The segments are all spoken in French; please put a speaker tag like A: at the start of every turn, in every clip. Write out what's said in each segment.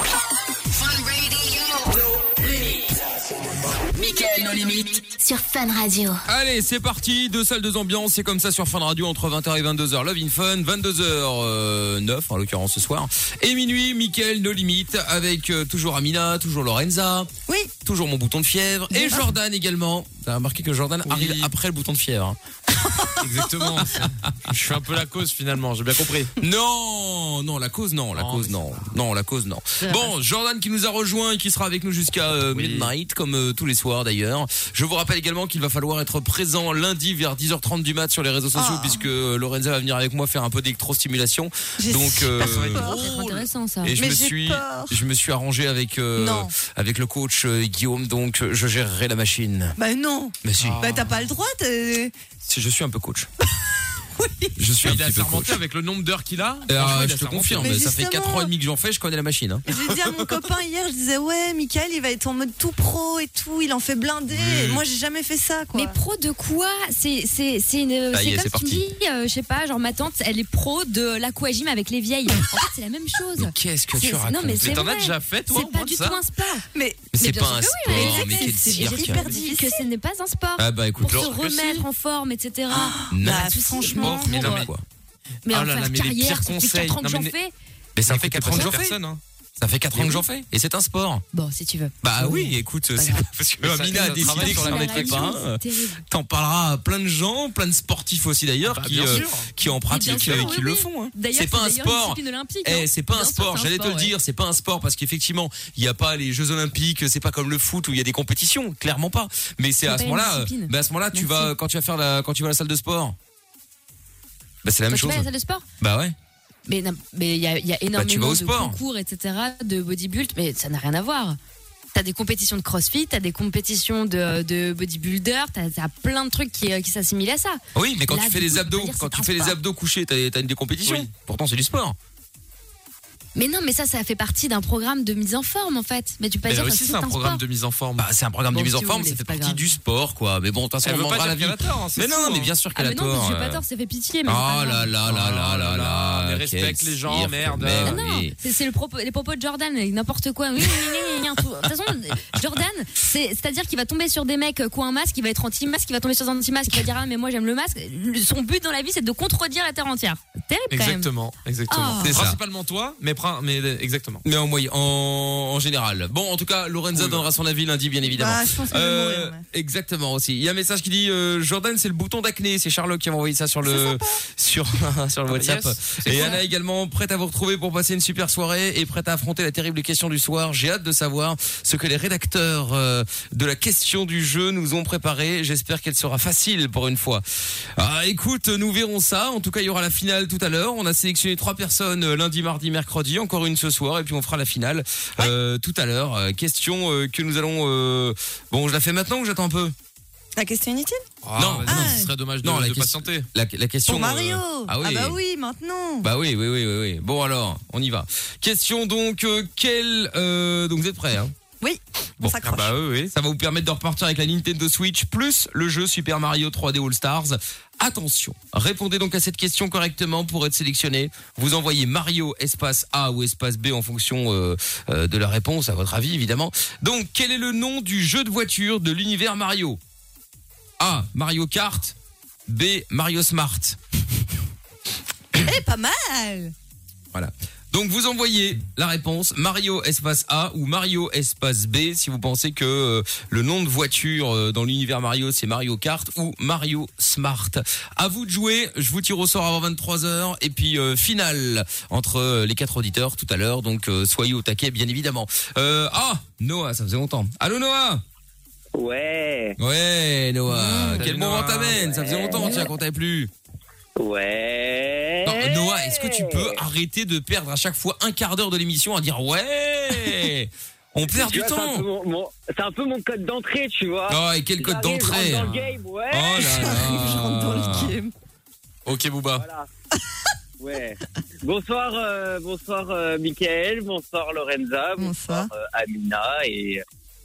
A: Fun Radio. Mickaël, nos limites.
B: Sur Fun Radio.
C: Allez, c'est parti. Deux salles, deux ambiances. C'est comme ça sur Fun Radio entre 20h et 22h. Love in Fun, 22h09 hein, en l'occurrence ce soir. Et minuit, Mickaël, nos limites. Avec euh, toujours Amina, toujours Lorenza.
D: Oui.
C: Toujours mon bouton de fièvre. Et Jordan également. T'as remarqué que Jordan arrive après le bouton de fièvre. hein.
E: Exactement. Je suis un peu la cause finalement, j'ai bien compris.
C: Non, non, la cause non, la cause non. Non, la cause non. Bon, Jordan qui nous a rejoint et qui sera avec nous jusqu'à euh, midnight comme euh, tous les soirs d'ailleurs. Je vous rappelle également qu'il va falloir être présent lundi vers 10h30 du mat sur les réseaux sociaux puisque euh, Lorenza va venir avec moi faire un peu d'électrostimulation.
D: J'ai
C: Donc euh,
B: C'est intéressant ça.
C: et
D: Ah.
C: je
D: Mais
C: me
D: j'ai
C: suis
D: peur.
C: je me suis arrangé avec euh,
D: Non.
C: avec le coach euh, Guillaume donc euh, je gérerai la machine.
D: Bah non.
C: Mais si,
D: Bah t'as pas le droit. t'es-
C: si, je suis un peu coach. Je suis un
E: Il a
C: petit peu coach.
E: sermenté avec le nombre d'heures qu'il a.
C: Euh,
E: Franchement, il
C: je
E: a
C: te
E: sermenté.
C: confirme,
D: Mais
C: ça fait
D: justement.
C: 4 ans et demi que j'en fais, je connais la machine. hein.
D: J'ai dit à mon copain hier, je disais ouais, Michael, il va être en mode tout pro et tout, il en fait blindé. Et Moi j'ai jamais fait ça quoi.
B: Mais pro de quoi C'est c'est c'est une
C: Ça y
B: c'est
C: est,
B: comme
C: c'est
B: si tu me
C: parti.
B: dis euh, je sais pas genre ma tante elle est pro de l'aquagym avec les vieilles. En fait c'est la même chose.
C: Qu'est-ce que
B: C'est-
C: tu
B: c'est- non,
C: racontes
B: mais c'est
E: Mais t'en as
B: vrai.
E: déjà fait toi
B: C'est pas du tout un sport.
D: Mais
C: Mais c'est
B: bien
C: pas un
B: sûr
C: sport,
B: que oui,
C: mais
B: exactement.
C: quel
D: c'est
C: cirque.
B: J'ai
D: hyper
B: dit que ce n'est pas un sport.
C: Ah bah écoute,
B: pour se
C: Laure,
E: que si.
B: remettre en forme, etc.
C: non, Oh,
D: bah,
B: si,
D: franchement,
B: non,
C: mais
B: pour,
C: non,
B: euh,
C: mais quoi.
B: mais
E: Ah
B: en
E: là
B: faire
E: là, mais les
B: carrière,
E: pires
B: ça fait
E: conseils.
B: 4 ans que
E: Non,
B: j'en
E: mais les-
B: fais.
C: Mais ça
E: Mais
C: fait
E: écoute,
C: 4 ans que j'en fais.
E: personne, hein.
C: Ça fait 4 ans que j'en fais. Et c'est un sport.
B: Bon, si tu veux.
C: Bah oui, écoute, c'est pas parce que
E: Mais ça-
C: Amina a
E: ça
C: décidé
E: travaille
C: que
E: sur
C: ça
E: la
C: n'en était
B: réaction,
C: pas un.
B: c'est terrible.
C: T'en parleras à plein de gens, plein de sportifs aussi d'ailleurs,
E: Bah,
C: qui,
E: bien
C: euh,
E: sûr.
C: qui en
B: Et bien
C: pratiquent,
B: sûr,
C: euh,
B: oui,
C: qui le
B: oui.
C: font. hein.
B: D'ailleurs,
C: C'est pas un
B: d'ailleurs une
C: sport.
B: discipline olympique, hein.
C: Eh, c'est pas un
B: Bien sûr,
C: sport,
B: c'est un
C: j'allais te le
B: sport, ouais.
C: dire, c'est pas un sport parce qu'effectivement, il n'y a pas les Jeux Olympiques, c'est pas comme le foot où il y a des compétitions, clairement pas. Mais c'est à
B: pas
C: ce
B: une
C: moment-là, euh,
B: discipline.
C: bah, à ce moment-là, tu
B: Merci.
C: vas quand tu vas faire la quand tu vas à la salle de sport. Bah c'est la
B: Toi,
C: même
B: tu
C: chose.
B: vas à la salle de sport
C: Bah ouais.
B: Mais non, mais il y a, il y a énormément
C: Bah, vas au
B: de
C: sport.
B: concours, etc., de bodybuild, mais ça n'a rien à voir. T'as des compétitions de crossfit, t'as des compétitions de, de bodybuilder, t'as t'as plein de trucs qui, euh, qui s'assimilent à ça.
C: Oui, mais quand
B: Là,
C: tu
B: du
C: fais
B: coup,
C: les
B: je peux
C: abdos,
B: pas dire
C: quand
B: c'est
C: tu
B: un
C: fais les
B: sport.
C: abdos couchés, t'as t'as une des compétitions.
E: Oui.
C: Pourtant, c'est du sport.
B: Mais non, mais ça, ça fait partie d'un programme de mise en forme, en fait. Mais tu peux pas
E: Mais là
B: dire que
E: aussi, c'est un programme de mise en forme.
C: Bah, c'est un programme
B: Bon,
C: de mise en
B: si vous
C: forme,
B: voulez,
C: ça
B: c'est
C: fait
B: pas
C: partie
B: grave.
C: du sport, quoi. Mais bon, de toute façon,
E: Elle
C: on
E: veut pas
C: rendra la
E: dire
C: vie.
E: qu'elle a tort, hein, c'est
C: Mais
E: fou,
C: non, mais
E: hein.
C: bien sûr qu'elle
B: Ah,
C: a
B: mais non,
C: tort.
B: parce que j'ai
C: euh.
B: pas tort, ça fait pitié. Mais
C: Oh
B: c'est pas Ah,
C: là
B: grave.
C: là là là là là.
E: Mais
C: quel
E: respecte les gens,
C: cirque,
E: merde.
C: mais
B: Ah
E: Ah
B: non,
C: oui.
B: c'est c'est le propos- les propos de Jordan, avec n'importe quoi. Oui, oui, oui, oui, oui, tout. De toute façon, Jordan, c'est- c'est-à-dire qu'il va tomber sur des mecs qui ont un masque, qui va être anti-masque, qui va tomber sur des anti-masques, qui va dire Ah, mais moi j'aime le masque. Le- Son but dans la vie, c'est de contredire la terre entière. Terrible quand
E: Exactement, exactement.
B: Oh.
C: Ah, C'est ça.
E: Principalement toi, mais, prin- mais euh, exactement.
C: Mais en moyen, en, en général. Bon, en tout cas, Lorenza
E: Oui.
C: donnera son avis lundi, bien évidemment.
D: Bah, je pense que je vais
C: Euh,
D: mourir,
C: Exactement aussi. Il y a un message qui dit euh, Jordan, c'est le bouton d'acné. C'est Charlotte qui m'a envoyé ça sur le sur sur le WhatsApp.
E: Ah bah yes, c'est
C: et
E: cool.
C: Anna également prête à vous retrouver pour passer une super soirée et prête à affronter la terrible question du soir. J'ai hâte de savoir ce que les rédacteurs euh, de la question du jeu nous ont préparé. J'espère qu'elle sera facile pour une fois. Ah, écoute, nous verrons ça. En tout cas, il y aura la finale tout à l'heure. On a sélectionné trois personnes euh, lundi, mardi, mercredi, encore une ce soir, et puis on fera la finale euh, tout à l'heure. Euh, question euh, que nous allons. euh, Bon, je la fais maintenant ou j'attends un peu
D: La question inutile
E: Ah,
C: Non.
E: vas-y,
D: Ah.
E: ce serait dommage de,
C: Non, la
E: de
C: question-
E: patienter.
C: la, la question.
D: Pour Mario.
C: euh, Ah oui.
D: bah oui, maintenant.
C: Bah oui, oui, oui, oui, oui. Bon alors, on y va. Question donc, euh, quel euh, donc vous êtes prêts hein
D: oui, on
C: Bon, bah,
D: s'accroche.
E: Ah oui, oui.
C: Ça va vous permettre de repartir avec la Nintendo Switch plus le jeu Super Mario 3D All Stars. Attention, répondez donc à cette question correctement pour être sélectionné. Vous envoyez Mario espace A ou espace B en fonction euh, euh, de la réponse, à votre avis évidemment. Donc, quel est le nom du jeu de voiture de l'univers Mario A. Mario Kart. B. Mario Smart.
D: Eh, pas mal.
C: Voilà. Donc vous envoyez la réponse Mario espace A ou Mario espace B si vous pensez que euh, le nom de voiture euh, dans l'univers Mario c'est Mario Kart ou Mario Smart. À vous de jouer, je vous tire au sort avant 23h et puis euh, finale entre euh, les quatre auditeurs tout à l'heure donc euh, soyez au taquet bien évidemment. Euh, ah Noah, ça faisait longtemps. Allô Noah
F: Ouais,
C: Ouais Noah,
E: Mmh.
C: quel
E: Salut,
C: moment
E: Noah.
C: t'amènes, ça faisait longtemps tiens qu'on t'avait plus.
F: ouais.
C: Non, Noah, est-ce que tu peux arrêter de perdre à chaque fois un quart d'heure de l'émission à dire ouais On perd
F: Tu
C: du
F: vois, C'est un, peu
C: temps
F: mon- mon- c'est un peu mon code d'entrée, tu vois.
C: Oh, et quel code
F: J'arrive, je
C: d'entrée
F: rentre
C: hein.
F: dans le game, ouais.
C: Oh là
D: J'arrive, je rentre dans le
C: là
D: game.
E: Ok, Booba.
F: Voilà. Ouais. Bonsoir, euh, bonsoir euh, Mickaël, bonsoir Lorenza,
D: Bonsoir.
F: euh, Amina et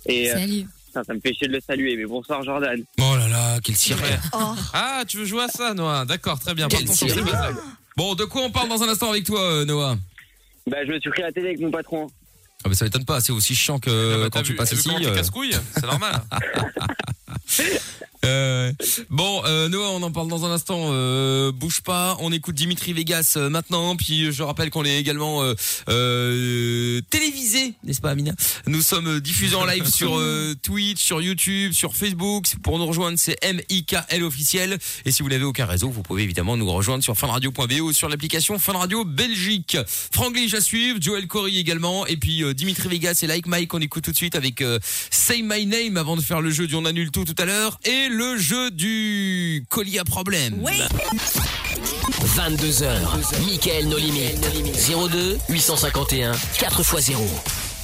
F: et
B: même.
F: euh,
B: Salut.
F: putain, ça me fait chier de le saluer, mais bonsoir Jordan.
C: Oh là là, quel cirque
D: Oh,
E: Ah, tu veux jouer à ça, Noah D'accord, très bien.
C: Quel
E: Partons sur ce
C: cirque.
E: bazar.
C: Bon, de quoi on parle dans un instant avec toi, euh, Noah
F: Bah, je me suis pris la télé avec mon patron.
C: Ah bah ça m'étonne pas, c'est aussi chiant que
E: Ah, bah, T'as
C: quand tu
E: vu-
C: passes
E: t'as vu
C: ici.
E: comment t'es
C: euh,
E: casse-couille C'est normal.
C: Euh, bon, euh, Noah, on en parle dans un instant. Euh, bouge pas, on écoute Dimitri Vegas euh, maintenant. Puis euh, je rappelle qu'on est également euh, euh, télévisé, n'est-ce pas, Amina Nous sommes euh, diffusés en live sur euh, Twitch, sur YouTube, sur Facebook. Pour nous rejoindre, c'est MIKL officiel. Et si vous n'avez aucun réseau, vous pouvez évidemment nous rejoindre sur funradio.be ou sur l'application Fun Radio Belgique. Franglish à suivre, Joël Cory également. Et puis euh, Dimitri Vegas et Like Mike, on écoute tout de suite avec euh, Say My Name avant de faire le jeu du On annule tout tout à l'heure. Et le jeu du colis à problème.
A: 22h, Mickaël nos limites. 02 851 4x0.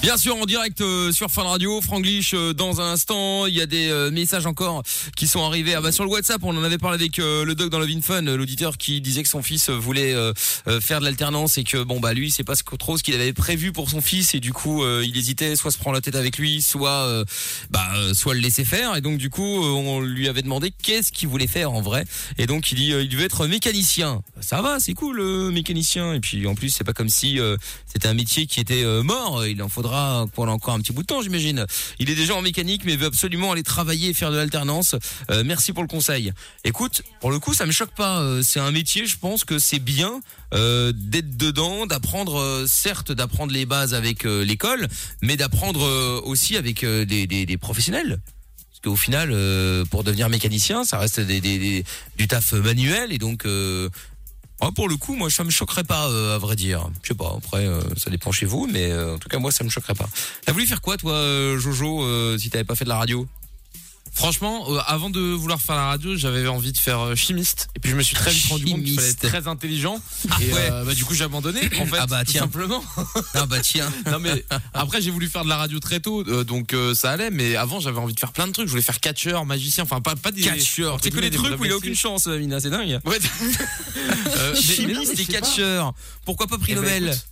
C: Bien sûr, en direct euh, sur Fun Radio, Franglish euh, dans un instant. Il y a des euh, messages encore qui sont arrivés. Ah bah sur le WhatsApp, on en avait parlé avec euh, le doc dans Love in Fun, euh, l'auditeur qui disait que son fils euh, voulait euh, euh, faire de l'alternance et que bon bah lui, c'est pas ce que- trop ce qu'il avait prévu pour son fils et du coup euh, il hésitait, soit se prendre la tête avec lui, soit euh, bah euh, soit le laisser faire. Et donc du coup, euh, on lui avait demandé qu'est-ce qu'il voulait faire en vrai. Et donc il dit, euh, il veut être mécanicien. Ça va, c'est cool, euh, mécanicien. Et puis en plus, c'est pas comme si euh, c'était un métier qui était euh, mort. Il en faudra pendant encore un petit bout de temps, j'imagine. Il est déjà en mécanique, mais veut absolument aller travailler et faire de l'alternance. Euh, merci pour le conseil. Écoute, pour le coup, ça me choque pas. Euh, C'est un métier, je pense que c'est bien euh, d'être dedans, d'apprendre, euh, certes, d'apprendre les bases avec euh, l'école, mais d'apprendre euh, aussi avec euh, des, des- des professionnels. Parce qu'au final, euh, pour devenir mécanicien, ça reste des, des- des- du taf manuel et donc. euh, ah, pour le coup, moi, ça me choquerait pas, euh, à vrai dire. Je sais pas. Après, euh, ça dépend chez vous, mais euh, en tout cas, moi, ça me choquerait pas. T'as voulu faire quoi, toi, euh, Jojo, euh, si t'avais pas fait de la radio
E: Franchement, euh, avant de vouloir faire la radio, j'avais envie de faire euh, chimiste. Et puis je me suis très vite rendu compte qu'il fallait
C: Chimiste. Ah
E: être très intelligent. et
C: ouais.
E: euh, bah, du coup, j'ai abandonné. En fait,
C: Ah bah,
E: tout
C: tiens.
E: simplement.
C: Ah bah tiens.
E: Non mais après j'ai voulu faire de la radio très tôt, euh, donc euh, ça allait. Mais avant j'avais envie de faire plein de trucs. Je voulais faire catcheur, magicien, enfin pas pas des
C: Catcheur.
E: entre
C: Tu connais des
E: guillemets, des
C: trucs
E: vrais
C: où il a
E: métiers.
C: aucune chance, euh, Mina, c'est dingue.
E: Ouais. Euh, mais-
C: Chimiste et catcheur. Pourquoi pas prix
E: Eh ben,
C: Nobel
E: écoute.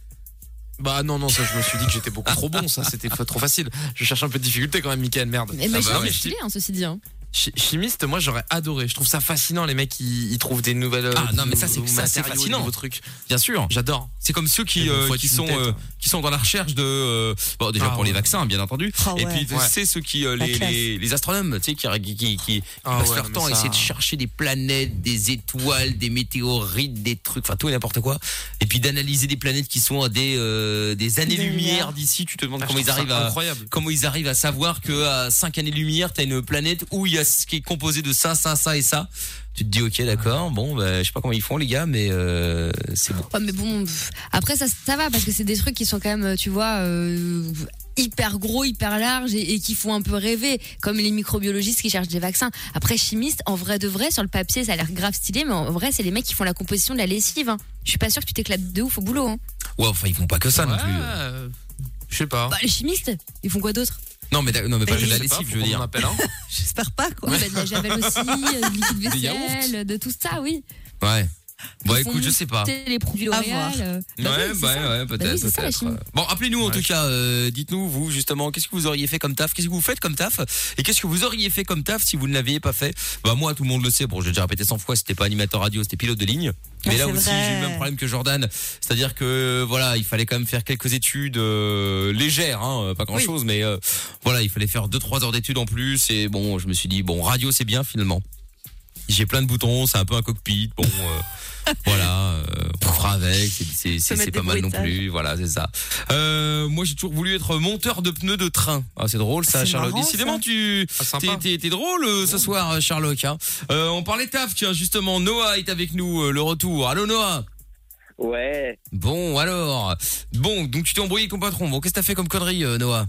E: Bah non non ça je me suis dit que j'étais beaucoup trop bon ça c'était fa- trop facile je cherche un peu de difficulté quand même Michael merde
D: Eh ben,
B: Mais mais
E: Ah
B: je
E: bah
B: trouve
E: ouais.
B: que c'est stylé, hein, ceci dit. hein.
E: Chi- chimiste moi j'aurais adoré je trouve ça fascinant les mecs ils, ils trouvent des nouvelles euh,
C: Ah, non, mais ça, c'est- ça, c'est fascinant.
E: vos trucs
C: Bien sûr.
E: j'adore
C: C'est comme ceux
E: Mais
C: qui,
E: bon,
C: euh,
E: faut être
C: qui
E: une
C: sont
E: tête,
C: euh,
E: hein.
C: qui sont dans la recherche de euh, bon déjà
E: Ah,
C: pour les
E: ouais.
C: vaccins bien entendu
D: Ah,
C: et
D: ouais.
C: puis tu
E: Ouais.
C: sais ceux qui euh,
D: La
C: les,
D: classe.
C: les les astronomes tu sais qui qui qui, qui
E: Ah,
C: passent
E: ouais,
C: leur
E: mais
C: temps à
E: ça-
C: essayer de chercher des planètes des étoiles des météorites des trucs enfin tout et n'importe quoi et puis d'analyser des planètes qui sont à des euh, des années lumière
D: lumière.
C: d'ici tu te demandes
E: Ah, je
C: comment ils
E: trouve ça
C: arrivent à
E: incroyable
C: comment ils arrivent à savoir que à 5 années lumière t'as une planète où il y a ce qui est composé de ça ça ça et ça tu te dis ok d'accord bon bah, je sais pas comment ils font les gars mais euh, c'est bon
B: Ouais, Ah, mais bon, pff, après ça, ça va parce que c'est des trucs qui sont quand même, tu vois, euh, hyper gros, hyper larges et, et qui font un peu rêver, comme les microbiologistes qui cherchent des vaccins. Après, chimiste, en vrai de vrai, sur le papier, ça a l'air grave stylé, mais en vrai, c'est les mecs qui font la composition de la lessive. hein. Je suis pas sûre que tu t'éclates de ouf au boulot. Hein.
C: ouais enfin ils font pas que ça non
E: Ouais,
C: plus
E: euh, je sais
C: Ah.
E: pas
B: Bah, les chimistes, ils font quoi d'autre
C: Non, mais, d'ac- non, mais pas
D: Mais
C: que
D: je
C: de la
E: sais pas,
C: lessive,
E: faut
C: je veux
E: qu'on en
C: dire.
E: appelle un.
D: J'espère pas, quoi.
B: Bah, De la javel aussi, euh, du liquide
E: Des yaourts.
B: vaisselle, de tout ça, oui.
C: Ouais. Bon,
B: Ils
C: Bah, écoute,
B: font
C: je sais pas.
B: monter Les produits
D: À
B: L'Oréal.
D: voir.
B: euh,
C: Ouais,
B: bah
C: bah,
B: oui, c'est ça.
C: ouais, peut-être.
B: Bah oui, c'est ça, la
C: peut-être.
B: chimie.
C: Mm. Bon, appelez-nous en
E: Ouais.
C: tout cas. euh, Dites-nous, vous, justement, qu'est-ce que vous auriez fait comme taf Qu'est-ce que vous faites comme taf Et qu'est-ce que vous auriez fait comme taf si vous ne l'aviez pas fait Bah, moi, tout le monde le sait. Bon, j'ai déjà répété 100 fois, c'était pas animateur radio, c'était pilote de ligne. Mais
D: Ah,
C: là
D: c'est
C: aussi,
D: vrai.
C: j'ai eu le même problème que Jordan. C'est-à-dire que, euh, voilà, il fallait quand même faire quelques études euh, légères, hein, euh, pas grand-chose, mais euh, voilà, il fallait faire 2-3 heures d'études en plus. Et bon, je me suis dit, bon, radio, c'est bien finalement. J'ai plein de boutons, c'est un peu un cockpit. Bon, euh, voilà, euh, on fera avec, c'est- c'est- c'est
D: mettre des
C: c'est pas mal non
D: bruitages.
C: plus. Voilà, c'est ça. Euh, moi, j'ai toujours voulu être monteur de pneus de train. Ah, c'est drôle ça,
D: C'est
C: Charlotte.
D: marrant,
C: Décidément,
D: ça.
C: tu
E: Ah, sympa.
C: t'es- t'es t'es drôle euh, ce soir, euh, Sherlock. hein. Euh, on parlait taf, tiens, justement, Noah est avec nous, euh, le retour. Allô, Noah
F: Ouais.
C: Bon, alors. Bon, donc tu t'es embrouillé avec ton patron. Bon, qu'est-ce que t'as fait comme connerie, euh, Noah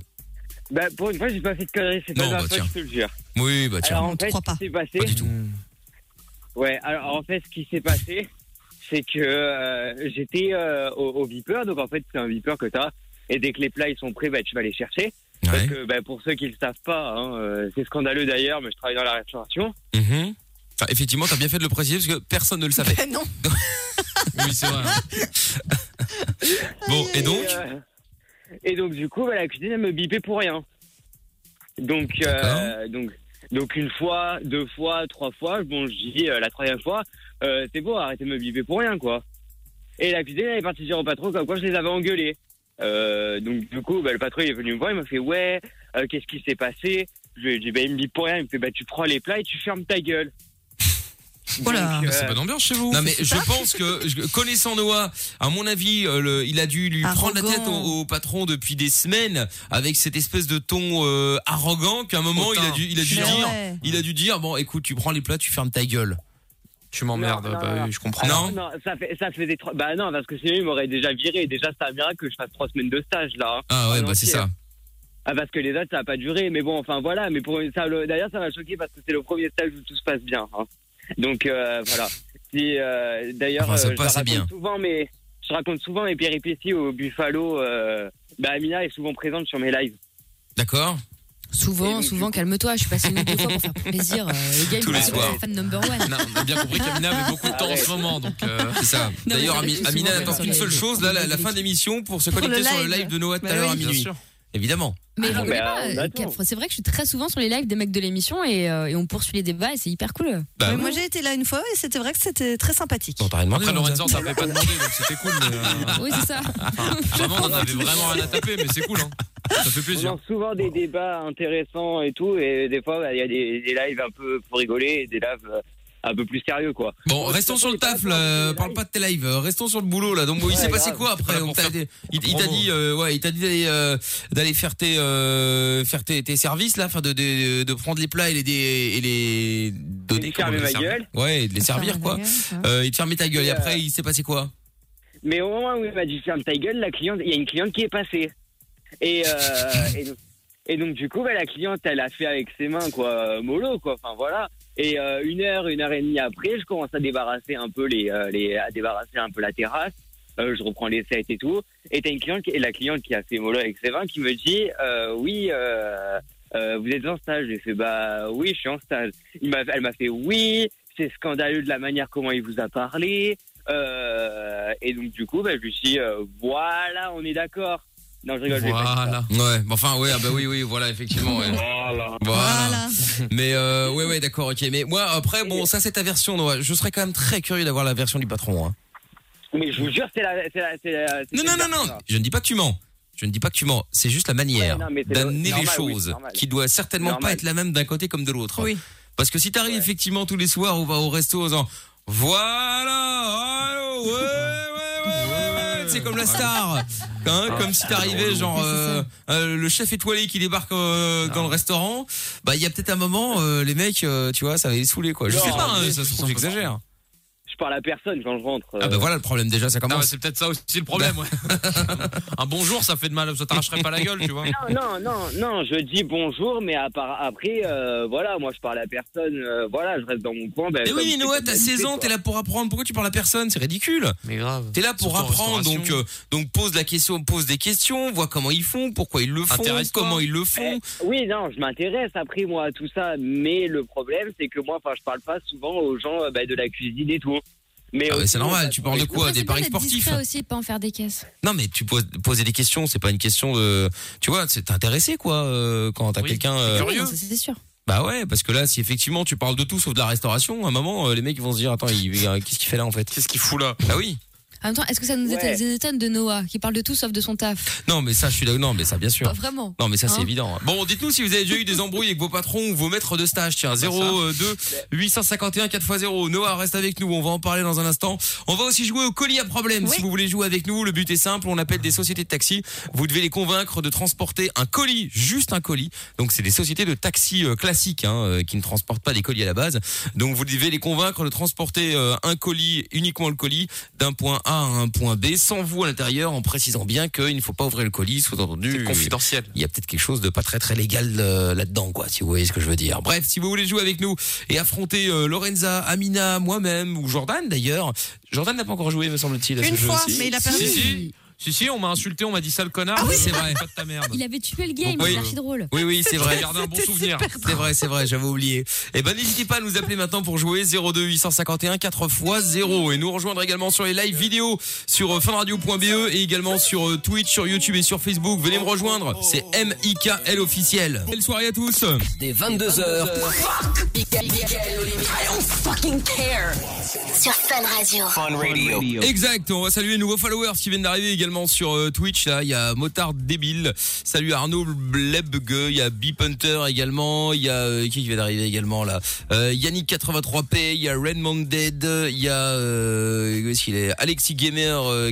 F: Bah, pour une fois, j'ai pas fait de conneries, c'est pas
C: Non,
F: la
C: bah,
F: fois,
C: tiens.
F: je te le jure.
C: Oui, bah tiens.
F: Alors,
D: on
F: en
D: te
F: fait,
D: croit pas.
F: ce qui s'est passé,
C: Pas du tout.
F: ouais, alors, en fait, ce qui s'est passé, c'est que euh, j'étais euh, au, au beeper, donc en fait, c'est un beeper que t'as, et dès que les plats ils sont prêts, bah, tu vas les chercher. Parce
C: Ouais.
F: que, bah, pour ceux qui le savent pas, hein, euh, c'est scandaleux d'ailleurs, mais je travaille dans la restauration.
C: Mhm. Enfin, effectivement, t'as bien fait de le préciser parce que personne ne le savait.
D: Eh non,
E: oui c'est vrai
C: Bon, et donc
F: et, euh, et donc du coup, bah, la cuisine elle me bipait pour rien. Donc euh,
C: D'accord.
F: donc donc une fois, deux fois, trois fois, bon je dis euh, la troisième fois, euh, c'est bon, arrêtez de me biper pour rien quoi. Et la cuisine elle est partie dire au patron comme quoi je les avais engueulés. Euh, donc du coup, bah, le patron il est venu me voir, il m'a fait ouais, euh, qu'est-ce qui s'est passé Je lui ai dit bah, il me dit pour rien, il me fait bah tu prends les plats et tu fermes ta gueule.
D: Voilà.
F: Donc, euh,
E: C'est bonne ambiance chez vous.
C: Non mais je pense que je- connaissant Noah, à mon avis, euh, le- il a dû lui prendre la tête
D: Arrogant.
C: au, au patron depuis des semaines avec cette espèce de ton euh, arrogant qu'à un moment il a dû, il a dû
D: Mais
C: dire,
D: ouais.
C: il a dû dire bon écoute tu prends les plats, tu fermes ta gueule.
E: Tu m'emmerdes,
F: Non, non,
E: bah
F: non.
E: oui, je comprends.
C: Non.
F: non, ça fait ça faisait trois. Bah non, parce que sinon il m'aurait déjà viré. Déjà c'est un miracle que je fasse trois semaines de stage là. hein.
C: Ah ouais
F: Ah,
C: bah
F: non,
C: c'est
F: si,
C: ça.
F: Ah, parce que les autres ça a pas duré. Mais bon, enfin voilà. Mais pour ça, le- d'ailleurs ça m'a choqué parce que c'est le premier stage où tout se passe bien. hein. Donc euh, voilà. Si, euh, d'ailleurs
C: Enfin, ça
F: euh, je
C: passe
F: raconte
C: bien.
F: souvent mais je raconte souvent mes péripéties au Buffalo. euh, bah Amina est souvent présente sur mes lives.
C: D'accord.
D: Eh
F: Et
B: Souvent,
F: donc,
B: souvent, calme-toi. Je suis passée une ou deux fois pour faire plaisir. euh, les gars, ils
C: Tous
B: me
C: les
B: disent que
C: soirs.
B: c'est fan number one.
E: Non, on a bien compris qu'Amina avait beaucoup de temps en ce moment, donc. euh,
C: C'est ça.
B: mais
C: D'ailleurs,
B: ça,
C: Ami-
B: c'est souvent
C: Amina
B: comme
C: n'attend
B: ça,
C: qu'une
B: les-
C: seule chose, là, la, la fin d'émission, pour se
D: Pour
C: connecter
D: le
C: sur le
D: live.
C: live de Noah tout
D: Bah
C: à l'heure
D: oui,
C: à
E: bien
C: minuit.
E: sûr.
C: Évidemment.
B: Mais
F: Ah bon,
D: ben,
B: rigolez
F: bah,
B: pas,
F: on
B: euh,
F: attend.
B: Cap- c'est vrai que je suis très souvent sur les lives des mecs de l'émission et, euh, et on poursuit les débats et c'est hyper cool.
C: Bah,
D: Mais moi j'ai été là une fois et c'était vrai que c'était très sympathique.
C: t'as rien demandé.
E: Après,
C: Lorenza.
E: Lorenzo, on hein, t'avait pas demandé, donc c'était cool. Mais, euh,
B: Oui, c'est ça.
E: vraiment, on en avait vraiment rien à taper, mais c'est cool, hein. Ça fait
F: On
E: plaisir.
F: a souvent des débats intéressants et tout, et des fois, bah, il y a des, des lives un peu pour rigoler et des lives euh, un peu plus sérieux, quoi.
C: Bon, restons sur le taf, là, euh, parle pas de tes lives, euh, restons sur le boulot là. Donc bon, il s'est
F: Ouais,
C: passé
F: grave.
C: quoi après
E: Voilà pour
C: On t'a-
E: faire
C: Il il t'a
E: promo.
C: dit, euh, ouais, il t'a dit d'aller euh, d'aller faire tes euh, faire tes, tes services là, enfin de, de de prendre les plats et les dé- et les
F: Et
C: donner.
F: de fermer
C: comment on dit,
F: ma
C: servir.
F: gueule.
C: Ouais, et de les servir quoi. Euh, il te fermait ta gueule et
F: Et, euh,
C: après il s'est passé quoi
F: Mais au moment où il m'a dit ferme ta gueule, la cliente, il y a une cliente qui est passée. Et, euh, et, donc, et donc, du coup, bah, la cliente, elle a fait avec ses mains, quoi, euh, mollo, quoi. Enfin, voilà. Et euh, une heure, une heure et demie après, je commence à débarrasser un peu les, euh, les à débarrasser un peu la terrasse. Euh, je reprends les sets et tout. Et t'as une cliente, qui- et la cliente qui a fait mollo avec ses mains, qui me dit, euh, oui. Euh, euh, vous êtes en stage J'ai fait bah oui, je suis en stage. Il m'a, elle m'a fait oui, c'est scandaleux de la manière comment il vous a parlé. Euh, et donc, du coup, bah, je lui dis, euh, voilà, on est d'accord. Non, je rigole, je vais pas dire ça.
E: Voilà.
C: Ouais, bah, enfin ouais, ah bah oui oui, voilà effectivement. ouais. Voilà.
D: Voilà.
C: Mais euh, ouais ouais, d'accord, ok. Mais moi après bon, ça c'est ta version, Noah. Je serais quand même très curieux d'avoir la version du patron. hein.
F: Mais je vous jure, c'est la. c'est la- c'est la- c'est
C: Non, non,
F: la-
C: non, non, je ne dis pas que tu mens. Je ne dis pas que tu mens. C'est juste la manière
F: Ouais, non, mais c'est
C: d'amener les
F: normal, oui,
C: choses
F: c'est normal.
C: qui doit certainement pas
F: Normal.
C: être la même d'un côté comme de l'autre.
D: Oui.
C: Parce que si t'arrives
F: Ouais.
C: effectivement tous les soirs, on va au resto en disant voilà, allô, ouais, ouais, ouais, ouais, c'est comme la star.
F: Ah,
C: Hein, comme si t'arrivais genre euh, euh, le chef étoilé qui débarque euh, dans le restaurant, bah il y a peut-être un moment euh, les mecs, euh, tu vois, ça va les saouler quoi. Je
F: Non,
C: sais pas, hein,
E: mais
C: ça se trouve
E: c'est
C: j'exagère.
F: Je parle à personne quand je rentre. euh.
C: Ah bah voilà le problème déjà, ça
E: Non, mais
C: commence.
E: c'est peut-être ça aussi le problème, ouais. Un bonjour, ça fait de mal, ça t'arracherait pas la gueule, tu vois.
F: Euh, Non, non, non, non, je dis bonjour, mais à part- après, euh, voilà, moi je parle à personne, euh, voilà, je reste dans mon coin. Ben,
C: Mais
F: comme
C: oui,
F: c'est
C: mais Noah,
F: comme
C: t'as
F: d'habitude,
C: 16 ans,
F: quoi.
C: t'es là pour apprendre. Pourquoi tu parles à personne C'est ridicule.
E: Mais grave.
C: T'es là pour
E: Surtout en
C: apprendre, donc
E: restauration.
C: euh, donc pose la question, pose des questions, vois comment ils font, pourquoi ils le font,
E: Intéresse-toi.
C: comment ils le font.
F: Eh, Oui, non, je m'intéresse après, moi, à tout ça, mais le problème, c'est que moi, enfin, je parle pas souvent aux gens euh, ben, de la cuisine et tout. Mais
C: Ah
F: euh,
C: ouais, c'est normal. Tu parles de
B: Après,
C: quoi
B: c'est
C: Des
B: bien
C: paris
B: d'être
C: sportifs
B: discret aussi et de pas en faire des caisses.
C: Non, mais tu poses poser des questions. C'est pas une question de. Tu vois, c'est t'intéresser quoi euh, quand t'as
E: Oui,
C: quelqu'un. euh,
E: curieux.
B: Oui, ça, c'est sûr.
C: Bah ouais, parce que là, si effectivement tu parles de tout sauf de la restauration, à un moment, euh, les mecs ils vont se dire attends, il- il- qu'est-ce qu'il fait là en fait
E: Qu'est-ce qu'il fout là
C: Bah oui.
B: En même temps, est-ce que ça nous
F: Ouais.
B: étonne, étonne de Noah qui parle de tout sauf de son taf
C: Non, mais ça, je suis là. Non, mais ça, bien sûr.
B: Pas vraiment.
C: Non, mais ça, c'est
B: Hein
C: évident. hein. Bon, dites-nous si vous avez déjà eu des embrouilles avec vos patrons ou vos maîtres de stage. Tiens, 02 851 4x0. Noah, reste avec nous. On va en parler dans un instant. On va aussi jouer au colis à problème. Si vous voulez jouer avec nous, le but est simple. On appelle des sociétés de taxi. Vous devez les convaincre de transporter un colis, juste un colis. Donc, c'est des sociétés de taxi euh, classiques hein, euh, qui ne transportent pas des colis à la base. Donc, vous devez les convaincre de transporter euh, un colis, uniquement le colis, d'un point A à un point B, sans vous à l'intérieur, en précisant bien qu'il ne faut pas ouvrir le colis,
E: C'est
C: sous-entendu
E: confidentiel.
C: il y a peut-être quelque chose de pas très très légal euh, là-dedans, quoi, si vous voyez ce que je veux dire. Bref, si vous voulez jouer avec nous et affronter euh, Lorenza, Amina, moi-même ou Jordan d'ailleurs, Jordan n'a pas encore joué, me semble-t-il. à ce
D: Une
C: jeu
D: fois,
C: aussi.
D: mais il a perdu.
E: Si, si, si, si, on m'a insulté, on m'a dit sale connard.
C: Ah oui, c'est vrai.
E: Pas de ta merde.
B: Il avait tué le game,
C: Oui.
B: c'est archi drôle.
C: Oui, oui, c'est
E: Je
C: vrai.
E: vais garder un bon souvenir.
C: C'est vrai, c'est vrai, j'avais oublié. Eh ben, n'hésitez pas à nous appeler maintenant pour jouer 02 851 4 x 0 et nous rejoindre également sur les live vidéo sur euh, finradio.be et également sur euh, Twitch, sur YouTube et sur Facebook. Venez me rejoindre, c'est MIKL officiel. Belle soirée à tous.
A: Dès
C: Oh,
A: 22h,
G: Sur Fun Radio.
C: Exact, on va saluer les nouveaux followers qui viennent d'arriver également. également sur euh, Twitch, là, il y a Motard Débile. Salut Arnaud Blebgue, il y a Beep Hunter également, il y a euh, qui qui vient d'arriver également là Euh, Yannick 83P, il y a Redmond Dead, il y a euh, où est-ce qu'il est Alexis Gamer euh,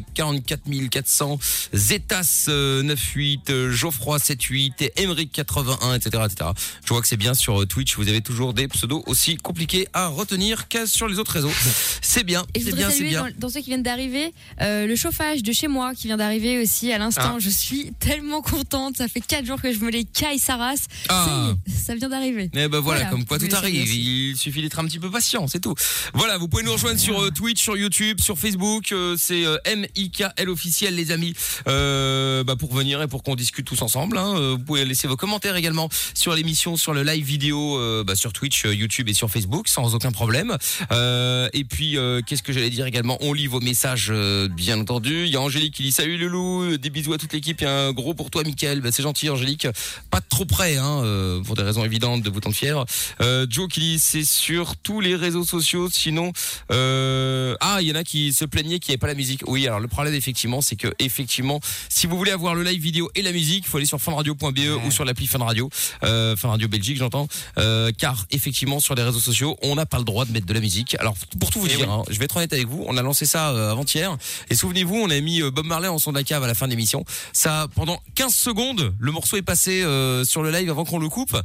C: 44400, Zetas euh, 98, euh, Geoffroy 78 et Emeric 81, etc., etc. Je vois que c'est bien sur euh, Twitch, vous avez toujours des pseudos aussi compliqués à retenir qu'à sur les autres réseaux. C'est bien,
B: Et je
C: c'est
B: voudrais
C: bien, c'est
B: saluer
C: bien.
B: dans, dans ceux qui viennent d'arriver euh, le chauffage de chez moi qui vient d'arriver aussi à l'instant.
C: Ah.
B: Je suis tellement contente. Ça fait 4 jours que je me les caille sa race.
C: Ah.
B: Ça, y est, ça vient d'arriver.
C: Eh ben voilà,
B: Voilà,
C: comme quoi
B: vous
C: tout
B: pouvez
C: arrive.
B: essayer
C: Il suffit d'être un petit peu patient, c'est tout. Voilà, vous pouvez nous rejoindre sur euh, Twitch, sur YouTube, sur Facebook. euh, c'est euh, MIKL officiel, les amis. Euh, bah, pour venir et pour qu'on discute tous ensemble. hein. Euh, Vous pouvez laisser vos commentaires également sur l'émission, sur le live vidéo, euh, bah, sur Twitch, euh, YouTube et sur Facebook, sans aucun problème. Euh, et puis, euh, qu'est-ce que j'allais dire également On lit vos messages, euh, bien entendu. Il y a Angélique qui dit salut Loulou, euh, des bisous à toute l'équipe et un gros pour toi, Mickaël. Bah, c'est gentil, Angélique. Pas de trop près, hein, euh, pour des raisons évidentes de bouton de fièvre. Euh, Joe qui dit c'est sur tous les réseaux sociaux, sinon euh, ah il y en a qui se plaignaient qu'il n'y avait pas la musique. Oui, alors le problème effectivement, c'est que effectivement, si vous voulez avoir le live vidéo et la musique, il faut aller sur funradio.be E ou sur l'appli Fun Radio, euh, Fun Radio Belgique, j'entends, euh, car effectivement sur les réseaux sociaux, on n'a pas le droit de mettre de la musique. Alors pour tout vous dire, hein, je vais être honnête avec vous, on a lancé ça euh, avant-hier et souvenez-vous, on a mis euh, Bob Marley en son de la cave à la fin de l'émission. Ça pendant 15 secondes, le morceau est passé euh, sur le live avant qu'on le coupe.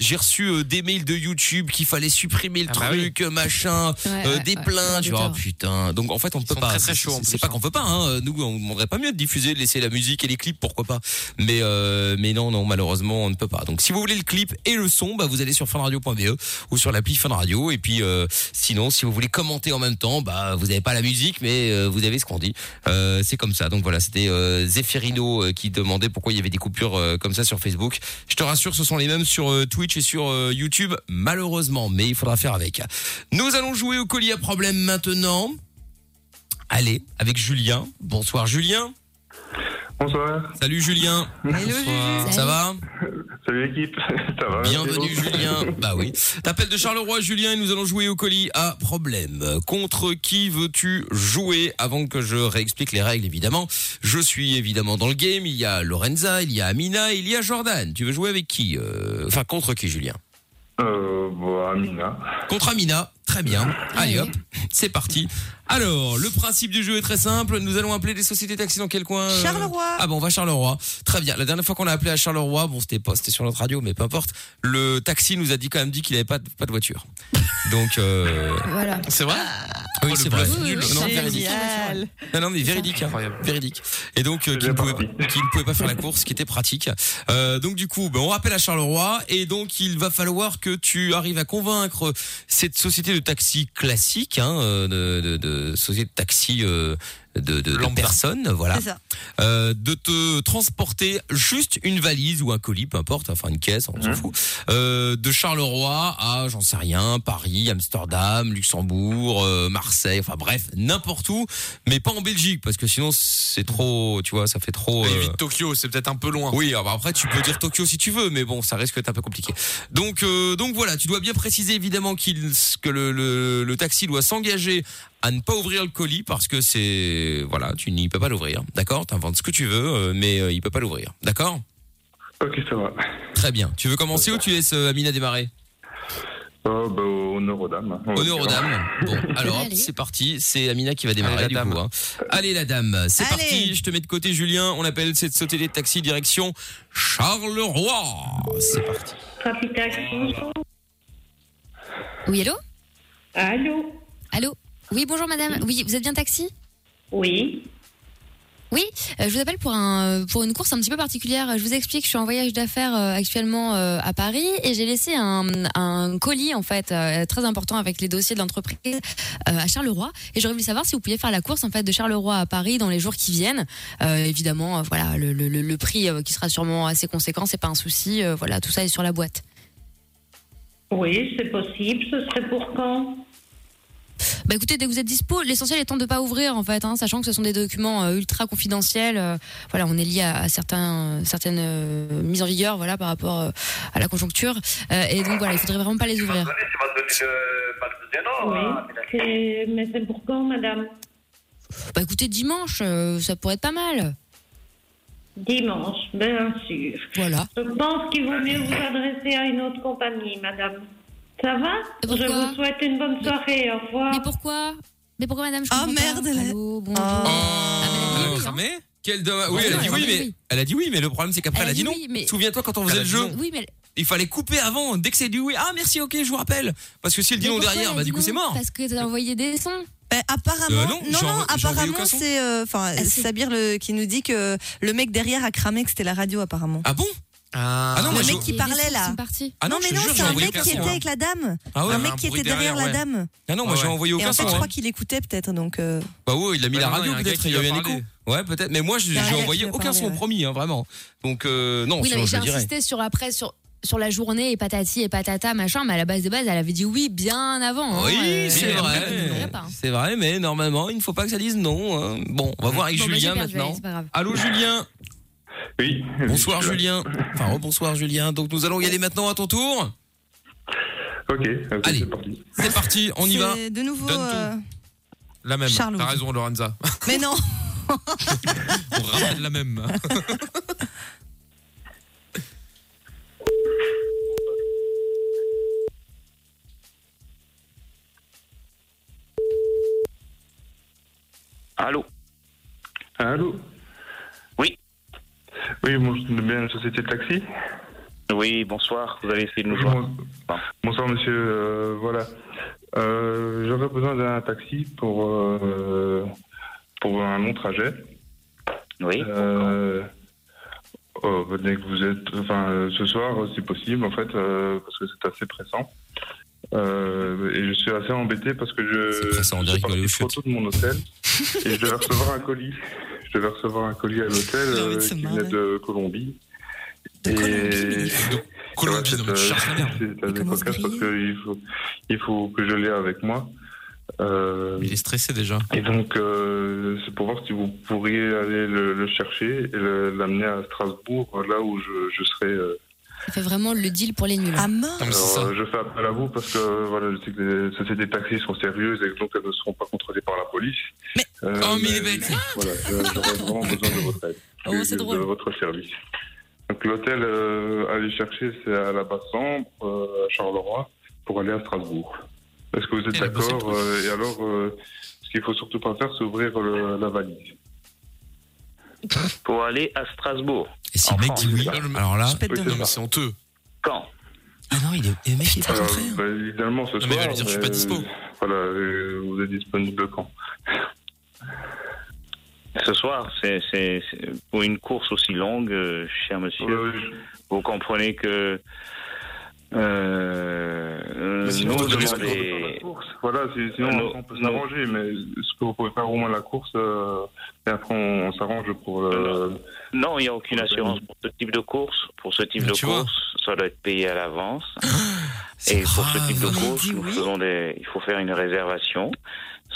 C: J'ai reçu euh, des mails de YouTube qu'il fallait supprimer le truc, euh, machin, euh,
B: ouais,
C: des
B: ouais,
C: plaintes.
B: des
C: tu vois,
B: auditeurs.
C: putain. Donc en fait, on ne peut
E: sont
C: pas.
E: très, très chauds, en
C: C'est-
E: plus,
C: C'est pas
E: hein.
C: qu'on peut pas. Hein. Nous, on ne demanderait pas mieux de diffuser, de laisser la musique et les clips, pourquoi pas. Mais euh, mais non, non, malheureusement, on ne peut pas. Donc si vous voulez le clip et le son, bah vous allez sur funradio.be ou sur l'appli Fun Radio. Et puis euh, sinon, si vous voulez commenter en même temps, bah vous n'avez pas la musique, mais euh, vous avez ce qu'on dit. Euh, c'est comme ça. Donc voilà, c'était euh, Zeffirino euh, qui demandait pourquoi il y avait des coupures euh, comme ça sur Facebook. Je te rassure, ce sont les mêmes sur euh, Twitch et sur euh, YouTube, malheureusement, mais il faudra faire avec. Nous allons jouer au colis à problème maintenant. Allez, avec Julien. Bonsoir Julien.
G: Bonsoir,
C: Salut Julien.
B: Salut.
C: Ça va
G: salut l'équipe, ça va
C: Bienvenue
G: c'est bon
C: Julien. Bah oui. T'appelles de Charleroi Julien et nous allons jouer au colis à problème. Contre qui veux-tu jouer Avant que je réexplique les règles évidemment. Je suis évidemment dans le game. Il y a Lorenza, il y a Amina, il y a Jordan. Tu veux jouer avec qui Euh, Enfin contre qui Julien
G: Euh, bon, Amina.
C: Contre Amina. Très bien. Allez hop, c'est parti. Alors, le principe du jeu est très simple. Nous allons appeler des sociétés taxis dans quel coin euh
D: Charleroi.
C: Ah bon, on va à Charleroi. Très bien. La dernière fois qu'on a appelé à Charleroi, bon, c'était pas, c'était sur notre radio, mais peu importe. Le taxi nous a dit quand même dit qu'il avait pas de, pas de voiture. Donc, euh...
B: Voilà.
E: C'est vrai
H: Oh,
C: oui, c'est vrai.
B: bluff nul.
C: Non, véridique.
D: Génial.
C: Non, non, mais véridique, hein. véridique. Et donc, euh,
G: C'est
C: qu'il ne
G: bien
C: pouvait,
G: parti.
C: qu'il ne pouvait pas faire la course, ce qui était pratique. Euh, donc, du coup, ben, on rappelle à Charleroi, et donc, il va falloir que tu arrives à convaincre cette société de taxi classique, hein, euh, de, de, de société de taxi euh, de, de, de
E: Lambda.
C: personnes, voilà,
D: C'est ça.
C: euh, de te transporter juste une valise ou un colis, peu importe, enfin une caisse, on s'en
G: Mhm.
C: fout, euh, de Charleroi à, j'en sais rien, Paris, Amsterdam, Luxembourg, euh, Marseille, enfin bref, n'importe où, mais pas en Belgique, parce que sinon c'est trop, tu vois, ça fait trop...
E: Et
C: euh,
E: vite Oh, Tokyo, c'est peut-être un peu loin.
C: oui, alors bah après tu peux dire Tokyo si tu veux, mais bon, ça risque d'être un peu compliqué. Donc, euh, donc voilà, tu dois bien préciser évidemment qu'il, que le, le, le taxi doit s'engager à ne pas ouvrir le colis parce que c'est voilà, tu n'y peux pas l'ouvrir, d'accord T'inventes ce que tu veux, euh, mais euh, il peut pas l'ouvrir, d'accord
G: Ok, ça va.
C: Très bien. Tu veux commencer ou tu laisses euh, Amina démarrer
G: Oh, bah, honneur aux dames. On va
C: Honneur aux
G: dire.
C: dames. Bon, alors
B: Allez.
C: c'est parti, c'est Amina qui va démarrer
E: Allez,
C: du
E: la
C: coup.
E: dame.
C: hein. Allez la dame, c'est
D: Allez.
C: parti. Je te mets de côté Julien. On appelle cette sautée des taxis direction Charleroi. C'est parti.
B: Ah,
I: Rapid Taxi, bonjour.
B: Oui, allô
I: Allô
B: Allô Oui, bonjour madame. Oui, vous êtes bien taxi
I: Oui.
B: Oui, euh, je vous appelle pour un euh, pour une course un petit peu particulière. Je vous explique, je suis en voyage d'affaires euh, actuellement euh, à Paris et j'ai laissé un, un colis en fait euh, très important avec les dossiers de l'entreprise euh, à Charleroi et j'aurais voulu savoir si vous pouviez faire la course en fait de Charleroi à Paris dans les jours qui viennent. Euh, évidemment, euh, voilà le, le, le- le prix euh, qui sera sûrement assez conséquent, c'est pas un souci. euh, voilà, tout ça est sur la boîte.
I: Oui, c'est possible. Ce serait pour quand
B: Bah écoutez, dès que vous êtes dispo, l'essentiel étant de pas ouvrir en fait, hein, sachant que ce sont des documents euh, ultra confidentiels. euh, voilà, on est lié à, à certains, certaines euh, mises en vigueur, voilà, par rapport euh, à la conjoncture. Euh, et donc voilà, il faudrait vraiment pas les ouvrir.
I: Oui. C'est- Mais c'est pour quand, madame
B: Bah écoutez, dimanche, euh, ça pourrait être pas mal.
J: Dimanche, ben, bien sûr.
B: Voilà.
J: Je pense qu'il vaut mieux vous adresser à une autre compagnie, madame. Ça va
B: Et
J: Je
B: pourquoi
J: vous souhaite une bonne soirée. Au revoir.
B: Mais pourquoi Mais pourquoi madame je
D: Ah,
B: comprends pas.
D: merde, elle a- Oh.
B: Allô, bonjour.
C: Elle a
B: oui, hein.
C: cramé Quel dommage. Oui,
B: Ah,
C: elle a
B: oui,
C: dit
B: elle a
C: oui,
B: dit
C: mais
B: oui.
C: elle a dit oui, mais le problème c'est qu'après elle a dit non.
B: oui, mais-
C: Souviens-toi quand on faisait le
E: dit
C: jeu,
E: non.
B: Oui, mais elle-
C: il fallait couper avant. Dès que c'est du oui, ah merci, ok, je vous rappelle. Parce que si elle dit
B: mais
C: non
B: pourquoi
C: derrière,
B: elle
C: bah
B: a
C: du
B: dit
C: coup c'est
B: non
C: mort.
B: Parce que t'as envoyé des sons.
D: Ben, apparemment,
C: Euh, non, j'ai envo- j'ai envoyé au
D: apparemment
C: casson.
D: c'est euh, enfin
B: Ah, c'est-
D: Sabir le, qui nous dit que le mec derrière a cramé que c'était la radio apparemment.
C: Ah bon Ah non,
D: Le
C: moi
D: mec
C: je.
D: qui
B: Les
D: parlait,
B: sons
D: là.
B: sont partis.
C: Ah
D: non
C: je
D: mais
C: te
D: non,
C: jure,
D: c'est
C: j'ai
D: un
C: envoyé
D: mec qui
C: au casson,
D: était
C: hein.
D: avec la dame.
C: Ah ouais,
D: un
E: mais
D: mec
E: un
D: qui
E: bruit
D: était derrière,
E: derrière,
D: la
E: ouais.
D: dame.
C: Ah non, moi
E: Ah
C: j'ai
E: ouais.
C: envoyé au
D: Et en fait,
C: casson.
D: je
C: hein.
D: crois qu'il écoutait peut-être donc. euh,
C: Bah oui, il a mis
E: Ouais,
C: la
E: non,
C: radio
E: il y a un
C: peut-être,
E: gars
C: il y a eu
E: qui
C: un
E: lui a
C: écho.
E: parlé.
C: Ouais, peut-être, mais moi je-
D: y a un
C: j'ai
D: gars
C: envoyé
D: qui lui a
C: aucun
D: parlé,
C: son,
D: ouais.
C: promis, hein, vraiment. Donc euh, non,
B: Oui, non,
C: sinon
B: mais
C: je
B: j'ai
C: le dirais.
B: insisté sur après sur sur la journée et patati et patata machin, mais à la base de base, elle avait dit oui bien avant. hein,
C: Oui,
B: euh,
C: c'est
B: elle ne
C: vrai.
B: devrait pas, hein.
C: C'est vrai, mais normalement, il ne faut pas que ça dise non. hein. Bon, on va voir avec
B: Bon, bah, j'ai
C: Julien
B: perdu, allez,
C: maintenant.
B: c'est pas grave.
C: Allô Julien
G: Oui.
C: Bonsoir
G: oui, je suis
C: Julien. Enfin, oh, bonsoir Julien. Donc nous allons y aller maintenant à ton tour.
G: là. Ok, ok,
C: Allez.
G: c'est parti.
C: C'est parti, on y va.
D: c'est De nouveau.
E: Donne tout.
D: euh,
E: La même.
D: Charles
E: T'as
D: Louis.
E: raison, Lorenza.
D: Mais non.
E: On rappelle la même.
K: Allô
G: Allô
K: Oui.
G: Oui, bonjour, bien la société de taxi
K: Oui, bonsoir. Vous avez essayé de
G: Bonsoir. Bonsoir, monsieur. euh, voilà. Euh, J'aurais besoin d'un taxi pour, euh, pour un long trajet.
K: Oui.
G: Euh, oh, bah, dès que vous êtes, enfin, euh, ce soir, euh, si possible, en fait, euh, parce que c'est assez pressant. Euh, et je suis assez embêté parce que
C: C'est
G: je,
C: pressant, on
G: je
C: dirait
G: suis
C: qu'il va
G: parti
C: aller au
G: trop
C: shoot.
G: tôt de mon hôtel et je devais recevoir un colis. Je devais recevoir un colis à l'hôtel
D: J'ai envie de
G: euh,
D: se
G: qui
D: marrer.
G: venait de Colombie.
D: De Colombie,
E: Colombie,
G: Ouais,
E: non, mais
G: c'est, euh,
E: Charles, la merde.
G: c'est- c'est assez
D: commence à
G: cocasse parce
D: griller.
G: qu'il faut, il faut que je l'aie avec moi. Euh,
E: Il est stressé déjà.
G: et donc, euh, c'est pour voir si vous pourriez aller le, le chercher et le- l'amener à Strasbourg, là où je, je serai. euh.
B: Ça fait vraiment le deal pour les nuls.
D: Ah mort.
E: Non, mais c'est
G: Alors,
E: ça.
G: euh, je fais appel à vous parce que euh, voilà, je sais que les sociétés taxis sont sérieuses et que donc elles ne seront pas contrôlées par la police.
D: Mais-
G: Euh,
C: Oh, mais il est bête.
G: Voilà, je- j'aurais vraiment besoin de votre aide.
D: Oh,
G: et
D: c'est
G: de,
D: drôle.
G: de votre service. Donc, l'hôtel euh, à aller chercher, c'est à la Basse-Sambre, euh, à Charleroi, pour aller à Strasbourg. Est-ce que vous êtes
E: Et
C: Eh ben,
E: la Basse-Sambre.
G: d'accord euh, Et alors, euh, ce qu'il faut surtout pas faire, c'est ouvrir le- la valise.
K: Pour aller à Strasbourg.
C: Et si le mec dit oui, alors là.
D: Je pète de
G: Oui, c'est
E: Non,
D: rire.
E: mais c'est honteux.
K: Quand
C: Ah non, il est, et le mec il est pas
G: Alors,
C: rentré. hein.
G: bah, évidemment, ce
E: Non, mais il
G: soir.
E: va lui dire, je suis
G: mais,
E: pas dispo.
G: euh, Voilà, euh, vous êtes disponible quand
K: Ce soir, c'est c'est- c'est- pour une course aussi longue, euh, cher monsieur.
G: Euh,
K: Vous comprenez que euh, euh,
E: Mais si
K: nous
E: vous
G: je-
E: devez se
K: demandons
G: je-
E: demander-
K: des-
G: la course. Voilà, si- sinon
K: Non,
G: on peut
K: non.
G: s'arranger, mais ce que vous pouvez faire au moins la course, euh, et après on, on s'arrange pour euh, le.
K: Non, Euh, Non, il n'y a aucune assurance pour ce type de course. Pour ce type
C: Mais
K: de
C: tu vois.
K: course, ça doit être payé à l'avance.
C: C'est
K: Et pour ce type de
C: grave.
K: course, nous faisons des- il faut faire une réservation.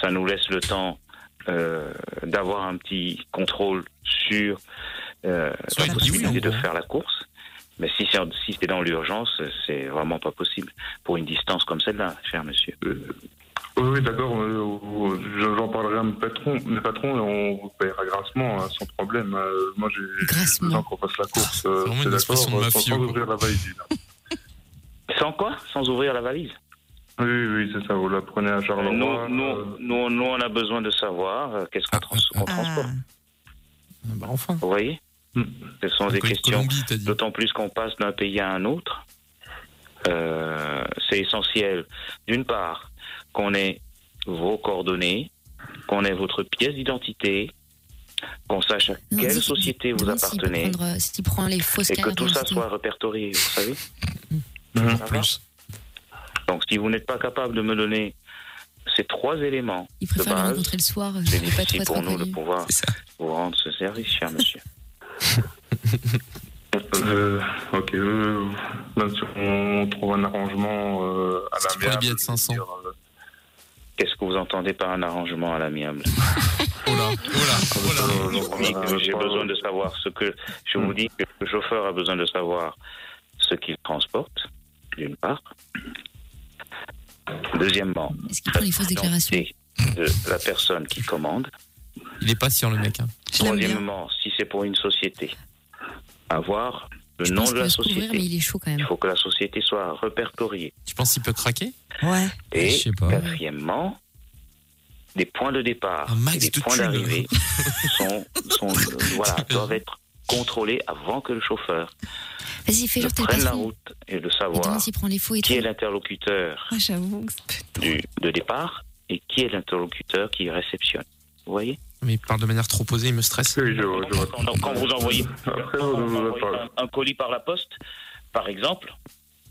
K: Ça nous laisse le temps euh, d'avoir un petit contrôle sur euh,
E: Soit
K: la
E: il dit oui,
K: possibilité
E: en
K: de
E: gros.
K: faire la course. Mais si c'est si c'est dans l'urgence, c'est vraiment pas possible pour une distance comme celle-là, cher monsieur.
G: Euh, Oui, oui, d'accord, euh, vous- je- j'en parlerai à mes patrons, mes patrons et on vous payera grassement, hein, sans problème. Euh, moi, j'ai j'ai
B: Grassement.
G: besoin qu'on fasse
C: Ah,
G: la course. euh,
E: vraiment
G: c'est
E: une
G: d'accord,
E: expression de
G: euh, sans-
E: mafieux,
G: Sans
E: quoi.
G: ouvrir la valise. là.
K: Sans quoi Sans ouvrir la valise.
G: Oui, oui, oui, c'est ça, vous la prenez à
K: Euh,
G: Charleroi.
K: Nous, nous,
G: euh,
K: nous, nous, on a besoin de savoir euh, qu'est-ce qu'on trans- qu'on transporte.
E: Ah, Bah, enfin. Ah,
K: Vous voyez
G: Hmm.
K: Ce sont des
E: Col-
K: questions.
E: Colombie, t'as dit.
K: D'autant plus qu'on passe d'un pays à un autre. Euh, c'est essentiel, d'une part, qu'on ait vos coordonnées, qu'on ait votre pièce d'identité, qu'on sache à
B: Non,
K: quelle
B: dis-
K: société vous
B: demande s'il peut
K: appartenez,
B: prendre, euh, Si tu prends les fausses
K: et que
B: cartes
K: tout ça
B: d'identité.
K: soit répertorié, vous savez
G: mhm.
K: Ça va
E: Plus.
K: Donc si vous n'êtes pas capable de me donner ces trois éléments,
B: Il préfère
K: de
B: le
K: base,
B: rencontrer le soir. Je
K: c'est
B: ne pas trop
K: difficile
B: être
K: pour nous de
B: impoli.
K: pouvoir
C: C'est ça.
K: vous rendre ce service, cher monsieur.
G: Euh, ok, euh, bien sûr, on trouve un arrangement euh, à
E: Si tu prends
G: la
E: les billets de 500.
K: Qu'est-ce que vous entendez par un arrangement à l'amiable
E: Oh
K: Ah,
E: là, oh là, oh là.
K: Promis que
G: Euh,
K: J'ai besoin de savoir ce que. Je
G: Hmm.
K: vous dis que le chauffeur a besoin de savoir ce qu'il transporte, d'une part. Deuxièmement,
B: Est-ce qu'il prend les fausses déclarations
K: l'identité de la personne qui commande.
E: Il est patient, le mec. hein.
D: Je l'aime bien.
K: Troisièmement, si c'est pour une société, avoir le
B: Je
K: nom
B: pense
K: de
B: qu'il
K: la
B: va se couvrir, mais
K: société.
B: il est chaud quand
K: Il
B: même.
K: faut que la société soit répertoriée.
E: Tu penses qu'il peut craquer
D: Ouais.
K: Et
C: sais pas.
K: quatrièmement, des points de départ
E: Un max
K: et des
E: de
K: points
E: thunes.
K: d'arrivée sont, sont, euh, voilà, doivent être contrôlés avant que le chauffeur
B: Vas-y, fais
K: ne
B: genre tel
K: prenne la
B: patron.
K: route et de
B: Il te
K: savoir
B: demande s'il prend les faux et tout.
K: qui est l'interlocuteur
D: Ah, j'avoue que c'est peut-être-
K: du- de départ et qui est l'interlocuteur qui réceptionne. Vous voyez
E: Mais il parle de manière trop posée, il me stresse.
G: Oui, je vois, je vois.
K: quand, quand vous envoyez,
G: Après,
K: quand
G: on
K: vous
G: nous a
K: envoyez
G: parlé.
K: un, un colis par la poste, par exemple,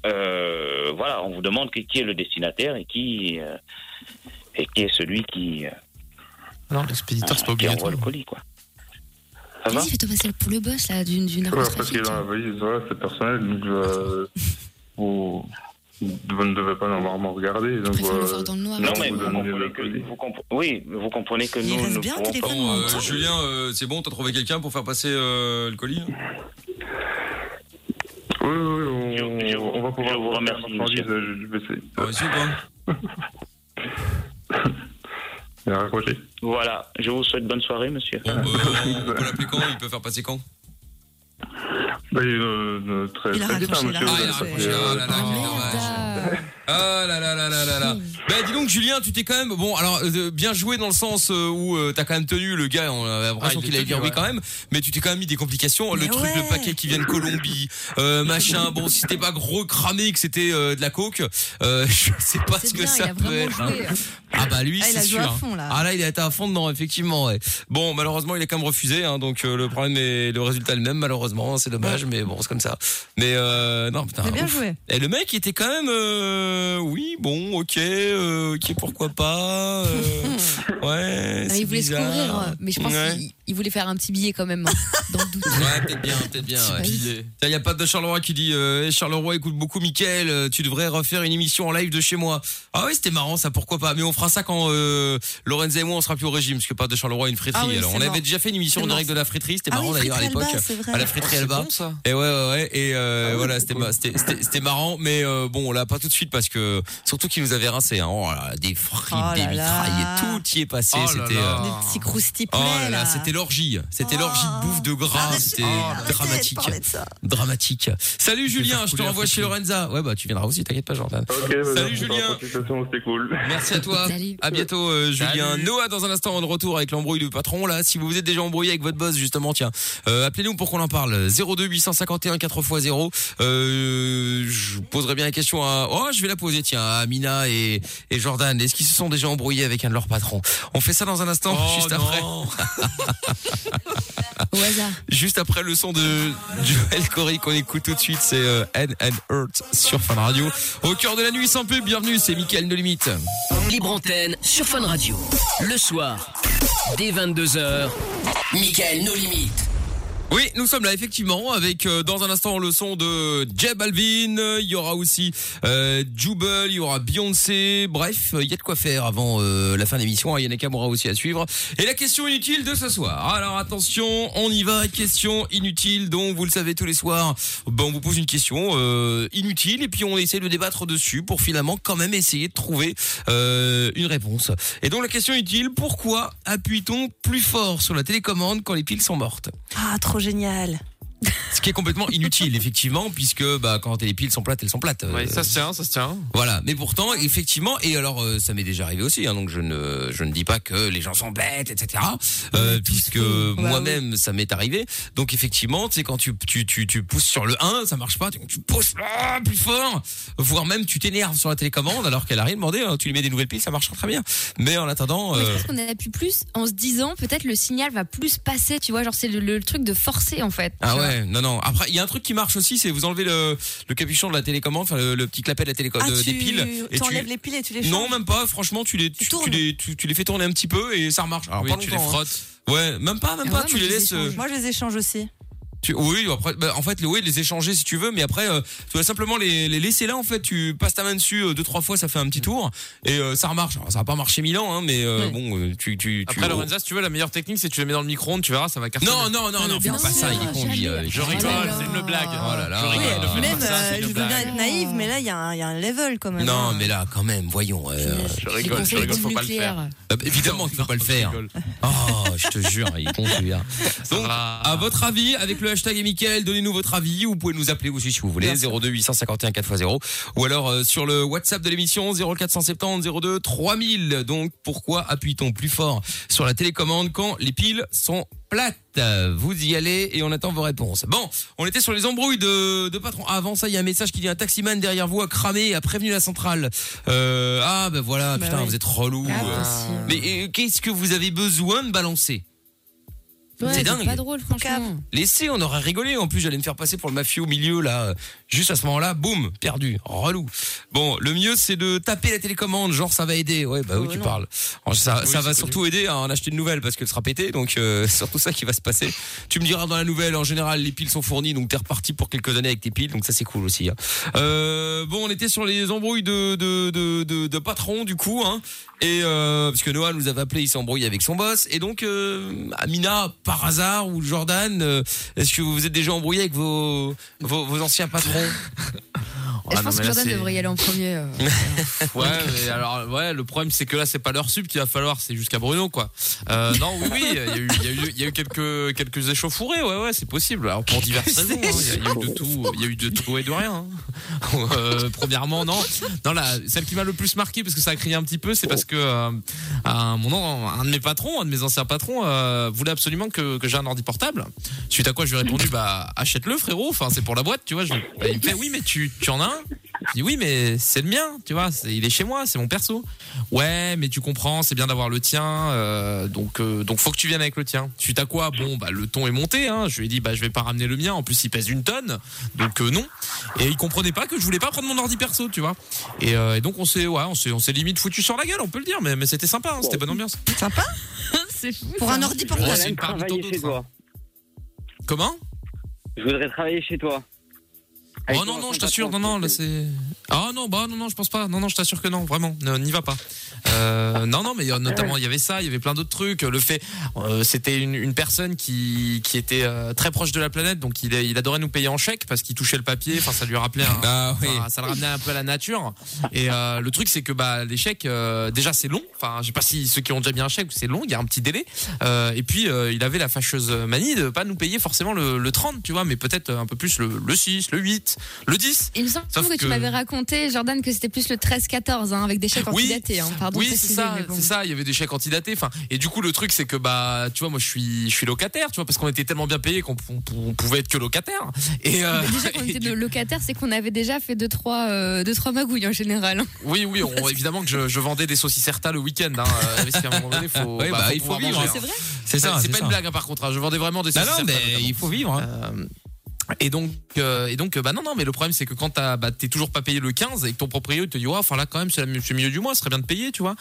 K: euh, voilà, on vous demande qui qui est le destinataire et qui, euh, et qui est celui qui, euh,
E: Ah Non, l'expéditeur, c'est pas
K: qui envoie
E: obligatoire.
K: le colis. Quoi. Ça va
B: Vas-y, fais-toi passer pour le boss là d'une d'une
G: Ouais, parce
B: narcotrafic.
G: qu'il est dans la valise, voilà, c'est personnel, donc euh, vous, vous ne devez pas normalement regarder. Donc,
B: Préfère le
G: euh,
B: voir dans le noir.
K: Non,
G: Non,
K: mais
G: vous
K: vous
G: donnez le
K: comprenez que,
G: colis.
K: vous compre- oui, vous comprenez que
D: Il
K: nous
D: reste
K: ne
D: bien le
K: pouvons
D: téléphone
K: pas.
D: en même temps.
C: Julien, euh, c'est bon, t'as trouvé quelqu'un pour faire passer euh, le colis
G: Oui, oui, on,
K: Je- je vous-
G: on va pouvoir.
K: je vous remercie,
G: faire la marchandise, euh, Je, je vais essayer.
C: Ah, vas-y, ou pas
G: Il a raccroché.
K: Voilà, je vous souhaite bonne soirée, monsieur.
C: Bon, bah, on- on peut l'appeler quand Il peut faire passer quand
G: Bah, il, euh, très,
D: Il a
G: très vite, hein,
D: raccroché, il a
G: monsieur. euh,
C: Ah, il a
D: c'est-
C: raccroché. Ah là là,
B: Ah
C: quel dommage.
B: merde
C: Ah là là là là là là. Ben dis donc Julien, tu t'es quand même bon alors euh, bien joué dans le sens euh, où euh, t'as quand même tenu le gars, on a l'impression
E: Ah, il
C: qu'il
E: est
C: allait dire
E: tenu,
C: oui
E: ouais.
C: quand même, mais tu t'es quand même mis des complications, le
D: Mais
C: truc le
D: ouais.
C: paquet qui vient de Colombie, euh, machin, bon si c'était pas gros cramé que c'était euh, de la coke, euh, je sais pas ce
B: C'est
C: que
B: bien, il
C: ça
B: a
C: peut
B: vraiment
C: être. hein.
B: joué.
C: Ah bah lui
D: Ah, il
C: c'est
D: a joué
C: sûr.
D: à
C: hein.
D: fond, là.
C: Ah là il a été à fond dedans effectivement ouais. Bon malheureusement il a quand même refusé hein, donc euh, le problème est le résultat est le même malheureusement, hein, c'est dommage mais bon c'est comme ça. Mais euh, non putain.
D: Mais bien
C: ouf.
D: joué.
C: Et le mec il était quand même, euh, oui, bon, ok, euh, ok, pourquoi pas, euh, ouais,
B: Ah,
C: c'est
B: Il voulait se
C: bizarre.
B: couvrir, euh, mais je pense
C: Ouais.
B: qu'il il voulait faire un petit billet quand même, hein, dans le doute.
C: Ouais, peut-être bien, peut-être bien.
B: C'est
C: ouais.
B: pas
C: Il y a pas de Charleroi qui dit euh, Eh, Charleroi écoute beaucoup Mickaël, euh, tu devrais refaire une émission en live de chez moi. Ah oui, c'était marrant ça, pourquoi pas. Mais on fera ça quand euh, Lorenz et moi on sera plus au régime, parce que pas de Charleroi une friterie.
D: Ah oui,
C: Alors,
D: c'est
C: on avait
D: mort.
C: déjà fait une émission
D: C'est
C: en
D: mort.
C: direct de la friterie, c'était
D: Ah
C: marrant
D: oui,
C: d'ailleurs à
D: Fritz
C: l'époque.
D: Alba, c'est vrai.
C: À la
E: Ah,
C: friterie Alba. Et Eh ouais, ouais, ouais. Et euh,
D: Ah
C: voilà, c'était ma- c'était- c'était c'était marrant, mais euh, bon, on l'a pas tout de suite parce que surtout qu'il nous avait rincé. Hein. Oh là là, des fripes,
D: Oh
C: des
D: là là.
C: mitrailles, et tout y est passé.
E: Oh là
C: c'était.
E: là.
C: euh,
D: Des petits croustis
C: Oh
D: poulets,
C: là là, c'était l'orgie, c'était
D: Oh.
C: l'orgie de bouffe de gras,
D: Arrêtez,
C: c'était
D: Ah, arrêtez de
C: dramatique,
D: parler de ça.
C: dramatique. Salut Julien,
E: faire
C: je te
E: couler la
C: renvoie chez
E: friterie.
C: Lorenza. Ouais bah tu viendras aussi, t'inquiète pas Jordan.
G: Ok, bah,
C: Salut,
G: merci pour
C: Julien.
G: la participation, C'était cool.
C: Merci à toi.
B: Salut.
C: À bientôt, euh, Julien.
E: Salut.
C: Noah, dans un instant, on est de retour avec l'embrouille du patron. Là, si vous vous êtes déjà embrouillé avec votre boss, justement, tiens, euh, appelez-nous pour qu'on en parle. 02 851 4x0. Euh, je poserai bien la question à. Oh, je vais la poser, tiens, à Amina et, et Jordan. Est-ce qu'ils se sont déjà embrouillés avec un de leurs patrons On fait ça dans un instant,
E: Oh,
C: juste
E: non.
C: après.
B: Au hasard.
C: Juste après le son de Joel Corey qu'on écoute tout de suite, c'est euh, Head and Earth sur Fan Radio. Au cœur de la nuit sans pub, bienvenue, c'est Mickaël de Limite.
A: Libre antenne sur Fun Radio. Le soir, dès 22h, Michael nos limites.
C: Oui, nous sommes là effectivement avec euh, dans un instant le son de Jeb Alvin, euh, il y aura aussi euh, Jubel, il y aura Beyoncé, bref, euh, il y a de quoi faire avant euh, la fin de l'émission, hein, Yannick Amoura aussi à suivre. Et la question inutile de ce soir. Alors attention, on y va, question inutile dont vous le savez tous les soirs, ben, on vous pose une question euh, inutile et puis on essaie de débattre dessus pour finalement quand même essayer de trouver euh, une réponse. Et donc la question utile, pourquoi appuie-t-on plus fort sur la télécommande quand les piles sont mortes
D: Ah, trop génial.
C: ce qui est complètement inutile, effectivement, puisque bah, quand les piles sont plates, elles sont plates. Euh,
E: Ouais, ça se tient, ça se tient.
C: Voilà. Mais pourtant, effectivement, et alors euh, ça m'est déjà arrivé aussi, hein, donc je ne, je ne dis pas que les gens sont bêtes, etc. euh, puisque
D: Bah
C: moi-même, ça m'est arrivé. Donc effectivement, tu sais, quand tu, tu, tu, tu pousses sur le 1, ça marche pas, tu, tu pousses ah, plus fort, voire même tu t'énerves sur la télécommande alors qu'elle a rien demandé, hein, tu lui mets des nouvelles piles, ça marchera très bien. Mais en attendant...
B: Mais je
C: euh,
B: pense qu'on appuie plus en se disant peut-être le signal va plus passer, tu vois, genre c'est le, le truc de forcer en fait.
C: Ah
B: tu vois.
C: ouais, non, non. Après, il y a un truc qui marche aussi, c'est vous enlevez le, le capuchon de la télécommande, enfin le, le petit clapet de la télécommande,
D: Ah,
C: des
D: tu
C: piles. et tu-
D: enlèves les piles et tu les
C: Non,
D: changes.
C: même pas. Franchement, tu les, tu, tu
D: tournes.
C: les, tu, tu les fais tourner un petit peu et ça remarche. Alors,
E: Oui,
C: pas
E: tu les
C: longtemps, hein.
E: frottes.
C: Ouais, même pas, même
B: Ah
C: pas.
B: ouais,
C: tu
B: moi,
C: les
B: je les
C: laisses. euh,
B: échange.
D: Moi, je les échange aussi.
C: Tu- oui, après, bah, en fait, les- oui, les échanger si tu veux, mais après, euh, tu vas simplement les, les laisser là. En fait, tu passes ta main dessus euh, deux trois fois, ça fait un
D: Mm.
C: petit tour et euh, ça remarche. Alors, ça va pas marcher mille ans, hein, mais euh, bon, euh, tu tu. tu
E: Après, Lorenza, si tu veux, la meilleure technique, c'est que tu les mets dans le micro-ondes, tu verras, ça va cartonner. Ah
C: Non, non, non, non, fais pas ça, il est con, lui, euh,
E: Je rigole, c'est une blague.
C: Oh là là.
E: Je rigole, ne fais pas
D: Même,
E: ça,
D: euh,
E: c'est une
D: je veux
E: blague.
D: bien être naïve, mais là, il y, a un- il y a un level quand même. hein.
C: Non, mais là, quand même, voyons. euh,
E: Je rigole, je rigole, faut pas le faire.
C: Euh, évidemment qu'il faut pas le faire. Oh, je te jure, il est con celui-là. Donc, à votre avis, avec le hashtag et Mickaël, donnez-nous votre avis. Vous pouvez nous appeler aussi si vous voulez, 02 851 4x0. Ou alors euh, sur le WhatsApp de l'émission, 0470 02 3000. Donc, pourquoi appuie-t-on plus fort sur la télécommande quand les piles sont plates Vous y allez et on attend vos réponses. Bon, on était sur les embrouilles de, de patron. Ah, avant ça, il y a un message qui dit un taximan derrière vous a cramé et a prévenu la centrale. Euh, ah, ben voilà,
E: Bah
C: putain,
E: oui.
C: vous êtes relou.
E: Ah,
C: Euh, mais euh, qu'est-ce que vous avez besoin de balancer C'est dingue.
B: pas drôle, franchement.
C: Laissez, on aurait rigolé. En plus, j'allais me faire passer pour le mafieux au milieu, là. Juste à ce moment-là, boum, perdu, relou. Bon, le mieux, c'est de taper la télécommande, genre ça va aider. Ouais, bah oui,
B: Oh
C: tu parles. Alors, ça,
E: Oui,
C: ça va
E: c'est
C: surtout aider à en acheter une nouvelle parce qu'elle sera pétée, donc euh, c'est surtout ça qui va se passer. Tu me diras dans la nouvelle, en général, les piles sont fournies, donc t'es reparti pour quelques années avec tes piles, donc ça c'est cool aussi. hein. Euh, bon, on était sur les embrouilles de de de de, de patron du coup, hein, et euh, parce que Noah nous avait appelé, il s'est embrouillé avec son boss, et donc euh, Amina par hasard ou Jordan, euh, est-ce que vous vous êtes déjà embrouillé avec vos vos, vos anciens patrons
E: Ah
B: je pense que Jordan devrait y aller en premier. euh.
E: Ouais, mais alors, ouais, le problème, c'est que là, c'est pas leur sub qu'il va falloir, c'est jusqu'à Bruno, quoi. Euh, non, oui, oui, il y a eu, il y a eu, il y a eu quelques, quelques échauffourées, ouais, ouais, c'est possible. Alors, pour diverses raisons, hein, il y a eu de tout, il y a eu de tout et de rien. hein. Euh, premièrement, non. Non, là, celle qui m'a le plus marqué, parce que ça a crié un petit peu, c'est parce que, euh, un, mon an- un de mes patrons, un de mes anciens patrons, euh, voulait absolument que, que j'ai un ordi portable. Suite à quoi, je lui ai répondu, bah, achète-le, frérot, enfin, c'est pour la boîte, tu vois. Je, bah, il me fait, oui, mais tu, tu en as un? Je dis oui, mais c'est le mien, tu vois, c'est- il est chez moi, c'est mon perso. Ouais, mais tu comprends, c'est bien d'avoir le tien, euh, donc euh, donc faut que tu viennes avec le tien. Suite à quoi, bon, bah le ton est monté, hein. je lui ai dit bah je vais pas ramener le mien, en plus il pèse une tonne, donc euh, non. Et il comprenait pas que je voulais pas prendre mon ordi perso, tu vois. Et, euh, et donc on s'est ouais, on s'est on s'est limite foutu sur la gueule, on peut le dire, mais mais c'était sympa, hein, c'était bonne ambiance.
D: Sympa
B: C'est fou.
D: Pour
B: ça.
D: un ordi
E: Oh,
D: portable.
E: c'est une part du temps
F: Travailler chez
E: d'autre, hein.
F: toi.
E: Comment
F: Je voudrais travailler chez toi. Avec
E: Oh non
F: toi,
E: non,
F: sans
E: je t'assure, non
F: patron,
E: non, là
F: c'est-
E: c'est Ah non, bah non non, je pense pas. Non non, je t'assure que non, vraiment, ne- n'y va pas. Euh, non non, mais il y a notamment il y avait ça, il y avait plein d'autres trucs, le fait euh, c'était une, une personne qui qui était euh, très proche de la planète donc il, est- il adorait nous payer en chèque parce qu'il touchait le papier, enfin ça lui rappelait un-
C: Ah oui.
E: enfin, ça le ramenait un peu à la nature et euh, le truc c'est que bah les chèques euh, déjà c'est long, enfin je sais pas si ceux qui ont déjà bien un chèque c'est long, il y a un petit délai. Euh, et puis euh, il avait la fâcheuse manie de pas nous payer forcément le, le 30, tu vois, mais peut-être un peu plus le, le 6, le 8, le 10.
B: Il me semble
E: Sauf
B: que,
E: que-
B: tu m'avais raconté, Jordan, que c'était plus le 13-14, hein, avec des chèques
E: Oui.
B: antidatés. Hein. Pardon, de
E: oui, c'est
B: préciser,
E: ça,
B: mais bon.
E: c'est ça, il y avait des chèques antidatés enfin et du coup le truc c'est que bah tu vois moi je suis je suis locataire, tu vois parce qu'on était tellement bien payé qu'on pou- on pouvait être que locataire et euh,
B: Mais Déjà, quand on
E: et
B: était
E: du-
B: de locataire, c'est qu'on avait déjà fait 2-3 deux, trois, euh, deux, trois magouilles en général. hein.
E: oui oui, on- évidemment que je, je vendais des saucisses Erta le week-end hein, euh, parce qu'à un moment donné faut
C: Ouais, bah, il faut
E: pouvoir
C: vivre,
E: manger,
C: hein.
E: hein.
B: vrai
C: C'est ça,
E: C'est pas
C: ça.
E: une blague hein, par contre, hein, je vendais vraiment des
C: Non,
E: saucisses
C: non,
E: Erta,
C: mais
E: notamment.
C: il faut vivre. hein.
E: Euh, et donc, euh, et donc, euh, bah non, non, mais le problème c'est que quand t'as, bah, t'es toujours pas payé le 15 et que ton propriétaire te dit, ouais, enfin là quand même, c'est la- c'est le milieu du mois, ce serait bien de payer, tu vois.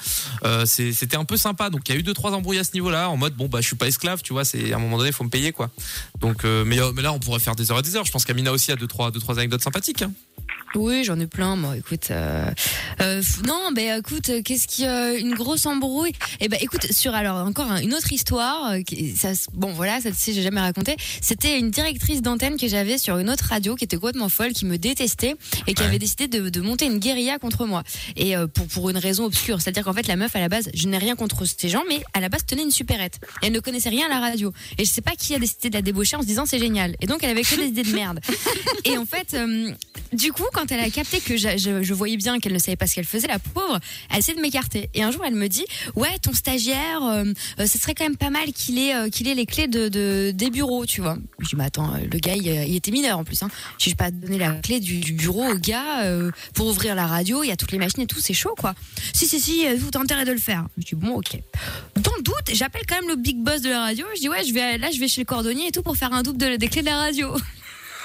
E: Euh, c'est- c'était un peu sympa. Donc il y a eu deux trois embrouilles à ce niveau-là, en mode, bon bah je suis pas esclave, tu vois. C'est à un moment donné, faut me payer quoi. Donc, euh, mais, euh, mais là, on pourrait faire des heures et des heures. Je pense qu'Amina aussi a deux trois deux trois anecdotes sympathiques. hein.
B: Oui, j'en ai plein. Moi, écoute, euh, euh, f- non, ben écoute, euh, qu'est-ce qui euh, une grosse embrouille Eh ben, écoute, sur alors encore un- une autre histoire. euh, qui- ça, s- bon, voilà, ça si j'ai jamais raconté. C'était une directrice d'antenne que j'avais sur une autre radio qui était complètement folle, qui me détestait et qui avait décidé de, de monter une guérilla contre moi. Et euh, pour pour une raison obscure, c'est-à-dire qu'en fait, la meuf à la base, je n'ai rien contre ces gens, mais à la base tenait une supérette. Et elle ne connaissait rien à la radio. Et je sais pas qui a décidé de la débaucher en se disant c'est génial. Et donc elle avait que des idées de merde. Et en fait, euh, du coup, quand elle a capté que j'a- je, je voyais bien qu'elle ne savait pas ce qu'elle faisait, la pauvre, elle essaie de m'écarter. Et un jour, elle me dit Ouais, ton stagiaire, euh, euh, ce serait quand même pas mal qu'il ait, euh, qu'il ait les clés de, de- des bureaux, tu vois. Je dis Mais attends, euh, le gars, il, euh, il était mineur en plus. Hein. Je vais pas donner la clé du, du bureau au gars euh, pour ouvrir la radio, il y a toutes les machines et tout, c'est chaud, quoi. Si, si, si, euh, vous t'as intérêt de le faire. Je dis Bon, ok. Dans le doute, j'appelle quand même le big boss de la radio. Je dis Ouais, je vais, là, je vais chez le cordonnier et tout pour faire un double de- des clés de la radio.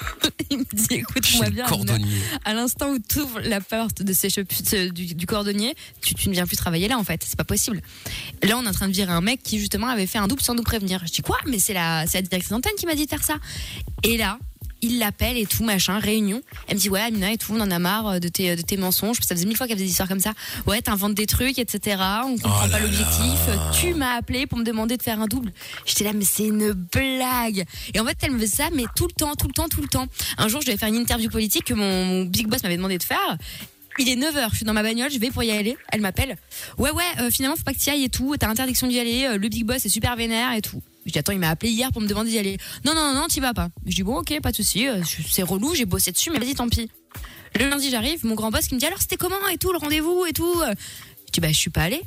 B: Il il me dit écoute-moi bien.
C: cordonnier.
B: À l'instant où tu ouvres la porte de ces chepu- euh, du, du cordonnier, tu, tu ne viens plus travailler là en fait, c'est pas possible. Là, on est en train de virer un mec qui justement avait fait un double sans nous prévenir. Je dis quoi Mais c'est la, c'est la directrice d'antenne qui m'a dit de faire ça. Et là, il l'appelle et tout, machin, réunion. Elle me dit, ouais, Amina et tout, on en a marre euh, de tes, de tes mensonges. Ça faisait mille fois qu'elle faisait des histoires comme ça. Ouais, t'inventes des trucs, etc. On comprend pas l'objectif. Tu m'as appelé pour me demander de faire un double. J'étais là, mais c'est une blague. Et en fait, elle me faisait ça, mais tout le temps, tout le temps, tout le temps. Un jour, je devais faire une interview politique que mon, mon big boss m'avait demandé de faire. Il est 9h, je suis dans ma bagnole, je vais pour y aller. Elle m'appelle. Ouais, ouais, euh, finalement, faut pas que tu ailles et tout. T'as interdiction d'y aller. euh, le big boss est super vénère et tout. Je dis, attends, il m'a appelé hier pour me demander d'y aller. Non, non, non, non, t'y vas pas. Je dis, bon, ok, pas de souci. euh, je- c'est relou, j'ai bossé dessus, mais vas-y, tant pis. Le lundi, j'arrive, mon grand boss qui me dit, alors c'était comment et tout, le rendez-vous et tout. euh. Je dis, bah, je suis pas allée.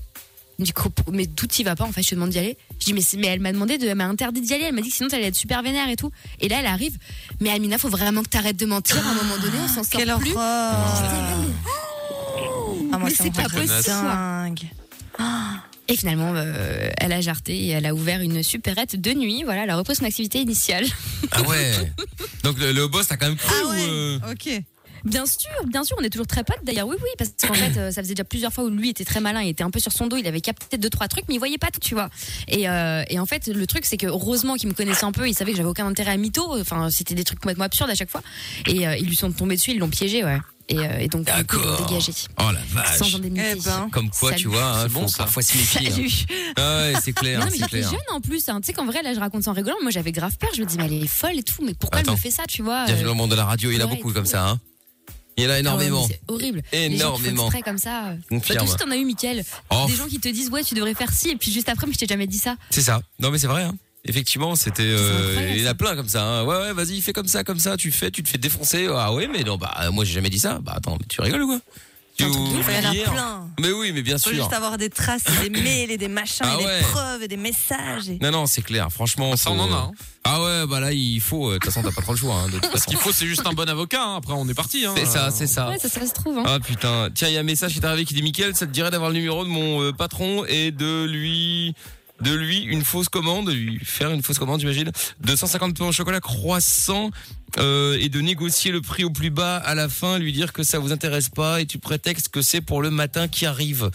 B: Il me dit, Quoi, pour- mais d'où t'y vas pas En fait, je te demande d'y aller. Je dis, mais, c'est- mais elle m'a demandé, de, elle m'a interdit d'y aller. Elle m'a dit que sinon, t'allais être super vénère et tout. Et là, elle arrive. Mais Amina, faut vraiment que t'arrêtes de mentir. À un moment donné, on s'en sort
D: Quelle
B: plus.
D: Ah, moi,
B: Mais
D: ça
B: c'est
D: me
B: pas
D: rend
B: possible.
D: dingue.
B: Et finalement, euh, elle a jarté et elle a ouvert une supérette de nuit. Voilà, elle a repris son activité initiale.
C: Ah ouais. Donc le, le boss, t'as quand même cru
D: Ah
C: ou, euh,
D: ouais, ok.
B: Bien sûr, bien sûr, on est toujours très potes d'ailleurs. Oui, oui, parce qu'en fait, euh, ça faisait déjà plusieurs fois où lui était très malin, il était un peu sur son dos, il avait capté deux trois trucs, mais il voyait pas tout, tu vois. Et, euh, et en fait, le truc c'est que heureusement qu'il me connaissait un peu, il savait que j'avais aucun intérêt à mytho. Enfin, c'était des trucs complètement absurdes à chaque fois. Et euh, ils lui sont tombés dessus, ils l'ont piégé, ouais. Et, euh, et donc du coup, ils l'ont
C: D'accord.
B: dégagé
C: Oh la vache.
B: sans indemnité.
D: Eh ben.
C: Comme quoi,
B: Salut.
C: tu vois, hein,
E: C'est bon,
C: faut
E: ça.
C: parfois s'y méfier. hein.
B: Salut.
C: Ah ouais, c'est clair,
B: Non mais
C: c'est
B: j'étais
C: clair.
B: jeune en plus, hein. tu sais qu'en vrai là je raconte ça en rigolant, moi j'avais grave peur, je me dis mais elle est folle et tout, mais pourquoi
C: Attends.
B: elle me fait ça, tu vois
C: Bienvenue dans
B: euh,
C: le monde de la radio, il y en a
B: Ouais,
C: beaucoup
B: et
C: comme
B: tout.
C: ça. Hein. Il y en a
B: ah ouais, mais
C: énormément.
B: c'est horrible.
C: Énormément.
B: Les gens qui font exprès comme ça. euh.
C: Confirme.
B: Bah, toi aussi, t'en as eu, Mickaël.
C: Oh,
B: Des gens qui te disent, ouais, tu devrais faire ci, et puis juste après, mais je t'ai jamais dit ça.
C: C'est ça. Non, mais c'est vrai. hein. Effectivement, c'était. euh,
B: incroyable,
C: il y en a plein comme ça. hein. Ouais, ouais, vas-y, fais comme ça, comme ça. Tu fais, tu te fais défoncer. Ah ouais, mais non, bah euh, moi j'ai jamais dit ça. Bah attends, mais tu rigoles ou quoi Tu
D: Un truc de ouf, Il y en
C: hier.
D: a plein.
C: Mais oui, mais bien
D: Faut
C: sûr.
D: juste avoir des traces, et des mails et des machins,
C: Ah
D: et
C: ouais.
D: des preuves et des messages. et-
C: Non, non, c'est clair. Franchement,
E: Ça, on en a. hein.
C: Ah ouais, bah là, il faut. euh, De toute façon, t'as pas trop le choix. hein, de toute
E: Parce
C: façon.
E: qu'il faut, c'est juste un bon avocat. hein. Après, on est parti. hein.
C: C'est
F: Oh.
C: ça, c'est ça.
B: Ouais, ça, ça se trouve, hein.
C: Ah putain, tiens, il y a un message qui est arrivé qui dit Mickaël, ça te dirait d'avoir le numéro de mon euh, patron et de lui de lui une fausse commande, de lui faire une fausse commande, j'imagine, de 150 pains au chocolat croissant euh, et de négocier le prix au plus bas à la fin, lui dire que ça vous intéresse pas et tu prétextes que c'est pour le matin qui arrive.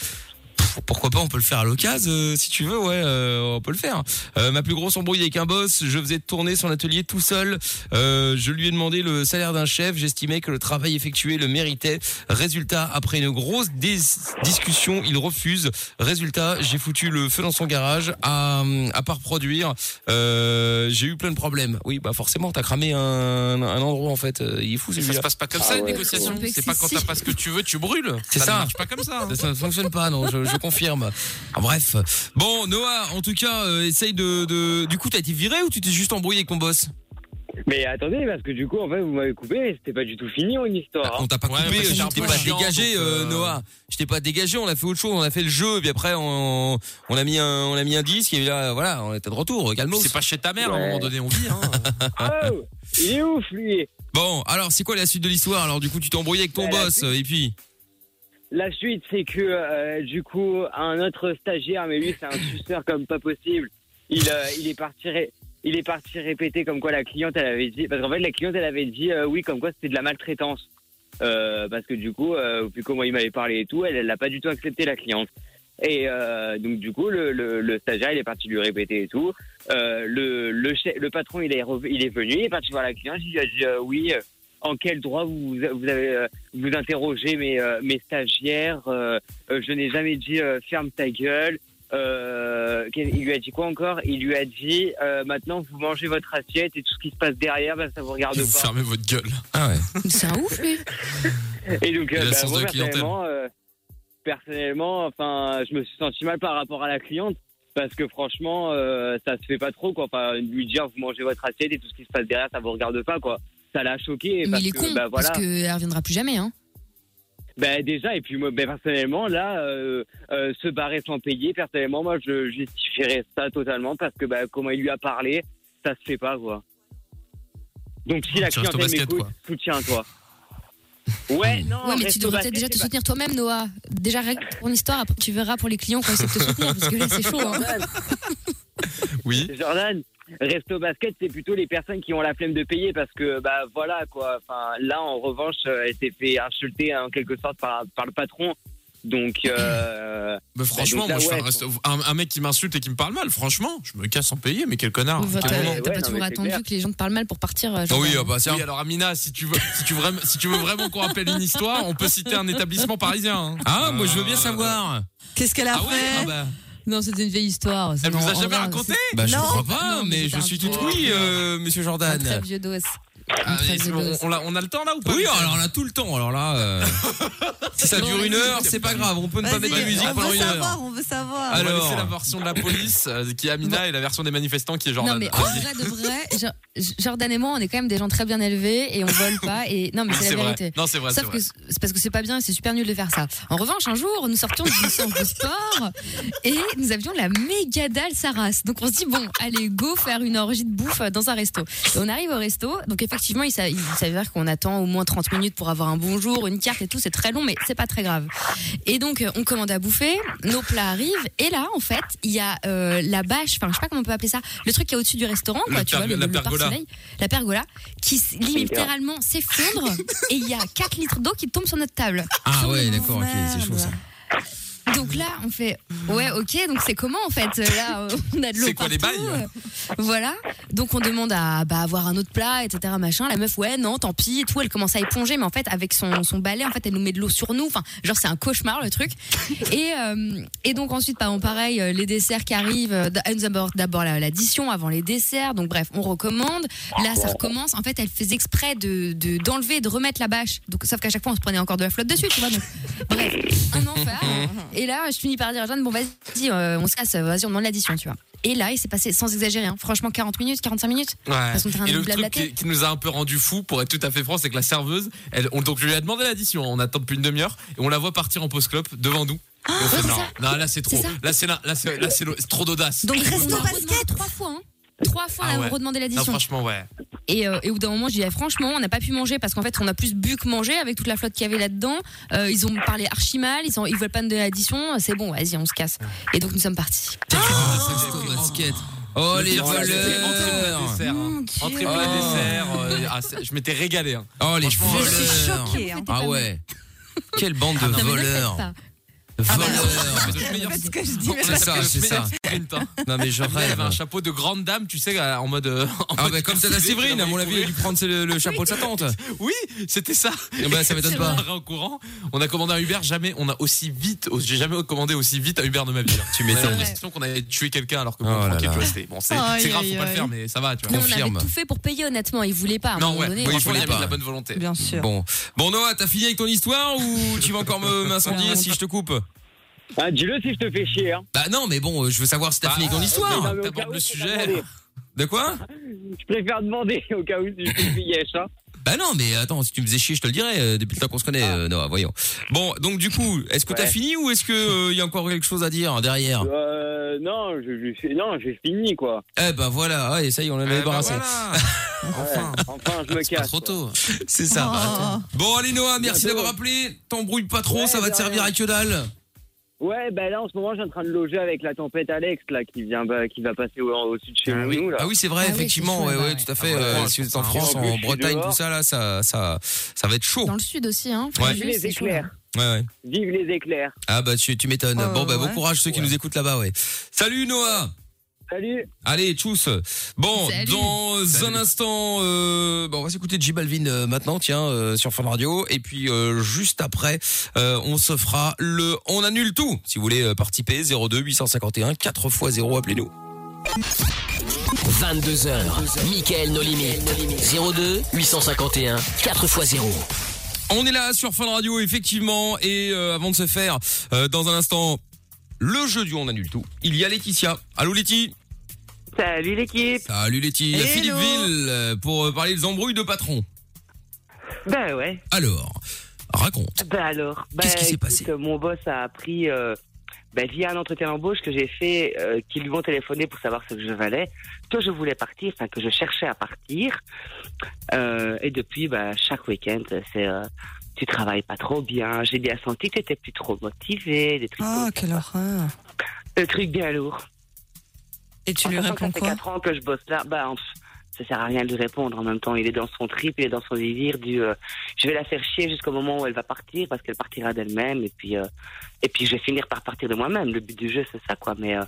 C: Pff, Pourquoi pas, on peut le faire à l'occasion, euh, si tu veux, ouais, euh, on peut le faire. Euh, ma plus grosse embrouille avec un boss, je faisais tourner son atelier tout seul. Euh, je lui ai demandé le salaire d'un chef, j'estimais que le travail effectué le méritait. Résultat, après une grosse dis- discussion, il refuse. Résultat, j'ai foutu le feu dans son garage. À, à part produire, euh, j'ai eu plein de problèmes. Oui, bah forcément, t'as cramé un, un endroit en fait. Euh, Il est fou
E: Ça se
C: celui-là.
E: passe pas comme ça, les négociations.
B: Un peu
E: C'est pas quand t'as
B: excessif.
E: pas ce que tu veux, tu brûles.
C: C'est
E: ne
C: ça.
E: marche pas comme ça. hein.
C: Ça, ça ne fonctionne pas, non, je, je confirme. Ah, bref. Bon, Noah, en tout cas, euh, essaye de, de- Du coup, t'as été viré ou tu t'es juste embrouillé avec ton boss
F: Mais attendez, parce que du coup, en fait, vous m'avez coupé, et c'était pas du tout fini en histoire. hein.
C: On t'a pas
E: Ouais,
C: coupé, euh,
E: parce que
C: je
E: c'est un
C: t'ai
E: peu
C: pas
E: chiant,
C: dégagé,
E: donc, euh,
C: euh, Noah. Je t'ai pas dégagé, on a fait autre chose, on a fait le jeu, puis après on, on a mis un, on a mis un disque et là, voilà, on était de retour, euh, calmos.
E: C'est pas chez ta mère, à un
F: Ouais.
E: moment donné, on vit. hein.
F: Oh, il est ouf, lui
C: Bon, alors c'est quoi la suite de l'histoire Alors du coup, tu t'es embrouillé avec ton
F: Bah, la
C: boss
F: suite.
C: euh, et puis
F: La suite, c'est que euh, du coup, un autre stagiaire, mais lui, c'est un suceur comme pas possible. Il, euh, il est parti, ré- il est parti répéter comme quoi la cliente, elle avait dit, parce qu'en fait, la cliente, elle avait dit euh, oui, comme quoi c'était de la maltraitance, Euh, parce que du coup, euh, vu comment il m'avait parlé et tout, elle, elle l'a pas du tout accepté la cliente. Et euh, donc du coup, le, le- le stagiaire, il est parti lui répéter et tout. Euh, le, le, chef- le patron, il est, rev- il est venu, il est parti voir la cliente, il lui a dit euh, oui. euh, En quel droit vous, vous avez euh, vous interrogez mes, euh, mes stagiaires. euh, euh, je n'ai jamais dit euh, ferme ta gueule. Euh, qu'est- il lui a dit quoi encore Il lui a dit euh, maintenant vous mangez votre assiette et tout ce qui se passe derrière, bah, ça vous regarde
E: Vous
F: pas.
E: fermez votre gueule.
C: ah ouais.
B: C'est un ouf, lui.
F: Et donc,
E: Et
F: euh,
E: la
F: bah,
E: source
F: moi,
E: de clientèle.
F: personnellement, euh, personnellement, enfin, je me suis senti mal par rapport à la cliente parce que franchement, euh, ça se fait pas trop quoi. Enfin, lui dire vous mangez votre assiette et tout ce qui se passe derrière, ça vous regarde pas quoi. Ça l'a choqué
B: Mais
F: parce
B: il est
F: que
B: con,
F: bah, voilà.
B: parce qu'elle reviendra plus jamais, hein.
F: Ben déjà, et puis moi, ben, personnellement, là, euh, euh, se barrer sans payer, personnellement, moi, je justifierais ça totalement parce que ben, comment il lui a parlé, ça se fait pas, quoi. Donc si la
E: Tu restes au
F: clientèle
E: basket,
F: m'écoute,
E: quoi.
F: soutiens-toi. Ouais, non,
B: Ouais, mais
F: reste
B: tu
F: au
B: devrais
F: basket,
B: peut-être déjà te
F: c'est pas-
B: soutenir toi-même, Noah. Déjà, règle ton histoire, après tu verras pour les clients qu'on essaie de te soutenir, parce que là, c'est chaud, hein.
F: Jordan,
C: Oui.
F: Jordan, Resto basket, c'est plutôt les personnes qui ont la flemme de payer parce que, bah voilà quoi. Enfin, là, en revanche, euh, elle s'est fait insulter en quelque sorte par, par le patron. Donc, euh,
C: Bah,
E: Mais franchement,
F: donc là,
E: moi, je fais
F: ouais,
E: un, resto- un- un mec qui m'insulte et qui me parle mal, franchement, je me casse en payer, mais quel connard.
B: Ou va- euh,
E: Quel
B: T'as
E: moment.
B: t'as
F: ouais,
B: pas
F: non,
B: toujours
F: mais c'est
B: attendu
F: clair.
B: que les gens te parlent mal pour partir. euh,
E: Ah oui,
B: Jordan.
E: ah bah, c'est un- alors Amina, si tu veux, si tu veux, vraiment- si tu veux vraiment qu'on rappelle une histoire, on peut citer un établissement parisien. hein.
C: Ah, moi, je veux bien savoir.
D: Qu'est-ce qu'elle a
E: Ah ouais,
D: fait
E: ah bah.
B: Non, c'était une vieille histoire. c'est
E: Elle vous
B: bon,
E: a
B: en
E: jamais
B: vrai,
E: raconté
C: Bah, je
D: Non.
C: crois pas,
B: Non, mais
C: mais
B: c'est
C: je
B: un
C: suis tout
B: peu-
C: oui, euh, monsieur
B: c'est un Très
C: Jordan.
B: vieux dos. Très
E: Ah, mais c'est
B: vieux
E: bon,
B: dos.
E: on, l'a- on a le temps là ou pas
C: Oui, alors on a tout le temps. Alors là, euh, si ça dure une heure, c'est pas grave. Ah, On peut ne pas
D: Vas-y,
C: mettre de musique
D: on
C: pendant
D: veut
C: une heure.
D: savoir, on veut savoir.
E: On va
C: alors.
E: laisser la version de la police euh, qui est Amina et la version des manifestants qui est Jordan.
B: Non, mais en
E: Vas-y.
B: vrai de vrai, Jo- Jordan et moi, on est quand même des gens très bien élevés et on vole pas. Et non, mais c'est la
E: vrai.
B: vérité.
E: Non, c'est vrai, c'est
B: Sauf que
E: vrai.
B: c'est c'est parce que c'est pas bien et c'est super nul de faire ça. En revanche, un jour, nous sortions d'une séance de sport et nous avions la méga dalle Saras. Donc on se dit, bon, allez, go faire une orgie de bouffe euh, dans un resto. Et on arrive au resto. Donc effectivement, il s'a- il s'avère qu'on attend au moins 30 minutes pour avoir un bonjour, une carte et tout. C'est très long, mais c'est pas très grave. Et donc, euh, on commande à bouffer, nos plats arrivent. Et là, en fait, il y a euh, la bâche, enfin, je sais pas comment on peut appeler ça, le truc qui est au-dessus du restaurant,
E: Le
B: quoi, tu vois,
E: perg-
B: le,
E: la
B: le
E: pergola.
B: pare-soleil, la pergola, qui s- littéralement s'effondre. et il y a 4 litres d'eau qui tombent sur notre table.
C: Ah ouais,
D: Oh,
C: d'accord, ok, c'est chaud ça.
D: merde.
B: Donc là, on fait ouais, ok. Donc c'est comment en fait Euh, Là, euh, on a de l'eau
E: C'est quoi les
B: partout,
E: bails
B: euh, Voilà. Donc on demande à bah, avoir un autre plat, etc. Machin. La meuf, ouais, non, tant pis et tout. Elle commence à éponger, mais en fait avec son, son balai, en fait, elle nous met de l'eau sur nous. Enfin, genre c'est un cauchemar le truc. Et euh, et donc ensuite, par pareil, euh, les desserts qui arrivent. euh, Elle nous aborde d'abord la- l'addition avant les desserts. Donc bref, on recommande. Là, ça recommence. En fait, elle faisait exprès de de- d'enlever, de, remettre la bâche. Donc sauf qu'à chaque fois, on se prenait encore de la flotte dessus, tu vois. Donc bref, un enfer. Et là, je finis par dire à Jeanne, bon, vas-y, euh, on se casse, vas-y, on demande l'addition, tu vois. Et là, il s'est passé, sans exagérer, hein, franchement, 40 minutes, 45 minutes. Parce qu'on fait un
E: Et le truc
B: blablaté.
E: qui, qui nous a un peu rendu fou, pour être tout à fait franc, c'est que la serveuse, elle, on, donc je lui a demandé l'addition. hein. On attend depuis une demi-heure et on la voit partir en post clope devant nous. Et on fait,
B: Ah, c'est
E: non,
B: ça.
E: non, là c'est trop.
B: C'est ça.
E: Là c'est là, là c'est là, c'est lo- c'est trop d'audace.
B: Donc,
D: Resto
B: on a redemandé
D: basket.
B: Trois fois, hein. Trois fois,
E: Ah
B: on a
E: ouais.
B: redemandé
E: Non,
B: l'addition.
E: franchement, ouais.
B: Et, euh, et au bout d'un moment, je dis, ah, franchement, on n'a pas pu manger parce qu'en fait, on a plus bu que mangé avec toute la flotte qu'il y avait là-dedans. Euh, ils ont parlé archi mal, ils, ont, ils veulent pas me donner l'addition. C'est bon, vas-y, on se casse. Et donc, nous sommes partis.
C: Ah, Resto basket. Oh les
E: Voilà, c'était Entrée
C: voleurs.
E: plat dessert. hein. Entrée plat
C: Oh.
E: dessert. euh, ah, c'est- je m'étais régalé. hein.
C: Oh les
E: Franchement,
D: Je suis
C: voleurs.
D: choquée. hein.
C: Ah ouais. Quelle bande de
B: Ah, Non, mais ne le faites
C: voleurs.
B: pas.
C: Voleurs.
E: Le meilleur-
D: Parce que je dis, mais
E: on
C: C'est
E: a
C: ça,
E: fait le
C: c'est
E: meilleur
C: ça.
E: sprint, hein.
C: Non mais je
E: Elle avait
C: rêve.
E: un chapeau de grande dame, tu sais, en mode. euh, en
C: Ah
E: mode
C: bah comme ça la
E: cassé,
C: Séverine, à mon
E: qui
C: avis,
E: courait.
C: elle a dû prendre c'est le, le chapeau de sa tante.
E: Oui, c'était ça.
C: Eh ben, ça m'étonne
E: C'est
C: pas.
E: vrai, En courant, on a commandé un Uber. Jamais, on a aussi vite. J'ai jamais commandé aussi vite un Uber de ma vie. Tu
C: m'étonnes.
E: J'ai l'impression qu'on avait tué quelqu'un alors que
C: Oh
E: bon,
C: là
E: tranquille,
C: là.
E: tu vois, c'était- bon, c'est
B: Aïe,
E: c'est grave, faut
B: aïe,
E: pas le
B: aïe.
E: faire, mais ça va, tu
B: Mais
E: vois.
B: on avait
C: Confirme.
B: tout fait pour payer, honnêtement. Ils voulaient pas. Ah, À un
E: Non,
B: moment
E: ouais.
B: donné,
E: Oui,
C: il
E: il faut
C: fallait
E: de
C: pas.
E: la bonne volonté.
D: Bien sûr.
C: Bon. Bon Noah, t'as fini avec ton histoire ou tu vas encore me- m'incendier si je te coupe
F: Ah, dis-le si je te fais chier. Hein.
C: Bah non mais bon, euh, je veux savoir si t'as
E: Bah,
C: fini avec ton
F: Non,
C: histoire.
F: mais au
E: t'abordes
F: cas où,
E: le
F: je préfère
E: sujet.
F: demander.
C: De quoi
F: Je préfère demander au cas où si je te fais yesh, hein.
C: Bah non mais attends, si tu me faisais chier, je te le dirais euh, depuis le temps qu'on se connaît euh, Noah, voyons. Bon, donc du coup, est-ce que t'as
F: Ah. Ouais.
C: fini ou est-ce que euh, il y a encore quelque chose à dire derrière
F: Euh, non, je, je- non, j'ai fini quoi.
C: Eh ben voilà, ouais, ça y est, on en a
F: bah,
E: Eh ben
C: débarrassé.
E: voilà.
F: Enfin, enfin je me casse.
C: Ah, C'est pas trop
F: quoi.
C: tôt. C'est ça. bah,
D: Oh.
C: Bon allez Noah, merci
F: Bientôt.
C: d'avoir appelé. T'embrouille pas trop,
F: Ouais,
C: ça va te
F: de
C: servir
F: rien.
C: à que dalle.
F: Ouais, bah là en ce moment, je suis en train de loger avec la tempête Alex là qui vient bah, qui va passer au, au-dessus de chez
E: Ah oui.
F: nous là.
C: Ah oui, c'est vrai,
B: Ah oui, c'est
C: effectivement, ouais,
B: chaud,
C: ouais,
B: bah
C: tout à fait.
E: ouais.
C: euh,
E: Ah,
C: si vous êtes en
E: en
C: France,
F: plus,
C: en
F: je suis
C: Bretagne,
F: dehors.
C: tout ça, là, ça, ça, ça va être chaud.
B: Dans le sud aussi, hein.
C: Ouais.
F: Vive les éclairs.
C: Ouais, ouais.
F: Vive les éclairs.
C: Ah bah tu, tu m'étonnes.
D: Euh,
C: bon bah bon
D: ouais.
C: courage ceux qui
F: Ouais.
C: nous écoutent là-bas, ouais. Salut Noah.
F: Salut.
C: Allez, tous. Bon,
B: Salut.
C: dans un
E: Salut.
C: instant, euh, bon, on va s'écouter J Balvin euh, maintenant, tiens, euh, sur Fun Radio. Et puis, euh, juste après, euh, on se fera le On annule tout. Si vous voulez euh, participer, 02 851 4 x 0, appelez-nous.
A: 22h, Mickaël No Limit. 02 851 4x0.
C: On est là sur Fun Radio, effectivement. Et euh, avant de se faire, euh, dans un instant, le jeu du On annule tout. Il y a Laetitia. Allô, Laetitia
L: Salut l'équipe.
C: Salut, Laetitia.
D: Hello.
C: Philippe Ville euh, pour euh, parler des embrouilles de patron.
L: Ben ouais.
C: Alors, raconte.
L: Ben alors. Ben,
C: Qu'est-ce qui s'est
L: écoute,
C: passé
L: Mon boss a appris euh, ben, via un entretien d'embauche que j'ai fait, euh, qu'ils lui ont téléphoné pour savoir ce que je valais, que je voulais partir, enfin que je cherchais à partir. Euh, et depuis, ben, chaque week-end, c'est euh, tu travailles pas trop bien. J'ai bien senti que t'étais plus trop motivé, des trucs,
D: Ah,
L: comme-
D: quelle horreur.
L: des trucs bien lourds.
D: Et tu
L: En
D: lui
L: sachant
D: réponds
L: que Ça
D: quoi
L: fait 4 ans que je bosse là. Bah, en- ça sert à rien de lui répondre. En même temps, il est dans son trip, il est dans son désir du. euh, je vais la faire chier jusqu'au moment où elle va partir, parce qu'elle partira d'elle-même, et puis euh, et puis je vais finir par partir de moi-même. Le but du jeu, c'est ça, quoi. Mais euh,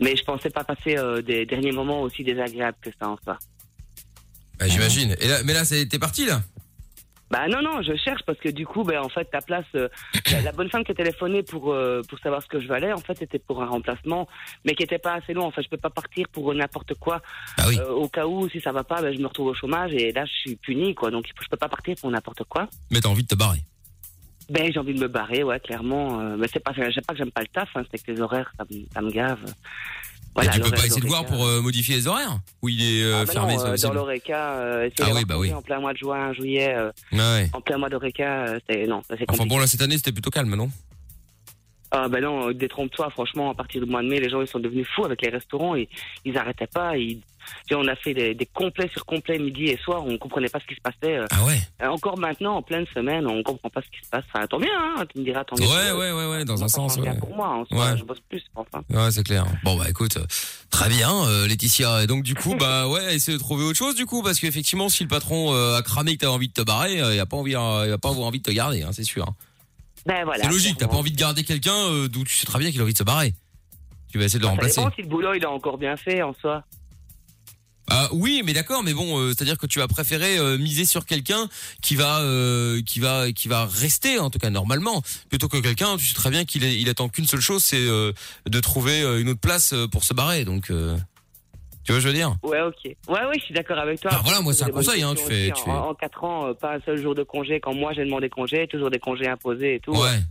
L: mais je pensais pas passer euh, des derniers moments aussi désagréables que ça en soi.
C: Bah, j'imagine. Et là, mais là, c'est- t'es parti là
L: Bah non, non, je cherche parce que du coup, ben en fait, ta place, euh, la, la bonne femme qui a téléphoné pour, euh, pour savoir ce que je valais, en fait, c'était pour un remplacement, mais qui était pas assez long. Enfin, je peux pas partir pour n'importe quoi.
C: Bah
L: Euh, au cas où, si ça va pas, ben, je me retrouve au chômage et là, je suis puni, quoi. Donc, je peux pas partir pour n'importe quoi.
C: Mais t'as envie de te barrer.
L: Ben, j'ai envie de me barrer, ouais, clairement. Euh, mais c'est pas, c'est pas que j'aime pas le taf, hein, c'est que les horaires, ça, me- ça me gave.
C: Mais tu peux
L: l'horaire
C: pas essayer de voir
L: d'Horeca.
C: pour euh, modifier les horaires Ou il est euh,
L: Ah ben
C: fermé
L: non,
C: c'est
L: euh,
C: pas
L: dans
C: possible
L: l'Oreca, euh, essayer
C: Ah oui,
L: d'avoir
C: bah
L: compris
C: oui.
L: en plein mois de juin, juillet, euh,
C: Ah ouais.
L: en plein mois d'Oreca, euh, c'est, non, ça, c'est compliqué.
C: Enfin bon, là, cette année, c'était plutôt calme, non
L: Ah ben non, euh, détrompe-toi, franchement, à partir du mois de mai, les gens ils sont devenus fous avec les restaurants, ils, ils arrêtaient pas, ils, tu sais, on a fait des, des complets sur complets midi et soir, on comprenait pas ce qui se passait. euh.
C: Ah ouais
L: Encore maintenant, en pleine semaine, on comprend pas ce qui se passe. Enfin, tant mieux, hein, tu me diras, tant mieux.
C: Ouais, ouais, ouais, ouais, dans un sens. Ouais,
L: Pour moi, en soi,
C: ouais.
L: je bosse plus, enfin.
C: Ouais, c'est clair. Bon, bah écoute, euh, très bien, euh, Laetitia. Et donc, du coup, bah ouais, essaie de trouver autre chose, du coup, parce qu'effectivement, si le patron euh, a cramé que t'as envie de te barrer, euh, il a pas envie, euh, il a pas avoir envie de te garder, hein, c'est sûr.
L: Ben voilà.
C: c'est logique, t'as pas envie de garder quelqu'un euh, d'où tu sais très bien qu'il a envie de se barrer. Tu vas essayer de le
L: Bah,
C: remplacer.
L: Ça dépend si le boulot il a encore bien fait en soi.
C: Ah, oui, mais d'accord, mais bon, euh, c'est-à-dire que tu vas préférer euh, miser sur quelqu'un qui va, euh, qui va, qui va rester en tout cas normalement, plutôt que quelqu'un. Tu sais très bien qu'il est- il attend qu'une seule chose, c'est euh, de trouver euh, une autre place euh, pour se barrer. Donc, euh, tu vois, ce que je veux dire.
L: Ouais, ok. Ouais, ouais, je suis d'accord avec toi.
C: voilà, moi, c'est un
L: Des bonnes
C: conseil, hein,
L: questions
C: tu fais-
L: aussi.
C: tu fais-
L: En, 4 ans, euh, pas un seul jour de congé. Quand moi, j'ai demandé congé, toujours des congés imposés et tout.
C: Ouais.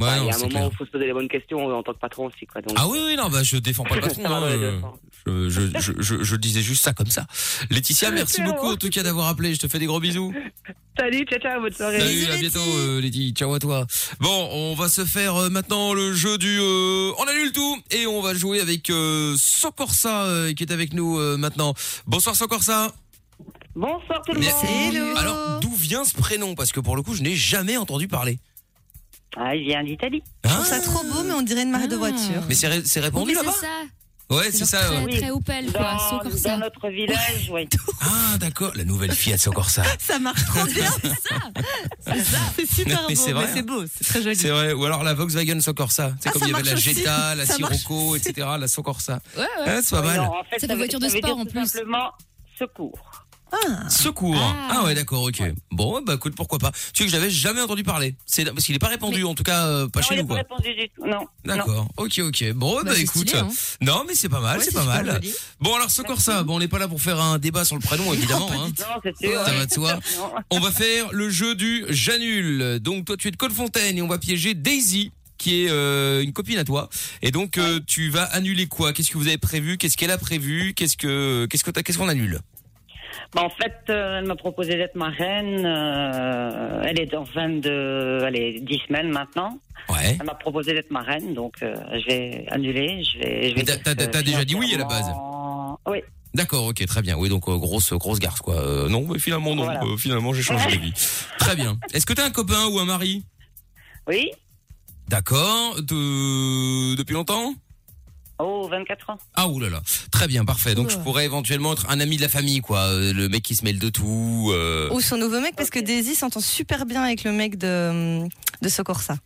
C: Ouais,
L: Enfin,
C: non,
L: Il y a
C: c'est
L: un moment
C: clair.
L: où il faut se poser les bonnes questions euh, en tant que patron aussi, quoi. Donc,
C: Ah oui, oui, non, bah je défends pas le patron.
L: Ça va
C: hein,
L: dans les deux
C: euh, je, je, je, je, je disais juste ça comme ça. Laetitia, merci
L: Ah, C'est
C: beaucoup
L: bon.
C: en tout cas d'avoir appelé. Je te fais des gros bisous.
L: Salut, ciao, ciao, bonne soirée.
C: Salut, à bientôt, euh, Lady. Ciao à toi. Bon, on va se faire euh, maintenant le jeu du euh, on annule tout et on va jouer avec euh, Socorsa euh, qui est avec nous euh, maintenant. Bonsoir Socorsa.
L: Bonsoir tout
C: le monde. Alors, d'où vient ce prénom Parce que pour le coup, je n'ai jamais entendu parler.
M: Ah, il vient d'Italie.
D: Je trouve ça trop beau, mais on dirait une marque de voiture.
C: Mais c'est ré- c'est répandu là-bas Ouais, c'est ça. ouais.
M: Opel,
D: quoi,
M: Dans, dans notre village, oui.
C: Ah, d'accord, la nouvelle Fiat Socorsa.
D: Ça marche trop bien, c'est ça. C'est ça. C'est super
C: Mais
D: beau,
C: c'est vrai,
D: mais c'est
C: hein.
D: beau, c'est très joli.
C: C'est vrai. Ou alors la Volkswagen Socorsa. C'est
D: Ah,
C: comme
D: ça
C: il y avait la
D: marche aussi.
C: Jetta, la
D: Ça
C: Sirocco, etc. La Socorsa.
M: Ouais, ouais.
C: Hein, c'est pas mal.
M: Non, en fait,
N: Ça fait
M: veut-
N: voiture de
M: veut
N: sport,
M: dire
N: en
M: tout Simplement secours.
C: Secours. Ah, ouais, d'accord, ok. Bon, bah écoute, pourquoi pas. Tu sais que j'avais jamais entendu parler. C'est parce qu'il est pas répandu, en tout cas, euh, pas
M: non, il
C: chez nous,
M: n'a pas
C: quoi.
M: répondu du tout. Non.
C: D'accord. Ok, ok. Bon, bah,
M: Bah, c'est
C: écoute.
M: stylé, hein.
C: Non, mais c'est pas mal,
M: Ouais,
C: c'est
M: c'est
C: pas
M: super
C: mal.
M: joli.
C: Bon, alors ce Corsa, bon, on n'est pas là pour faire un débat sur le prénom, évidemment. hein.
M: Non, c'est sûr.
C: Ça va de soi. On va faire le jeu du j'annule. Donc toi tu es de Colfontaine et on va piéger Daisy qui est euh, une copine à toi. Et donc euh, tu vas annuler quoi Qu'est-ce que vous avez prévu Qu'est-ce qu'elle a prévu Qu'est-ce que qu'est-ce que t'as- qu'est-ce qu'on annule
M: Bah, en fait, euh, elle m'a proposé d'être ma reine. euh, elle est dans 22, allez, 10 semaines maintenant. Elle m'a proposé d'être ma reine, donc euh, je vais annuler. Je vais. Je vais
C: Mais t'as-
M: dire
C: t'as-
M: que
C: t'as déjà dit oui à la base.
M: Euh, financièrement- Oui.
C: D'accord, ok, très bien. Oui, donc euh, grosse grosse garce quoi. Euh, non, mais finalement non.
M: Voilà.
C: Euh, finalement j'ai changé d'avis. très bien. Est-ce que t'as un copain ou un mari
M: Oui.
C: D'accord. De- Depuis longtemps
M: Oh, 24 ans.
C: Ah oulala, très bien, parfait. Donc je
D: Ouh.
C: pourrais éventuellement être un ami de la famille, quoi. Euh, Le mec qui se mêle de tout. euh,
D: Ou son nouveau mec, parce que Daisy s'entend super bien avec le mec de, de Socorsa.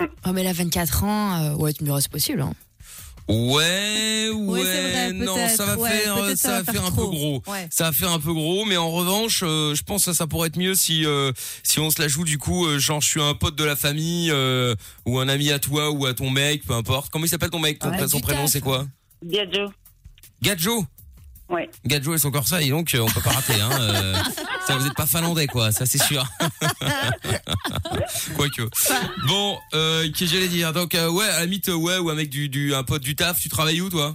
N: Oh, mais là, 24 ans, euh, ouais, tu me diras, c'est possible. Hein.
C: Ouais, ouais,
N: vrai,
C: non,
N: peut-être.
C: ça va
N: Ouais,
C: faire,
N: peut-être ça
C: euh, ça
N: va
C: va faire
N: faire
C: un peu
N: trop.
C: gros.
N: Ouais.
C: Ça va faire un peu gros, mais en revanche, euh, je pense que ça pourrait être mieux si euh, si on se la joue du coup, euh, genre je suis un pote de la famille euh, ou un ami à toi ou à ton mec, peu importe. Comment il s'appelle ton
N: Euh,
C: mec Ton-
M: Ouais,
C: Son
M: du
C: prénom
M: taf.
C: c'est quoi
M: Gadjo.
C: Gadjo.
M: Ouais.
C: Gadjo et son corsa, et donc euh, on peut pas rater. Hein, euh, ça, vous êtes pas finlandais quoi, ça c'est sûr. Quoique. Bon, euh, qu'est-ce que j'allais dire Donc euh, ouais, à la limite, euh, ouais, ou un mec du, du un pote du taf. Tu travailles où toi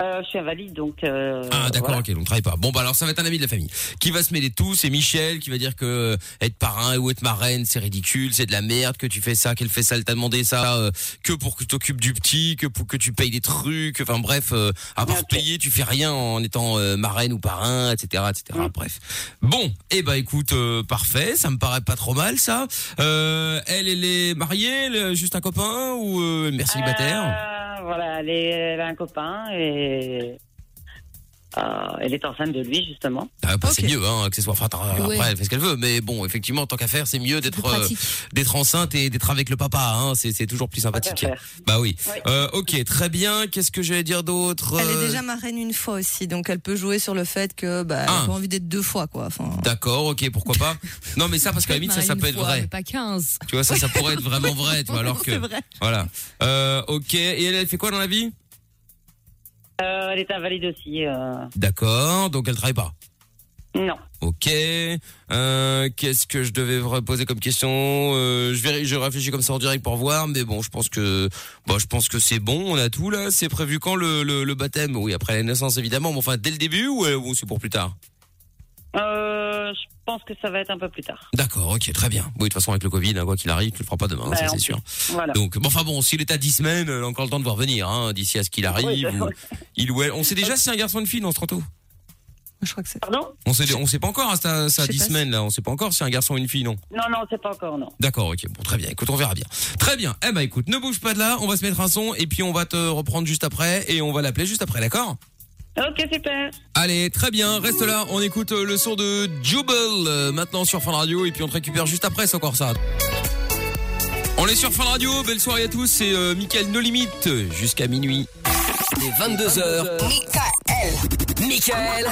M: Euh, je suis invalide, donc. euh,
C: Ah d'accord,
M: voilà.
C: ok, donc travaille pas. Bon bah alors ça va être un ami de la famille qui va se mêler de tout. C'est Michel qui va dire que euh, être parrain ou être marraine c'est ridicule, c'est de la merde, que tu fais ça, qu'elle fait ça, elle t'a demandé ça, euh, que pour que tu t'occupes du petit, que pour que tu payes des trucs. Enfin bref, euh, à part payer, tu fais rien en étant euh, marraine ou parrain, etc., etc. Bref. Bon, et eh bah écoute, euh, parfait, ça me paraît pas trop mal ça. Euh, elle, elle est mariée, elle, juste un copain ou euh, elle est mère euh, célibataire
M: Ah, voilà, elle, est- elle a un copain et euh, elle est enceinte de lui, justement.
C: Ah, bah, C'est mieux, hein, accessoire. Enfin, t'as-
M: Ouais.
C: après, elle fait ce qu'elle veut. Mais bon, effectivement, tant qu'à faire, c'est mieux d'être
M: plus
C: euh,
M: pratique.
C: d'être enceinte et d'être avec le papa. Hein. C'est c'est toujours plus sympathique. Bah oui. Euh, ok, très bien. Qu'est-ce que j'allais dire d'autre
D: Elle est
C: Euh,
D: déjà marraine une fois aussi, donc elle peut jouer sur le fait que bah,
C: Ah.
D: elle a pas envie d'être deux fois quoi. Enfin,
C: D'accord, ok, pourquoi pas. Non, mais ça, parce qu'à la Bah, limite, ça, ça peut être vrai.
D: pas 15.
C: Tu vois, ça, ça pourrait être vraiment vrai, tu vois, alors que.
M: C'est vrai.
C: Voilà. Euh, ok. Et elle, elle fait quoi dans la vie
M: Euh, elle est invalide aussi. euh,
C: D'accord, donc elle travaille pas.
M: Non.
C: Ok. Euh, Qu'est-ce que je devais vous poser comme question Euh, Je vais, je réfléchis comme ça en direct pour voir, mais bon, je pense que, bon, je pense que c'est bon. On a tout là. C'est prévu quand le, le, le baptême Oui, après la naissance évidemment, mais enfin dès le début ou, euh, ou c'est pour plus tard
M: Euh, je pense que ça va être un peu plus tard.
C: D'accord, ok, très bien. Oui, de toute façon avec le Covid, hein, quoi qu'il arrive, tu le feras pas demain, hein,
M: Bah,
C: ça
M: en
C: c'est
M: plus,
C: sûr.
M: Voilà.
C: Donc, bon, enfin bon, s'il est à 10 semaines, euh, encore le temps de voir venir, hein, d'ici à ce qu'il
M: Oui,
C: arrive.
M: c'est
C: ou-
M: vrai.
C: il ou elle. On sait déjà si c'est un garçon ou une fille, non, c'est trop tôt.
D: Je crois que c'est.
M: Pardon
C: On sait, on sait pas encore, hein, ça, ça
M: Je
C: a
M: sais
C: 10
M: pas.
C: semaines là, on sait pas encore si c'est un garçon ou une fille, non.
M: Non, non, c'est pas encore, non.
C: D'accord, ok, bon, très bien. Écoute, on verra bien. Très bien. Eh ben, écoute, ne bouge pas de là. On va se mettre un son et puis on va te reprendre juste après et on va l'appeler juste après, d'accord
M: Ok, super.
C: Allez, très bien. Reste là. On écoute euh, le son de Jubel euh, maintenant sur Fin Radio et puis on te récupère juste après. C'est encore ça. On est sur Fin Radio. Belle soirée à tous. C'est euh, Mickaël No Limite euh, jusqu'à minuit.
A: Dès 22h, Michael. Michael.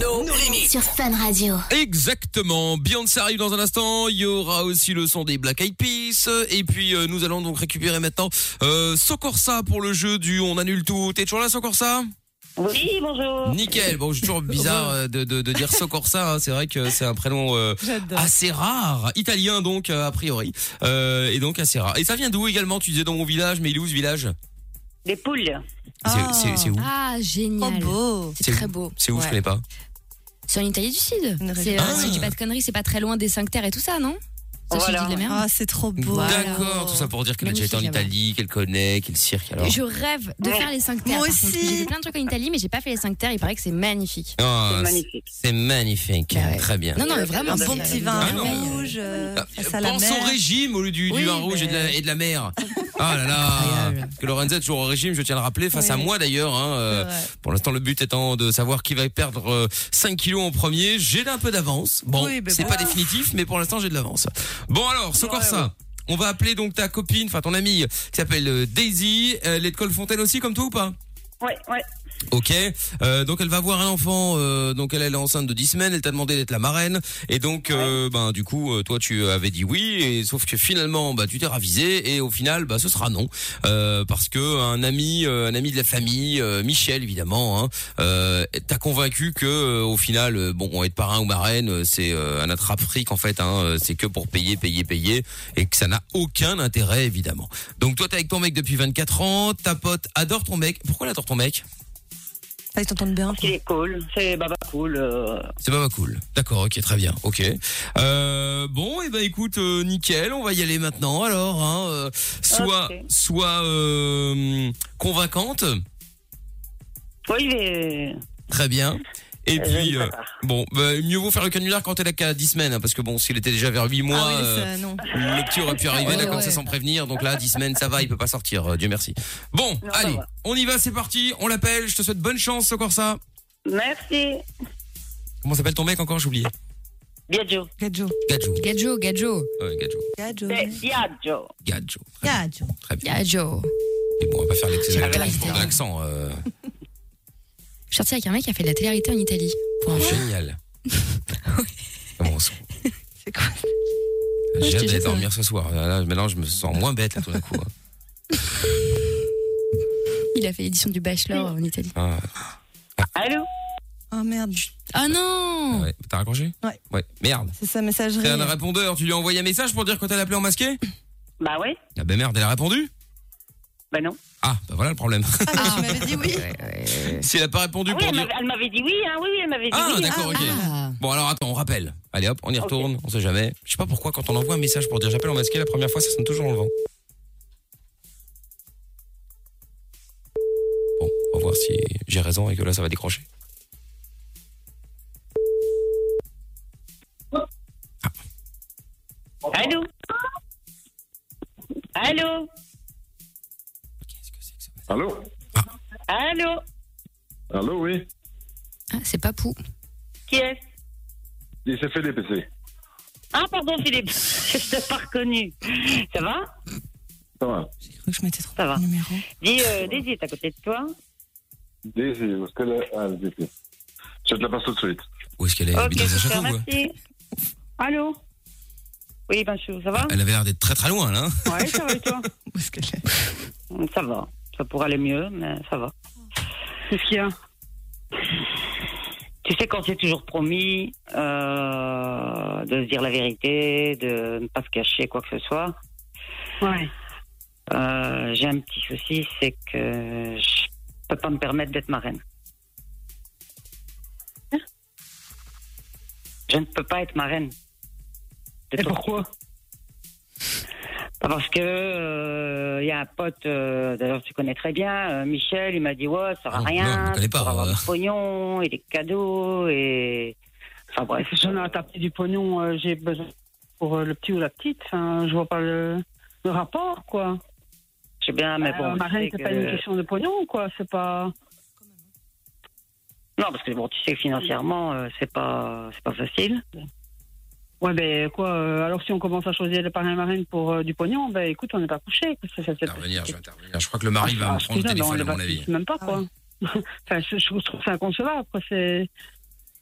A: No, limites. Sur Fun Radio.
C: Exactement. Beyoncé arrive dans un instant. Il y aura aussi le son des Black Eyed Peas. Et puis, euh, nous allons donc récupérer maintenant euh, Socorsa pour le jeu du On annule tout. T'es toujours là, Socorsa
M: Oui, bonjour.
C: Nickel. Bon, c'est toujours bizarre
N: Oh.
C: euh, de, de, de dire Socorsa. hein. C'est vrai que c'est un prénom euh,
M: J'adore.
C: assez rare. Italien, donc, euh, a priori. Euh, et donc, assez rare. Et ça vient d'où également Tu disais dans mon village, mais il est où ce village
M: Des poules.
C: C'est- c'est- c'est où
N: Ah, génial. C'est
C: C'est
N: très
C: où
N: beau.
C: C'est où Je
N: Ouais.
C: connais pas. Ah.
N: C'est en Italie du Sud. C'est, euh, Si je dis pas de conneries, c'est pas très loin des 5 terres et tout ça, non Sauf si je dis de la merde.
D: Ah, c'est trop beau.
C: D'accord. Tout ça pour dire qu'elle a déjà été en
N: Magnifique, là-bas.
C: Italie, qu'elle connaît, qu'elle cirque. Alors.
N: Je rêve de faire les 5 terres. Moi aussi. J'ai fait plein de trucs en Italie, mais j'ai pas fait les 5 terres. Il paraît que c'est magnifique.
C: Ah,
N: C'est
C: c'est
N: magnifique.
C: C'est magnifique. Très bien.
N: Bah Non, non, mais vraiment.
D: Un
N: c'est-
D: bon petit vin
N: Ah, non.
D: rouge euh, face à la
C: Ah, Pense au
D: mer.
C: régime au lieu du, du
D: Oui,
C: vin rouge et
B: ben,
C: de, la, et de la mer. Ah là là. Que Lorenzo est toujours au régime, je tiens à le rappeler, face à moi d'ailleurs. hein, euh, pour l'instant, le but étant de savoir qui va perdre euh, 5 kilos en premier. J'ai un peu d'avance. Bon,
E: Oui, mais
C: c'est
E: bon.
C: pas définitif, mais pour l'instant, j'ai de l'avance. Bon alors, c'est encore ça. On va appeler donc ta copine, enfin ton amie, qui s'appelle euh, Daisy. Elle est de Colfontaine aussi, comme toi ou pas
M: Ouais, ouais.
C: Ok, euh, donc elle va voir un enfant, euh, donc elle, elle est enceinte de 10 semaines, elle t'a demandé d'être la marraine, et donc euh, ben du coup euh, toi tu avais dit oui, et sauf que finalement bah tu t'es ravisé et au final bah ce sera non, Euh, parce que un ami, euh, un ami de la famille, euh, Michel évidemment, hein, euh, t'a convaincu que euh, au final euh, bon être parrain ou marraine euh, c'est euh, un attrape-fric en fait, hein, euh, c'est que pour payer, payer, payer, et que ça n'a aucun intérêt évidemment. Donc toi t'es avec ton mec depuis 24 ans, ta pote adore ton mec, pourquoi elle adore ton mec
D: Ah, ils t'entendent bien.
M: Il est cool. C'est baba cool. euh,
C: C'est pas cool. D'accord, ok, très bien, ok. Euh, bon, et ben écoute, euh, nickel, on va y aller maintenant. Alors, hein, euh, soit,
M: Ok.
C: soit euh, convaincante,
M: Oui, il est.
C: très bien. Et
M: Euh, je
C: puis,
M: ne sais
C: euh,
M: pas.
C: bon, bah, mieux vaut faire le canular quand elle a qu'à 10 semaines, hein, parce que bon, s'il était déjà vers 8 mois,
M: Ah oui, ça,
C: euh,
M: non.
C: le petit aurait pu arriver
M: Ouais,
C: là comme
M: ouais.
C: ça sans prévenir. Donc là, 10 semaines, ça va, il peut pas sortir, euh, Dieu merci. Bon,
M: Non, ça
C: allez,
M: va.
C: on y va, c'est parti, on l'appelle, je te souhaite bonne chance encore ça.
M: Merci.
C: Comment s'appelle ton mec encore, j'ai oublié
M: Gadjo.
D: Gadjo.
C: Gadjo.
N: Gadjo, Gadjo.
C: Ouais, Euh, Gadjo.
D: Gadjo.
M: Gadjo.
C: Gadjo.
D: Gadjo.
C: Très bien.
N: Gadjo.
C: Mais bon, on va pas faire l'excès
N: J'avais pas
C: de
N: l'idée.
C: l'accent.
M: hein.
C: euh,
N: Je suis sortie avec un mec qui a fait de la télé en Italie. Pour un jeu.
C: Oh, Ah, Génial. Comment on sent
N: Ouais,
C: J'ai
N: je
C: hâte
N: te
C: d'aller
N: jure,
C: dormir ce soir. Là, là, maintenant, je me sens moins bête là, tout d'un coup. hein.
N: Il a fait l'édition du Bachelor en Italie.
C: Ah,
M: Allô
D: Oh merde.
N: Ah non
C: ouais. T'as raccroché
D: Ouais.
C: Ouais. Merde.
D: C'est sa messagerie.
C: T'es un répondeur. Tu lui as envoyé un message pour dire que t'as appelé en masqué
M: Bah ouais.
C: Ah ben merde, elle a répondu
M: Bah non.
C: Ah, bah voilà le problème.
D: Ah, tu m'avais dit oui.
C: si elle a pas répondu
M: Ah oui,
C: pour
M: elle
C: dire...
M: m'avait- elle m'avait dit oui, hein, oui, elle m'avait dit
C: Ah,
M: oui.
C: d'accord, ok. Bon, alors attends, on rappelle. Allez hop, on y retourne, on sait jamais. Je sais pas pourquoi quand on envoie un message pour dire j'appelle en masqué, la première fois ça sonne toujours en levant. Bon, on va voir si j'ai raison et que là ça va décrocher.
M: Allô Allô
G: Allô
I: Allô
G: Allô, oui
N: Ah, c'est pas pou.
I: Qui est
G: Il s'est fait dépasser.
I: Ah, pardon, Philippe. Je t'ai pas reconnu. Ça va
G: Ça va.
D: je m'étais trop
I: Ça va. Dis, euh, Daisy est à côté de toi.
G: Daisy, où est-ce qu'elle est Ah, elle était. Je te la passe tout de suite.
C: Où est-ce qu'elle est Elle habite dans un château, quoi.
I: merci. Allô Oui, bonjour, ça va
C: Elle avait l'air d'être très très loin, là.
I: Ouais, ça va et toi Mm, Ça va. Ça pourrait aller mieux, mais ça va. Qu'est-ce qu'il y a Tu sais qu'on s'est toujours promis euh, de se dire la vérité, de ne pas se cacher quoi que ce soit.
J: Ouais.
I: Euh, J'ai un petit souci, c'est que je peux pas me permettre d'être marraine.
J: Hein
I: Je ne peux pas être marraine. Et pourquoi Parce que euh, il y a un pote, euh, d'ailleurs tu connais très bien, euh, Michel, il m'a dit ouais, ça sert à
C: Ah, non, je
I: rien,
C: le connais pas,
I: pour avoir
C: euh.
I: du pognon et des cadeaux et enfin bref.
J: J'en ai à taper du pognon, euh, j'ai besoin pour euh, le petit ou la petite. Enfin, je vois pas le, le rapport, quoi.
I: Je sais bien, Ah, mais
J: Euh,
I: bon.
J: ma
I: tu sais
J: reine, c'est
I: que-
J: pas une question de pognon, quoi. C'est pas.
I: Non, parce que bon, tu sais que financièrement, euh, c'est pas, c'est pas facile.
J: Ouais, ben quoi. euh, alors, si on commence à choisir les parrains et marraines pour euh, du pognon, ben écoute, on n'est pas couché.
C: Intervenir, je vais intervenir. Je crois que le mari va me prendre
J: Ah,
C: le
J: ben,
C: téléphone,
J: bah,
C: à mon avis.
J: Même pas, quoi. enfin, je, je trouve ça inconcevable, quoi. C'est.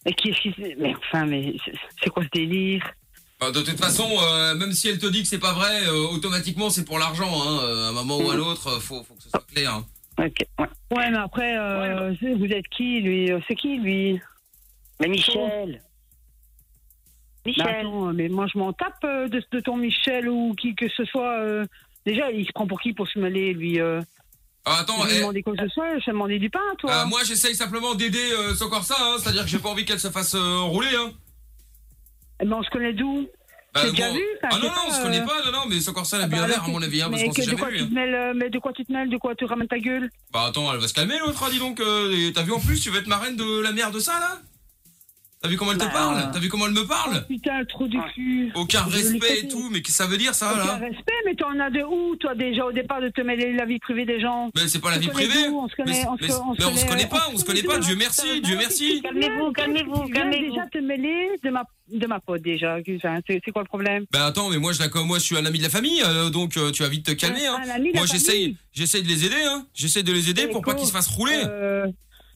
J: Mais qui est-ce qui- Mais enfin, mais c'est- c'est quoi ce délire
C: Bah, de toute façon, euh, même si elle te dit que c'est pas vrai, euh, automatiquement c'est pour l'argent. Hein, euh, à un moment ou à l'autre, euh, faut, faut que ce soit clair. hein.
J: Ouais, mais après, euh, c'est- vous êtes qui, lui euh, C'est qui, lui
I: Mais
J: Michel
I: Michel.
J: Mais, attends, euh, mais moi, je m'en tape euh, de, de ton Michel ou qui que ce soit. euh, déjà, il se prend pour qui pour se mêler, lui euh,
C: Ah, attends,
J: Je vais
C: eh,
J: demander quoi que ce soit, je vais demander du pain, toi.
C: euh, moi j'essaye simplement d'aider euh, ce corps ça, hein, c'est-à-dire que j'ai pas envie qu'elle se fasse euh, enrouler. Hein.
J: Eh ben, on se connaît d'où
C: Bah,
J: T'as déjà
C: moi-
J: vu ça,
C: Ah
J: je
C: non,
J: sais
C: non, on se
J: pas,
C: connaît
J: euh,
C: pas, non, non, mais ce corps ça, elle a bien
J: Bah,
C: l'air, à
J: que-
C: mon avis, hein, parce
J: mais
C: qu'on
J: que
C: s'est
J: de
C: jamais
J: quoi
C: vu.
J: tu te mêles, euh, mais de quoi tu te mêles De quoi tu ramènes ta gueule
C: Bah attends, elle va se calmer l'autre, hein, dis donc. euh, et T'as vu en plus, tu veux être marraine de la mère de ça là T'as vu comment elle te
J: Bah,
C: parle
J: euh,
C: T'as vu comment elle me parle
J: Putain, trop du cul.
C: Aucun
J: Je l'ai
C: respect et
J: connu.
C: tout, mais qu'est-ce que ça veut dire Ah, ça
J: Aucun
C: là
J: respect, mais t'en as de où, toi, déjà, au départ, de te mêler de la vie privée des gens
C: Mais c'est pas la
J: On se
C: vie
J: connaît
C: privée.
J: d'où On se
C: Mais
J: connaît,
C: c'est-
J: on
C: mais- mais on se connaît pas, on se connaît pas, Dieu merci, Dieu merci.
J: Calmez-vous, calmez-vous,
I: calmez-vous.
J: déjà te mêler de ma, de ma pote, déjà. Enfin, C'est c'est quoi le problème
C: Bah attends, mais moi je la con- moi je suis un ami de la famille, euh, donc euh, tu vas vite te calmer.
J: Un-
C: Hein.
J: un ami de
C: Moi
J: la
C: j'essaye, j'essaye de les aider, hein. J'essaye de les aider pour pas qu'ils se fassent rouler.
J: Euh,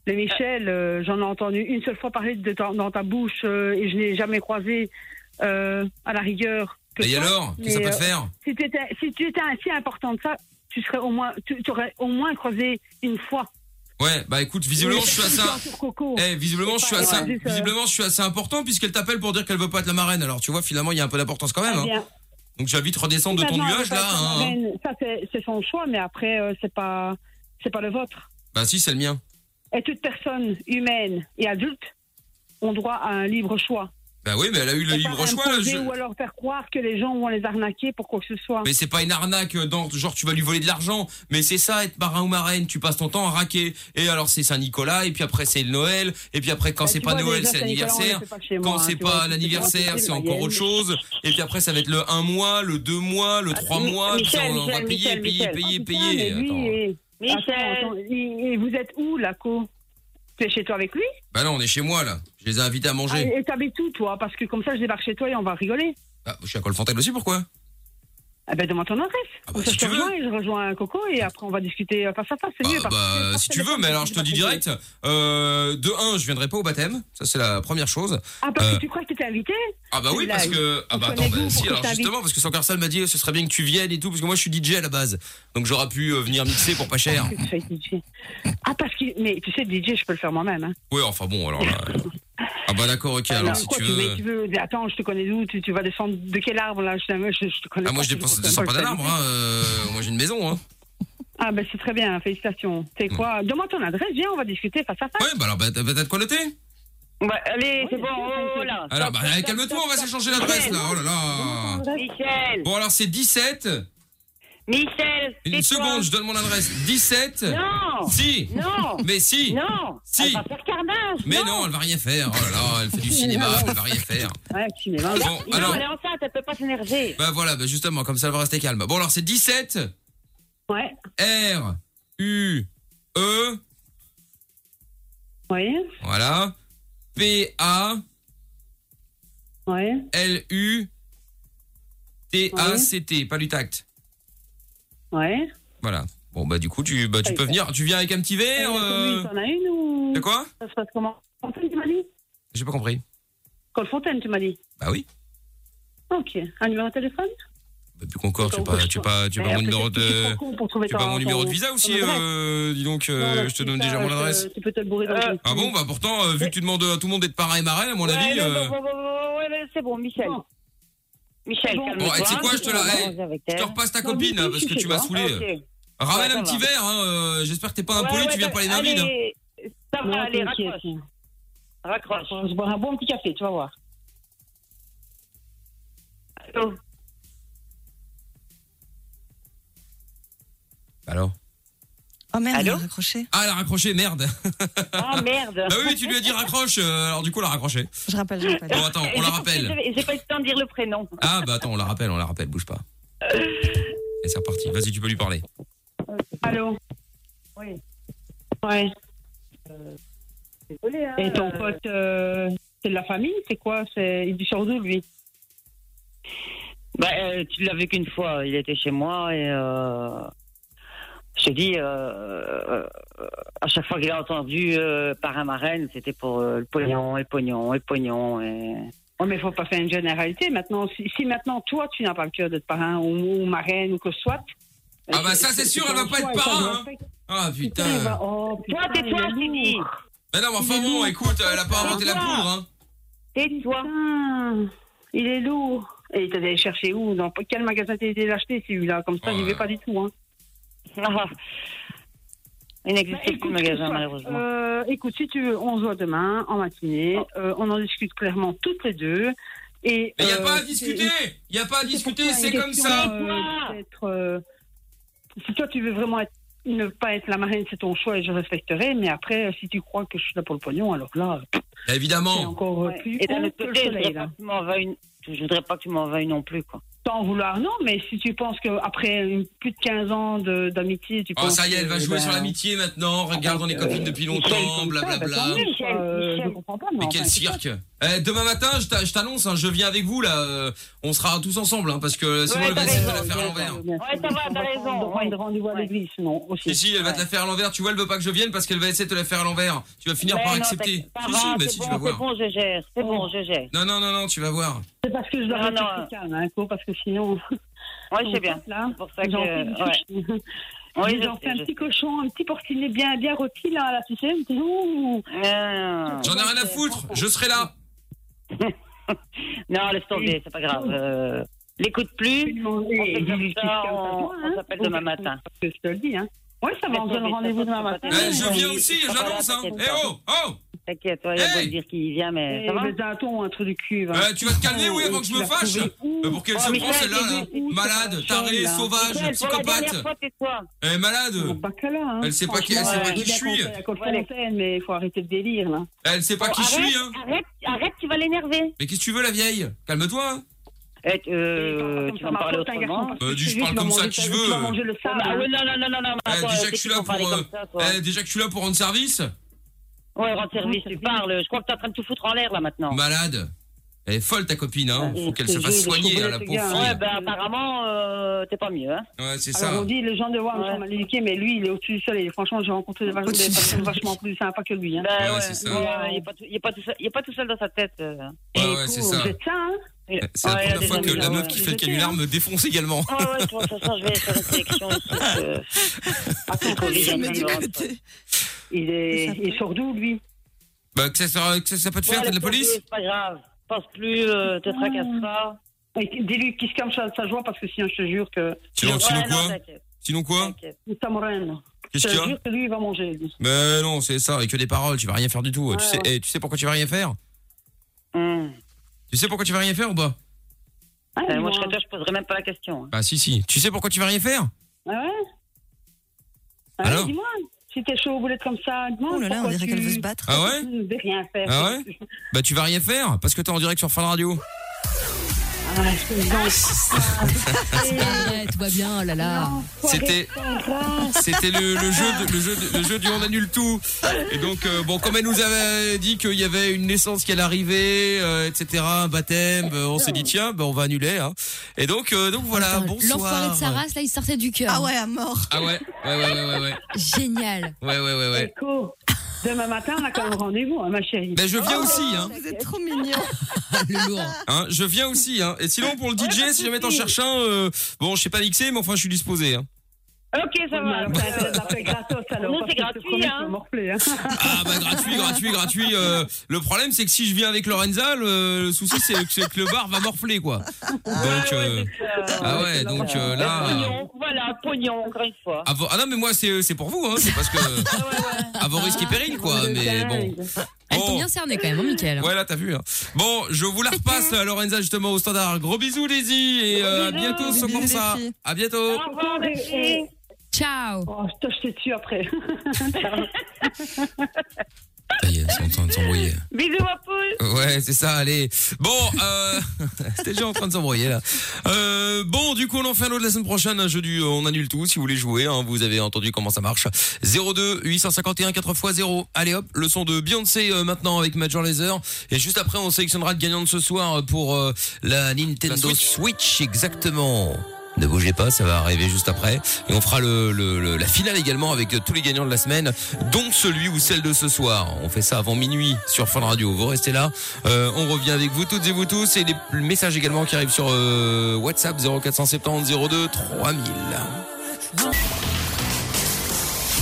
J: mais Michel, euh, j'en ai entendu une seule fois parler de ta- dans ta bouche euh, et je n'ai jamais croisé euh, à la rigueur.
C: Et
J: toi.
C: alors Qu'est-ce que
J: Mais, euh,
C: ça peut te faire
J: si tu, étais, si tu étais ainsi important que ça, tu serais au moins, tu, tu aurais au moins croisé une fois.
C: Ouais, bah écoute, visiblement
J: Mais
C: je suis
J: c'est
C: assez.
J: une planture coco.
C: Eh, visiblement je suis
J: pas-
C: assez,
J: ouais, juste, euh,
C: visiblement je suis assez important puisqu'elle t'appelle pour dire qu'elle veut pas être la marraine. Alors tu vois, finalement il y a un peu d'importance quand même.
J: Eh
C: hein.
J: bien,
C: Donc tu vas vite redescendre de ton
J: maintenant,
C: nuage
J: elle va
C: là.
J: être
C: hein.
J: marraine. Ça, c'est c'est son choix, mais après, euh, c'est pas, c'est pas le vôtre.
C: Bah si, c'est le mien.
J: Et toute personne humaine et adulte ont droit à un libre choix.
C: Bah oui, mais elle a eu le libre choix là.
J: Imposer
C: je-
J: Ou alors faire croire que les gens vont les arnaquer pour quoi que ce soit.
C: Mais c'est pas une arnaque, euh, dans, genre tu vas lui voler de l'argent. Mais c'est ça, être marin ou marraine. Tu passes ton temps à raquer. Et alors c'est Saint-Nicolas, et puis après c'est le Noël, et puis après quand
J: Bah,
C: c'est
J: tu
C: pas
J: vois,
C: Noël,
J: déjà,
C: c'est
J: Saint-Nicolas, on
C: l'anniversaire.
J: le fait pas chez moi,
C: Quand
J: hein,
C: c'est
J: tu vois,
C: pas
J: c'est
C: l'anniversaire,
J: vraiment
C: c'est
J: facile,
C: encore
J: Mayenne.
C: autre chose. Et puis après ça va être le un mois, le deux mois, le trois
J: Ah, Mi-
C: mois. puis
J: Michel,
C: on- on va
J: Michel, Michel,
C: payer, payer,
J: Michel.
C: payer,
J: Ah, putain, mais
C: payer.
J: lui,
C: Attends.
J: et-
I: Michel.
J: Attends, attends, et, et vous êtes où, là, co Tu es chez toi avec lui
C: Bah non, on est chez moi là. Je les ai invités à
J: Ah,
C: manger.
J: Et t'habites où, toi Parce que comme ça, je débarque chez toi et on va rigoler.
C: Ah, je suis à Colfontaine aussi, pourquoi
J: Eh ben, demande ton adresse. Comme ça,
C: Ah, bah, si
J: je te
C: tu veux.
J: rejoins et je rejoins Coco et après, on va discuter euh, face à face. C'est mieux. parce que-
C: Bah si tu veux, mais alors je te dis direct. Euh, de un, je viendrai pas au baptême. Ça c'est la première chose.
J: Ah, parce
C: Euh,
J: que tu crois que t'étais invité
C: Ah bah oui
J: Là,
C: parce que
J: tu
C: ah bah
J: connais
C: attends bah,
J: d'où pour
C: si
J: que
C: alors
J: je t'invite
C: justement parce que Sankarsal m'a dit euh, ce serait bien que tu viennes et tout parce que moi je suis DJ à la base donc j'aurais pu euh, venir mixer pour pas cher.
J: Que tu sois DJ. Ah, parce que. Mais tu sais, DJ, je peux le faire moi-même. Hein.
C: Ouais enfin bon alors là, euh, ah bah d'accord ok alors
J: Alors,
C: si
J: quoi,
C: tu
J: mais
C: veux
J: tu veux- mais Attends, je te connais d'où tu, tu vas descendre de quel arbre, là je, je, je te connais
C: ah moi
J: pas,
C: je dépense
J: je-
C: 200
J: je-
C: pas d'un arbre hein, euh, moi j'ai une maison hein.
J: Ah, ben, c'est très bien. Félicitations. C'est quoi Demande ton adresse. Viens, on va discuter face à face.
C: Mm. Ouais bah alors bah, t'as bah, t'as de quoi noter
J: Bah, allez, c'est bon. oh.
I: Voilà.
C: alors bah allez, calme-toi on va s'échanger l'adresse là oh là là
I: Michel.
C: bon alors c'est 17
I: Michel.
C: une
I: tais-toi.
C: seconde je donne mon adresse 17
I: Non.
C: si
I: Non.
C: mais si
I: Non.
C: Si.
J: Ah,
I: Elle
J: bah,
I: va faire carnage.
C: mais non elle va rien faire oh là là elle fait du cinéma elle va rien faire
J: Ouais, tu m'es mal.
C: Bon,
I: Non,
C: alors-
I: elle est enceinte, elle peut pas s'énerver.
C: Bah voilà, bah justement, comme ça, elle va rester calme. Bon, alors c'est 17
J: Ouais.
C: R U E
J: Oui.
C: voilà P A
J: Ouais.
C: L U T A C T pas du tact
J: Ouais.
C: voilà bon bah du coup tu bah tu peux venir tu viens avec un petit
J: Et
C: verre
J: la
C: euh,
J: commune, t'en as une ou
C: de quoi
J: Ça se passe comment Colfontaine, tu m'as dit
C: j'ai pas compris
J: Colfontaine, tu m'as dit
C: Bah oui.
J: Ok. Un numéro de téléphone
C: depuis Concorde tu pas tu pas tu
J: Mais
C: pas mon
J: après,
C: numéro
J: c'est- c'est
C: de
J: trop con pour trouver
C: tu pas
J: ton-
C: mon numéro
J: ton-
C: de visa aussi
J: ton adresse.
C: euh, dis donc euh,
J: Non, là,
C: je te
J: tu
C: donne
J: sais
C: déjà
J: pas,
C: mon
J: euh,
C: adresse
J: Tu peux te le bourrer dans le
C: ah bon bah pourtant euh, vu que tu demandes à tout le monde d'être parrain et marraine à mon
M: Ouais,
C: avis
M: non,
C: euh,
M: non, non, non, ouais, ouais, c'est bon, Michel. Michel,
C: Bon,
M: calme-toi.
C: eh, tu sais quoi, je te la-
M: On va
C: eh,
M: arranger avec
C: je te
M: elle.
C: repasse ta
M: Non,
C: copine,
M: si, si,
C: hein,
M: je
C: parce
M: suis
C: que tu
M: chez
C: m'as
M: toi.
C: saoulé.
M: Ah, ok.
C: ramène
M: Ouais,
C: un
M: ça
C: petit
M: va.
C: verre hein, euh, j'espère que t'es pas impoli
M: Ouais,
C: tu
M: ouais,
C: viens hein. pas les mains
M: allez,
C: vides
M: Ça va,
C: Non,
M: allez,
C: t'inquiète.
M: raccroche. Raccroche. Je bois un bon petit café, tu vas voir. Allô
C: alors
D: Oh merde,
C: Allô
D: elle a raccroché.
C: ah elle a raccroché merde
M: Ah merde
C: bah oui mais tu lui as dit raccroche euh, alors du coup elle a raccroché
D: Je rappelle, je rappelle.
C: Bon, attends, on la rappelle.
M: J'ai j'ai pas eu le temps de dire le prénom.
C: ah bah attends on la rappelle on la rappelle bouge pas et c'est reparti vas-y tu peux lui parler
J: Allô
M: Oui.
J: Ouais.
M: Désolé, hein.
J: Et ton pote, euh, c'est de la famille C'est quoi C'est Il dit sur d'où, lui
M: Bah, euh, tu l'as vu qu'une fois. Il était chez moi et euh, je te dis, euh, euh, à chaque fois qu'il a entendu euh, par un marraine, c'était pour euh, le pognon, et le pognon, et le pognon. Et...
J: Ouais, mais faut pas faire une généralité. Maintenant, si, si maintenant, toi, tu n'as pas le cœur d'être parrain ou, ou marraine ou que ce soit.
C: ah bah ça c'est sûr elle va pas être parrain hein. ah putain
J: Il va- oh,
M: Toi,
J: putain,
M: tais-toi,
J: il est
M: j'ai dit.
C: mais non mais enfin bon écoute elle a pas inventé la poudre hein
M: Tais-toi.
J: Putain, Il est lourd. Et t'es allé chercher où Dans quel magasin t'es allé l'acheter celui-là Comme ça, j'y vais pas du tout. Hein.
M: Il n'existe plus de magasin,
J: Bah, Christophe,
M: malheureusement.
J: euh, écoute, si tu veux, on se voit demain en matinée. Euh, on en discute clairement toutes les deux. Et,
C: mais y a
J: euh,
C: pas à
J: c'est-
C: discuter y a pas à discuter
J: une
C: c'est
J: question,
C: comme ça
J: euh, d'être, euh, si toi tu veux vraiment être- ne pas être la marraine, c'est ton choix et je respecterai. Mais après, euh, si tu crois que je suis là pour le pognon, alors là, c'est
C: évidemment
J: encore euh,
M: Ouais.
J: plus
M: Et d'un
J: con
M: autre
J: que le
M: côté, je
J: soleil,
M: voudrais
J: là.
C: hein.
M: pas que tu m'en veuilles une- je voudrais pas que tu m'en veuilles non plus, quoi.
J: T'en vouloir, non, mais si tu penses qu'après plus de 15 ans de- d'amitié, tu
C: Oh
J: penses
C: ça y est, elle va
J: que,
C: jouer
J: ben, euh,
C: sur l'amitié maintenant. Regarde, on est copines depuis longtemps, blablabla.
J: Michel, bah, euh, je comprends pas,
C: Mais quel cirque Eh, Demain matin, je t'a- je t'annonce, hein, je viens avec vous là. euh, On sera tous ensemble, hein, parce que sinon
J: Ouais,
C: elle va
J: t'as
C: essayer de
J: raison,
C: la faire à
J: t'as
C: l'envers.
J: raison, bien sûr.
M: Ouais, ça va,
J: On
M: t'as
J: va
M: raison,
J: prendre
M: ouais.
J: rendez-vous à l'église, sinon, aussi.
C: Si, si, elle va te la faire à l'envers. Tu vois, elle veut pas que je vienne parce qu'elle va essayer de te la faire à l'envers. Tu vas finir
M: Mais
C: par
M: non,
C: accepter.
M: t'inquiète pas,
C: Si,
M: va,
C: si, mais
M: c'est
C: si,
M: bon,
C: tu vas voir.
M: C'est bon, je gère. C'est bon, je gère.
C: Non, non, non, non, tu vas voir.
J: C'est parce que je leur
M: Non,
J: ai dit
M: non,
J: que c'est calme, hein, quoi, parce que sinon.
M: Ouais, je sais bien. C'est pour ça que.
J: J'en fais une
M: ouais.
J: petite-
M: Oui,
J: Ils
M: je
J: ont
M: sais,
J: fait un
M: je
J: petit cochon, un petit porcinet bien, bien rôti là à la ficelle. Ouh.
C: J'en ai rien à foutre, je serai là.
M: Non, laisse tomber, c'est pas grave. Euh, L'écoute plus. On fait comme ça, on on s'appelle demain matin.
J: Je te le dis, hein. Ouais, ça va, on se donne rendez-vous demain matin.
C: Eh, je viens aussi, je l'annonce, hein. Eh oh, oh
M: T'inquiète, toi, il y a beau te dire qu'il vient, mais
J: Eh,
M: ça va.
J: mais un ton, un truc du cul. va.
C: Euh, tu vas te calmer, oui, avant que je me
J: Oh, Tu l'as
C: fâche
J: trouvé où
C: Euh, Pour qu'elle
J: Oh,
C: se
J: mais
C: prend
J: ça,
C: celle-là,
J: c'est
C: là.
J: où, cette
C: malade,
J: personne,
C: taré,
J: là
M: Michel,
C: sauvage,
M: pour la dernière
C: psychopathe.
M: fois, tais-toi.
C: Elle est malade.
J: Pas que là, hein.
C: Elle sait pas qui- elle
J: Franchement,
C: sait pas
J: euh,
C: qui
J: je
C: je suis.
J: l'ai raconté à Clairefontaine, mais il faut arrêter le délire, là.
C: Elle sait pas
J: Oh,
M: Bon,
C: qui je
M: arrête,
C: suis, hein.
M: Arrête, arrête, tu vas l'énerver.
C: Mais qu'est-ce que tu veux, la vieille Calme-toi. hein.
M: Eh, euh, tu vas me parler autrement.
C: Euh, dis, je parle comme ça que je veux.
M: Ah ouais, non, non, non, non, non.
C: Eh,
M: attends,
C: déjà
M: c'est
C: que je
M: qui
C: suis là
M: qu'on
C: pour,
M: parlait comme
C: euh,
M: ça, toi
C: eh, déjà que je suis là pour rendre service.
M: Ouais, rends service, tu parles. Je crois que t'es en train de tout foutre en l'air là maintenant.
C: Malade. Elle est folle ta copine, hein. Faut qu'elle se
M: Je
C: fasse
M: jure, je suis
C: soigner, hein, la
M: boulette,
C: pauvre
M: ce gars. Ouais,
C: fille.
M: bah apparemment, euh, t'es pas mieux, hein.
C: Ouais, c'est
J: Alors
C: ça.
J: on dit les gens de Wam sont mal éduqués, mais lui il est au-dessus du soleil. Franchement, j'ai rencontré des, vach- des personnes vachement plus sympas que lui. Hein.
M: Bah, ouais,
C: c'est ça.
M: ouais, ouais, il est pas tout- il est pas tout seul- il est pas tout seul dans sa tête. euh.
C: Ouais, ouais, c'est ça.
J: C'est ça, hein Ah
M: Il-
C: C'est la
M: ouais, il a
C: première
M: des
C: fois que
M: amis,
C: la
M: ouais.
C: meuf qui fait le canular me défonce également.
M: Ouais, ouais, de toute façon, je vais faire une sélection ici. euh. Attends, Covid, il y a plein de monde.
J: Il est, il est sort d'où lui
C: Bah, que ça, sera- que ça, ça peut te faire,
M: Ouais,
C: t'as de
M: laisse
C: la
M: tomber,
C: police
M: C'est pas grave. Pense plus, euh, te tracasse pas.
J: Ah. Et Dis-lui qu'il se calme sa, sa joie parce que sinon je te jure que.
C: Sinon, sinon
M: Ouais, non,
C: quoi
M: t'inquiète.
C: Sinon quoi
J: Ça me règne.
C: Qu'est-ce
J: Je
C: qu'il y
J: te
C: a
J: jure que lui il va manger. lui.
C: Mais non, c'est ça, et que des paroles, tu vas rien faire du tout. Tu sais, eh, tu sais pourquoi tu vas rien faire
M: Hum.
C: Tu sais pourquoi tu vas rien faire ou pas
M: Euh, moi, je serais toi, je poserais même pas la question. hein.
C: Bah, si, si. Tu sais pourquoi tu vas rien faire
J: Ah ouais Ah
C: Alors
J: ouais, Dis-moi, si t'es chaud aux boulettes comme ça, dis-moi. Oh là là, on dirait qu'elle veut se battre.
C: Ah ouais
J: Je ne vais rien faire.
C: Ah ouais Bah, tu vas rien faire parce que t'es en direct sur Fan Radio.
J: Ah
B: Eh, Tout va bien, oh là là.
C: C'était c'était le, le jeu de- le jeu de- le jeu du on annule tout. Et donc euh, bon comme elle nous avait dit qu'il y avait une naissance qui allait arriver, euh, etc. Un baptême, euh, on s'est dit tiens ben on va annuler. hein. Et donc euh, donc voilà
B: L'enfoiré
C: bonsoir.
B: de sa race, là, il sortait du cœur. Ah ouais, à mort.
C: Ah ouais ouais ouais ouais ouais ouais
B: Génial.
C: ouais ouais ouais. ouais.
J: Nico, Demain matin, on a quand même rendez-vous, hein, ma chérie.
C: Ben, je viens aussi, hein.
J: Vous êtes trop Ah, mignon.
B: Le lourd.
C: Hein, je viens aussi hein. Et sinon pour le
J: Ouais, pas
C: DJ
J: de
C: si jamais t'en
J: souci.
C: cherches un euh, bon je sais pas mixer mais enfin je suis disposé. hein.
J: Ok, ça va. Alors, ça intéresse l'appel gratos, alors.
O: Nous,
J: parce
O: c'est
J: que je te
O: gratuit,
J: promets que
O: hein.
J: je vais morfler, hein.
C: Ah bah gratuit, gratuit, gratuit. euh, le problème c'est que si je viens avec Lorenza, le, le souci c'est que, c'est que le bar va morfler quoi. Donc euh, ah ouais, donc euh,
J: Ah
C: là.
O: Pognon, voilà, pognon, encore une fois.
C: à vos- ah non mais moi c'est c'est pour vous hein, c'est parce que
J: Ah
C: à vos risques et périls quoi. Mais bon.
B: Elles
C: Oh.
B: t'ont bien cerné quand même, hein, Mickaël.
C: Ouais là t'as vu. hein. Bon, je vous la repasse là, Lorenza justement au standard. Gros bisous Daisy et euh, à
J: Bisous.
C: bientôt sur
J: Bisous,
C: comme ça.
J: les filles.
C: À bientôt.
B: Ciao.
J: Oh, je te jetais dessus après.
O: Bisous, ma poule.
C: Ouais, c'est ça, allez. Bon, euh, c'était déjà en train de s'embrouiller là. Euh, bon, du coup, on en fait un autre la semaine prochaine, un jeu du euh, on annule tout si vous voulez jouer, hein, vous avez entendu comment ça marche. 02 851 4x0. Allez hop, le son de Beyoncé euh, maintenant avec Major Laser et juste après on sélectionnera le gagnant de ce soir euh, pour euh, la Nintendo Switch. exactement. Ne bougez pas, ça va arriver juste après. Et on fera le, le- le- la finale également avec euh, tous les gagnants de la semaine, dont celui ou celle de ce soir. On fait ça avant minuit sur Fun Radio. Vous restez là. Euh, on revient avec vous toutes et vous tous. Et les p- messages également qui arrivent sur euh, WhatsApp 0470 02 3000.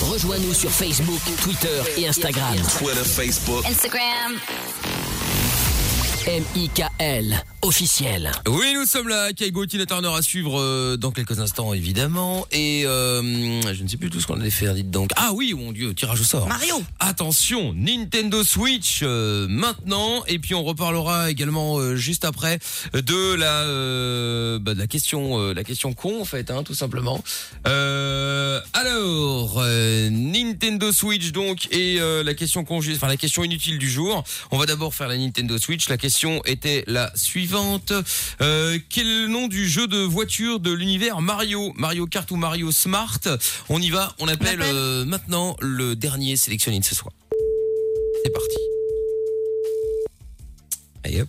A: Rejoins-nous sur Facebook, Twitter et Instagram.
P: Twitter, Facebook.
A: Instagram. M.I.K.L. officiel.
C: Oui, nous sommes là. Kaigo, Tina Turner à suivre euh, dans quelques instants, évidemment. Et euh, je ne sais plus tout ce qu'on allait faire, dites donc. Ah oui, mon Dieu, tirage au sort.
A: Mario.
C: Attention, Nintendo Switch euh, maintenant. Et puis on reparlera également euh, juste après de la, euh, bah, de la question, euh, la question con en fait, hein, tout simplement. Euh, alors, euh, Nintendo Switch donc et euh, la question con, juste- enfin la question inutile du jour. On va d'abord faire la Nintendo Switch. La question était la suivante. Euh, quel est le nom du jeu de voiture de l'univers Mario Mario Kart ou Mario Smart On y va, on appelle, euh, maintenant le dernier sélectionné de ce soir. C'est parti. Allez hop.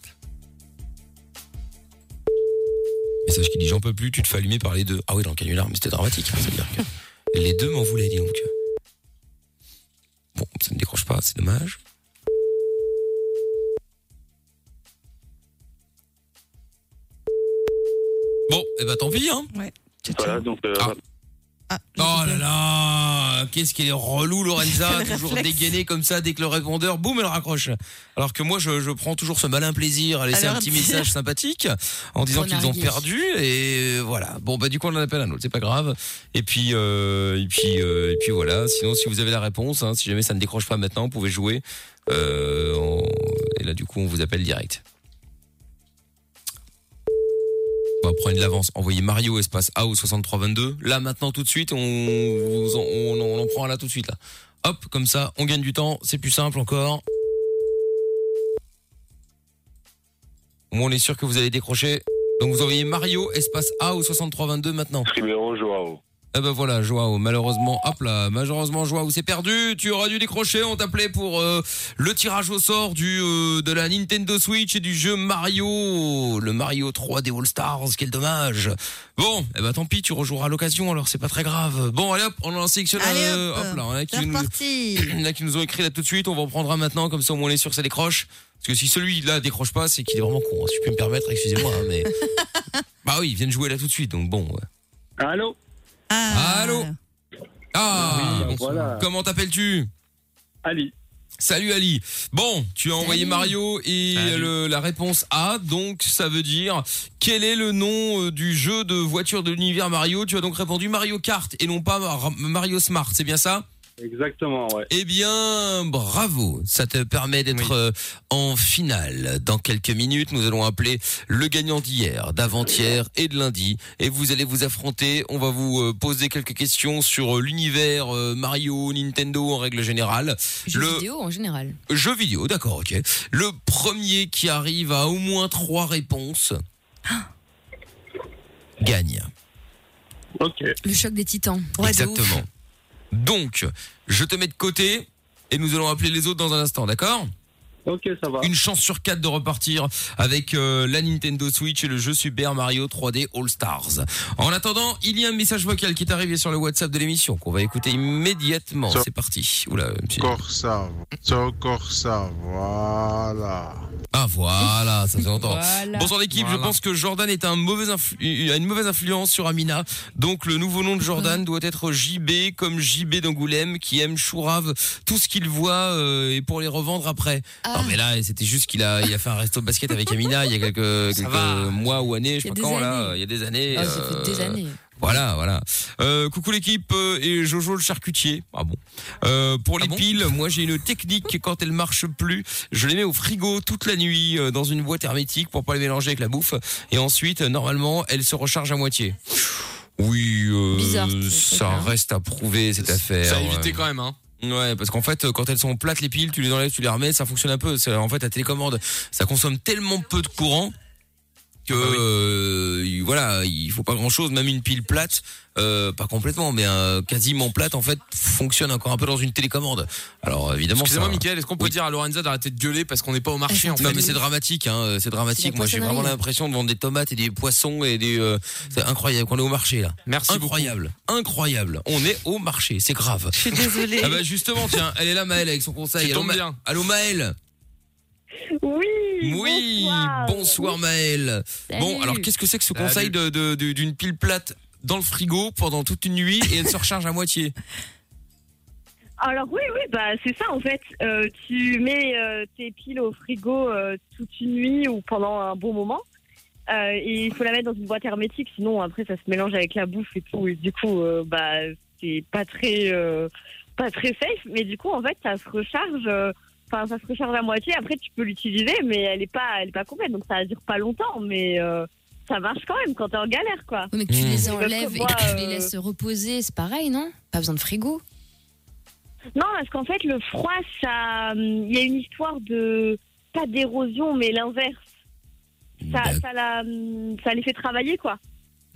C: Message qui dit j'en peux plus, tu te fais allumer par les deux. Ah oui, dans le canular, mais c'était dramatique. hein, c'est-à-dire que les deux m'en voulaient, dis donc. Bon, ça ne décroche pas, c'est dommage. Bon, eh ben tant pis, hein. Ah.
D: Ouais.
K: Voilà, donc. euh,
C: Oh là là Qu'est-ce qu'elle est relou, Lorenza
K: Quel
C: Toujours
K: réflexe.
C: dégainée comme ça, dès que le répondeur, boum, elle raccroche. Alors que moi, je, je prends toujours ce malin plaisir à laisser
K: Alors,
C: un petit
K: bien.
C: message sympathique en disant
K: Pour
C: qu'ils ont
K: narguer.
C: perdu et euh, voilà. Bon, bah du coup, on en appelle un autre, c'est pas grave. Et puis, euh, et puis, euh, et puis voilà. Sinon, si vous avez la réponse, hein, si jamais ça ne décroche pas maintenant, vous pouvez jouer. Euh, on- Et là, du coup, on vous appelle direct. On va prendre de l'avance. Envoyez Mario espace A au 6322. Là, maintenant, tout de suite, on, vous en- on, on en prend un là tout de suite. Là. Hop, comme ça, on gagne du temps. C'est plus simple encore. Au moins, on est sûr que vous allez décrocher. Donc, vous envoyez Mario espace A au 6322 maintenant.
Q: Primero Joao.
C: Ah bah voilà, Joao, malheureusement, hop là, malheureusement, Joao, c'est perdu. Tu aurais dû décrocher. On t'appelait pour euh, le tirage au sort du euh, de la Nintendo Switch et du jeu Mario, le Mario 3D All Stars. Quel dommage. Bon, eh ben tant pis, tu rejoueras à l'occasion. Alors c'est pas très grave. Bon, allez hop, on en sélectionne. euh, hop, là, on a qui nous, il y en a qui nous ont écrit là tout de suite. On va en prendre un maintenant, comme ça au moins on est sûr que ça décroche. Parce que si celui-là décroche pas, c'est qu'il est vraiment con. hein, Si je peux me permettre, excusez-moi, hein, mais bah oui, ils viennent jouer là tout de suite. Donc bon. ouais.
Q: Allô
C: Allô Ah
Q: Oui, bah
C: bonsoir.
Q: voilà.
C: Comment t'appelles-tu
Q: Ali.
C: Salut Ali. Bon, tu as envoyé
Q: Salut.
C: Mario et le- la réponse A, donc ça veut dire quel est le nom euh, du jeu de voiture de l'univers Mario Tu as donc répondu Mario Kart et non pas Mar- Mario Smart, c'est bien ça
Q: Exactement, ouais.
C: Eh bien, bravo. Ça te permet d'être euh, en finale. Dans quelques minutes, nous allons appeler le gagnant d'hier, d'avant-hier et de lundi. Et vous allez vous affronter. On va vous euh, poser quelques questions sur euh, l'univers euh, Mario, Nintendo en règle générale.
N: Jeux
C: Le-
N: vidéo en général.
C: Jeux vidéo, d'accord, ok. Le premier qui arrive à au moins trois réponses
R: Ok.
B: Le choc des titans.
C: Exactement. Donc, je te mets de côté et nous allons appeler les autres dans un instant, d'accord
R: Ok, ça va.
C: Une chance sur quatre de repartir avec euh, la Nintendo Switch et le jeu Super Mario 3D All Stars. En attendant, il y a un message vocal qui est arrivé sur le WhatsApp de l'émission qu'on va écouter immédiatement. C'est parti. Oula, petit-
S: Encore ça, c'est encore ça, voilà.
C: Ah voilà, ça s'entend.
S: Voilà.
C: Bonsoir l'équipe, je
S: Voilà.
C: pense que Jordan est un mauvais influ- a une mauvaise influence sur Amina. Donc le nouveau nom de Jordan doit être JB comme JB d'Angoulême qui aime chourave tout ce qu'il voit euh, et pour les revendre après.
A: Ah.
C: Non mais là c'était juste qu'il a il a fait un resto de basket avec Amina il y a quelques, quelques mois ou années, je
A: Il y
C: sais
A: a
C: pas
A: des
C: quand là,
A: années.
C: il y a des
B: Oh,
C: années. euh,
A: Ah, ça fait des années.
C: Voilà, voilà. Euh, coucou l'équipe euh, et Jojo le charcutier. Ah bon. Euh, pour les piles, moi j'ai une technique quand elles marchent plus, je les mets au frigo toute la nuit euh, dans une boîte hermétique pour pas les mélanger avec la bouffe. Et ensuite, euh, normalement, elles se rechargent à moitié. Oui, euh, ça reste à prouver cette affaire. euh,
E: Ça a évité
C: ouais.
E: quand même, hein.
C: Ouais, parce qu'en fait, euh, quand elles sont plates, les piles, tu les enlèves, tu les remets, ça fonctionne un peu. C'est- En fait, la télécommande, ça consomme tellement peu de courant que
E: Ah
C: euh, il- voilà, il faut pas grand chose, même une pile plate, euh, pas complètement, mais euh, quasiment plate en fait, fonctionne encore un peu dans une télécommande. Alors évidemment,
E: Excusez-moi,
C: ça-
E: Mickaël, est-ce qu'on peut dire à Lorenza d'arrêter de gueuler parce qu'on n'est pas au marché en fait
C: non mais Ah, c'est dramatique, hein, c'est
E: C'est
C: dramatique.
E: la
C: Moi j'ai
E: poissonnerie,
C: vraiment
E: là.
C: l'impression de vendre des tomates et des poissons et des. euh, c'est incroyable qu'on est au marché là.
E: Merci
C: Incroyable, incroyable. On est au marché, c'est grave. Je suis
E: désolée.
C: Ah bah justement tiens, elle est là Maëlle avec son conseil.
E: Tu
C: Allô,
E: tombes
C: Ma-
E: bien.
C: Allô Maëlle.
J: Oui.
C: Oui. Bonsoir, Maëlle. Bon alors qu'est-ce que c'est que ce
E: Salut.
C: conseil de- de- de- d'une pile plate dans le frigo pendant toute une nuit et elle se recharge à moitié.
J: Alors oui, oui, bah c'est ça en fait. Euh, tu mets euh, tes piles au frigo euh, toute une nuit ou pendant un bon moment. Euh, et il faut la mettre dans une boîte hermétique, sinon après ça se mélange avec la bouffe et tout. Et du coup, euh, bah c'est pas très, euh, pas très safe. Mais du coup, en fait, ça se recharge. euh, Enfin, ça se recharge à moitié. Après, tu peux l'utiliser, mais elle est pas, elle est pas complète. Donc ça dure pas longtemps, mais euh, ça marche quand même quand t'es en galère, quoi. Mmh.
B: mais que tu les
J: Parce que
B: enlèves et
J: moi,
B: que tu les
J: euh,
B: laisses reposer, c'est pareil, non Pas besoin de frigo.
J: Non, parce qu'en fait, le froid, ça, hum, il y a une histoire de pas d'érosion, mais l'inverse. Ça, ça, la, hum, ça les fait travailler, quoi.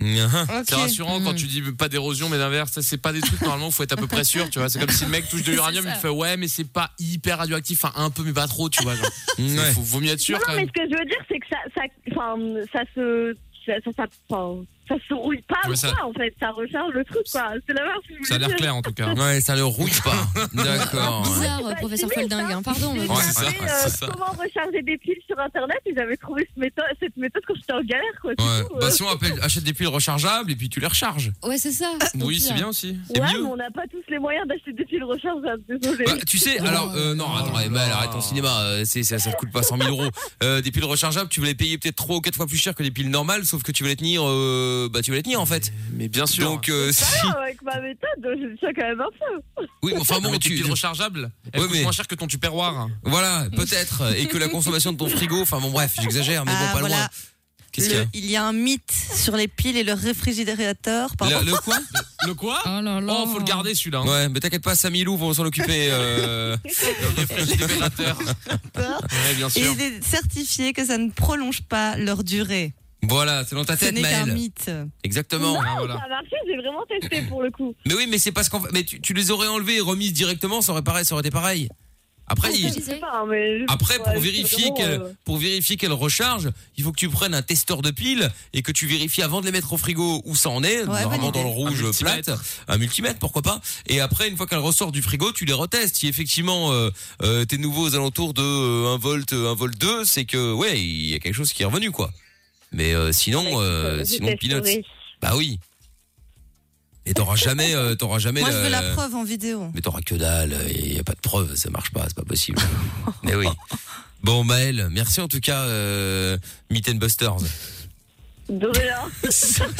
C: Uh-huh.
E: C'est rassurant
J: Hmm.
E: quand tu dis pas d'érosion mais l'inverse, Ça, c'est pas des trucs normalement faut être à peu près sûr, tu vois. C'est comme si le mec touche de l'uranium,
J: C'est
E: il
J: ça.
E: fait ouais mais c'est pas hyper radioactif, enfin un peu mais pas trop, tu vois. genre.
C: Ouais.
E: Faut, vaut mieux être sûr
J: non,
E: quand
J: non, mais
E: même.
J: ce que je veux dire, c'est que ça, ça, enfin, ça se, ça, ça, ça, enfin, ça se rouille pas
C: Ouais,
J: ou
C: ça-
J: quoi, en fait. Ça recharge le truc, quoi. C'est la marche.
C: Ça a l'air clair en tout cas. Ouais, ça le rouille pas. D'accord.
B: Bizarre, euh, professeur Folding, hein, pardon. mais-
J: J'ai
C: Ouais, c'est
J: demandé,
C: ça,
J: euh,
C: c'est ça.
J: comment recharger des piles sur internet et j'avais trouvé cette méthode, cette méthode quand j'étais en galère quoi. c'est
C: Ouais.
J: tout,
C: Bah
J: euh.
C: sinon appelle- achète des piles rechargeables et puis tu les recharges.
B: Ouais, c'est ça.
C: Oui, c'est bien aussi. C'est
J: Ouais,
C: mieux.
J: mais on n'a pas tous les moyens d'acheter des piles rechargeables, désolé.
C: Bah, tu sais, alors, euh, non, attends, eh ben, arrête ton cinéma, euh, c'est- ça, ça te coûte pas 100 000 euros. Euh, des piles rechargeables, tu vas les payer peut-être 3 ou 4 fois plus cher que des piles normales, sauf que tu vas les tenir, euh, bah, tu vas les tenir en fait. Mais bien sûr. Donc, euh, si.
J: Ah, avec ma méthode, je tiens quand même un peu.
C: Oui, mais enfin bon,
E: Mais tes
C: tu.
E: piles rechargeables, elles coûtent moins cher que ton tupperware.
C: Voilà, peut-être. Et que la consommation de ton frigo, enfin bon, bref, j'exagère, mais bon,
D: Ah,
C: pas
D: voilà.
C: loin. Qu'est-ce qu'il y a
D: Le- Il y a un mythe sur les piles et le réfrigérateur. pardon.
C: Le, le quoi Le quoi oh, faut le garder celui-là. hein. Ouais, mais t'inquiète pas, Samy Lou vont s'en occuper. Euh... ouais, bien
D: Et
C: sûr.
D: il est certifié que ça ne prolonge pas leur durée.
C: Voilà, c'est dans ta
D: Ce
C: tête,
D: n'est qu'un
C: Maëlle.
D: mythe.
C: Exactement.
J: Non,
C: Ah,
J: ça
C: voilà.
J: a marché, j'ai vraiment testé pour le coup.
C: Mais oui, mais c'est parce qu'en fait, mais tu, tu les aurais enlevés et remises directement, ça aurait pareil, ça aurait été pareil. Après, il-
J: Je sais pas, hein, mais-
C: après pour
J: Ouais,
C: vérifier
J: c'est
C: qu'elle
J: vraiment, euh,
C: pour vérifier qu'elle recharge, il faut que tu prennes un testeur de piles et que tu vérifies avant de les mettre au frigo où ça en est, normalement dans le rouge plate, un multimètre pourquoi pas. Et après une fois qu'elle ressort du frigo, tu les retestes. Si effectivement euh, euh, t'es nouveau aux alentours de euh, 1 volt, euh, 1 volt 2, c'est que ouais, il y a quelque chose qui est revenu quoi. Mais euh, sinon euh,
D: je
C: sinon peanuts.
D: testerai.
C: Bah oui. Et t'auras jamais euh, t'auras jamais
D: Moi, je
C: la-
D: veux la preuve en vidéo.
C: mais t'auras que dalle, il n'y a pas de preuve, ça marche pas, c'est pas possible. Mais oui. Bon, Maël, merci en tout cas, euh, Meet and Busters.
J: De rien.
C: Salut,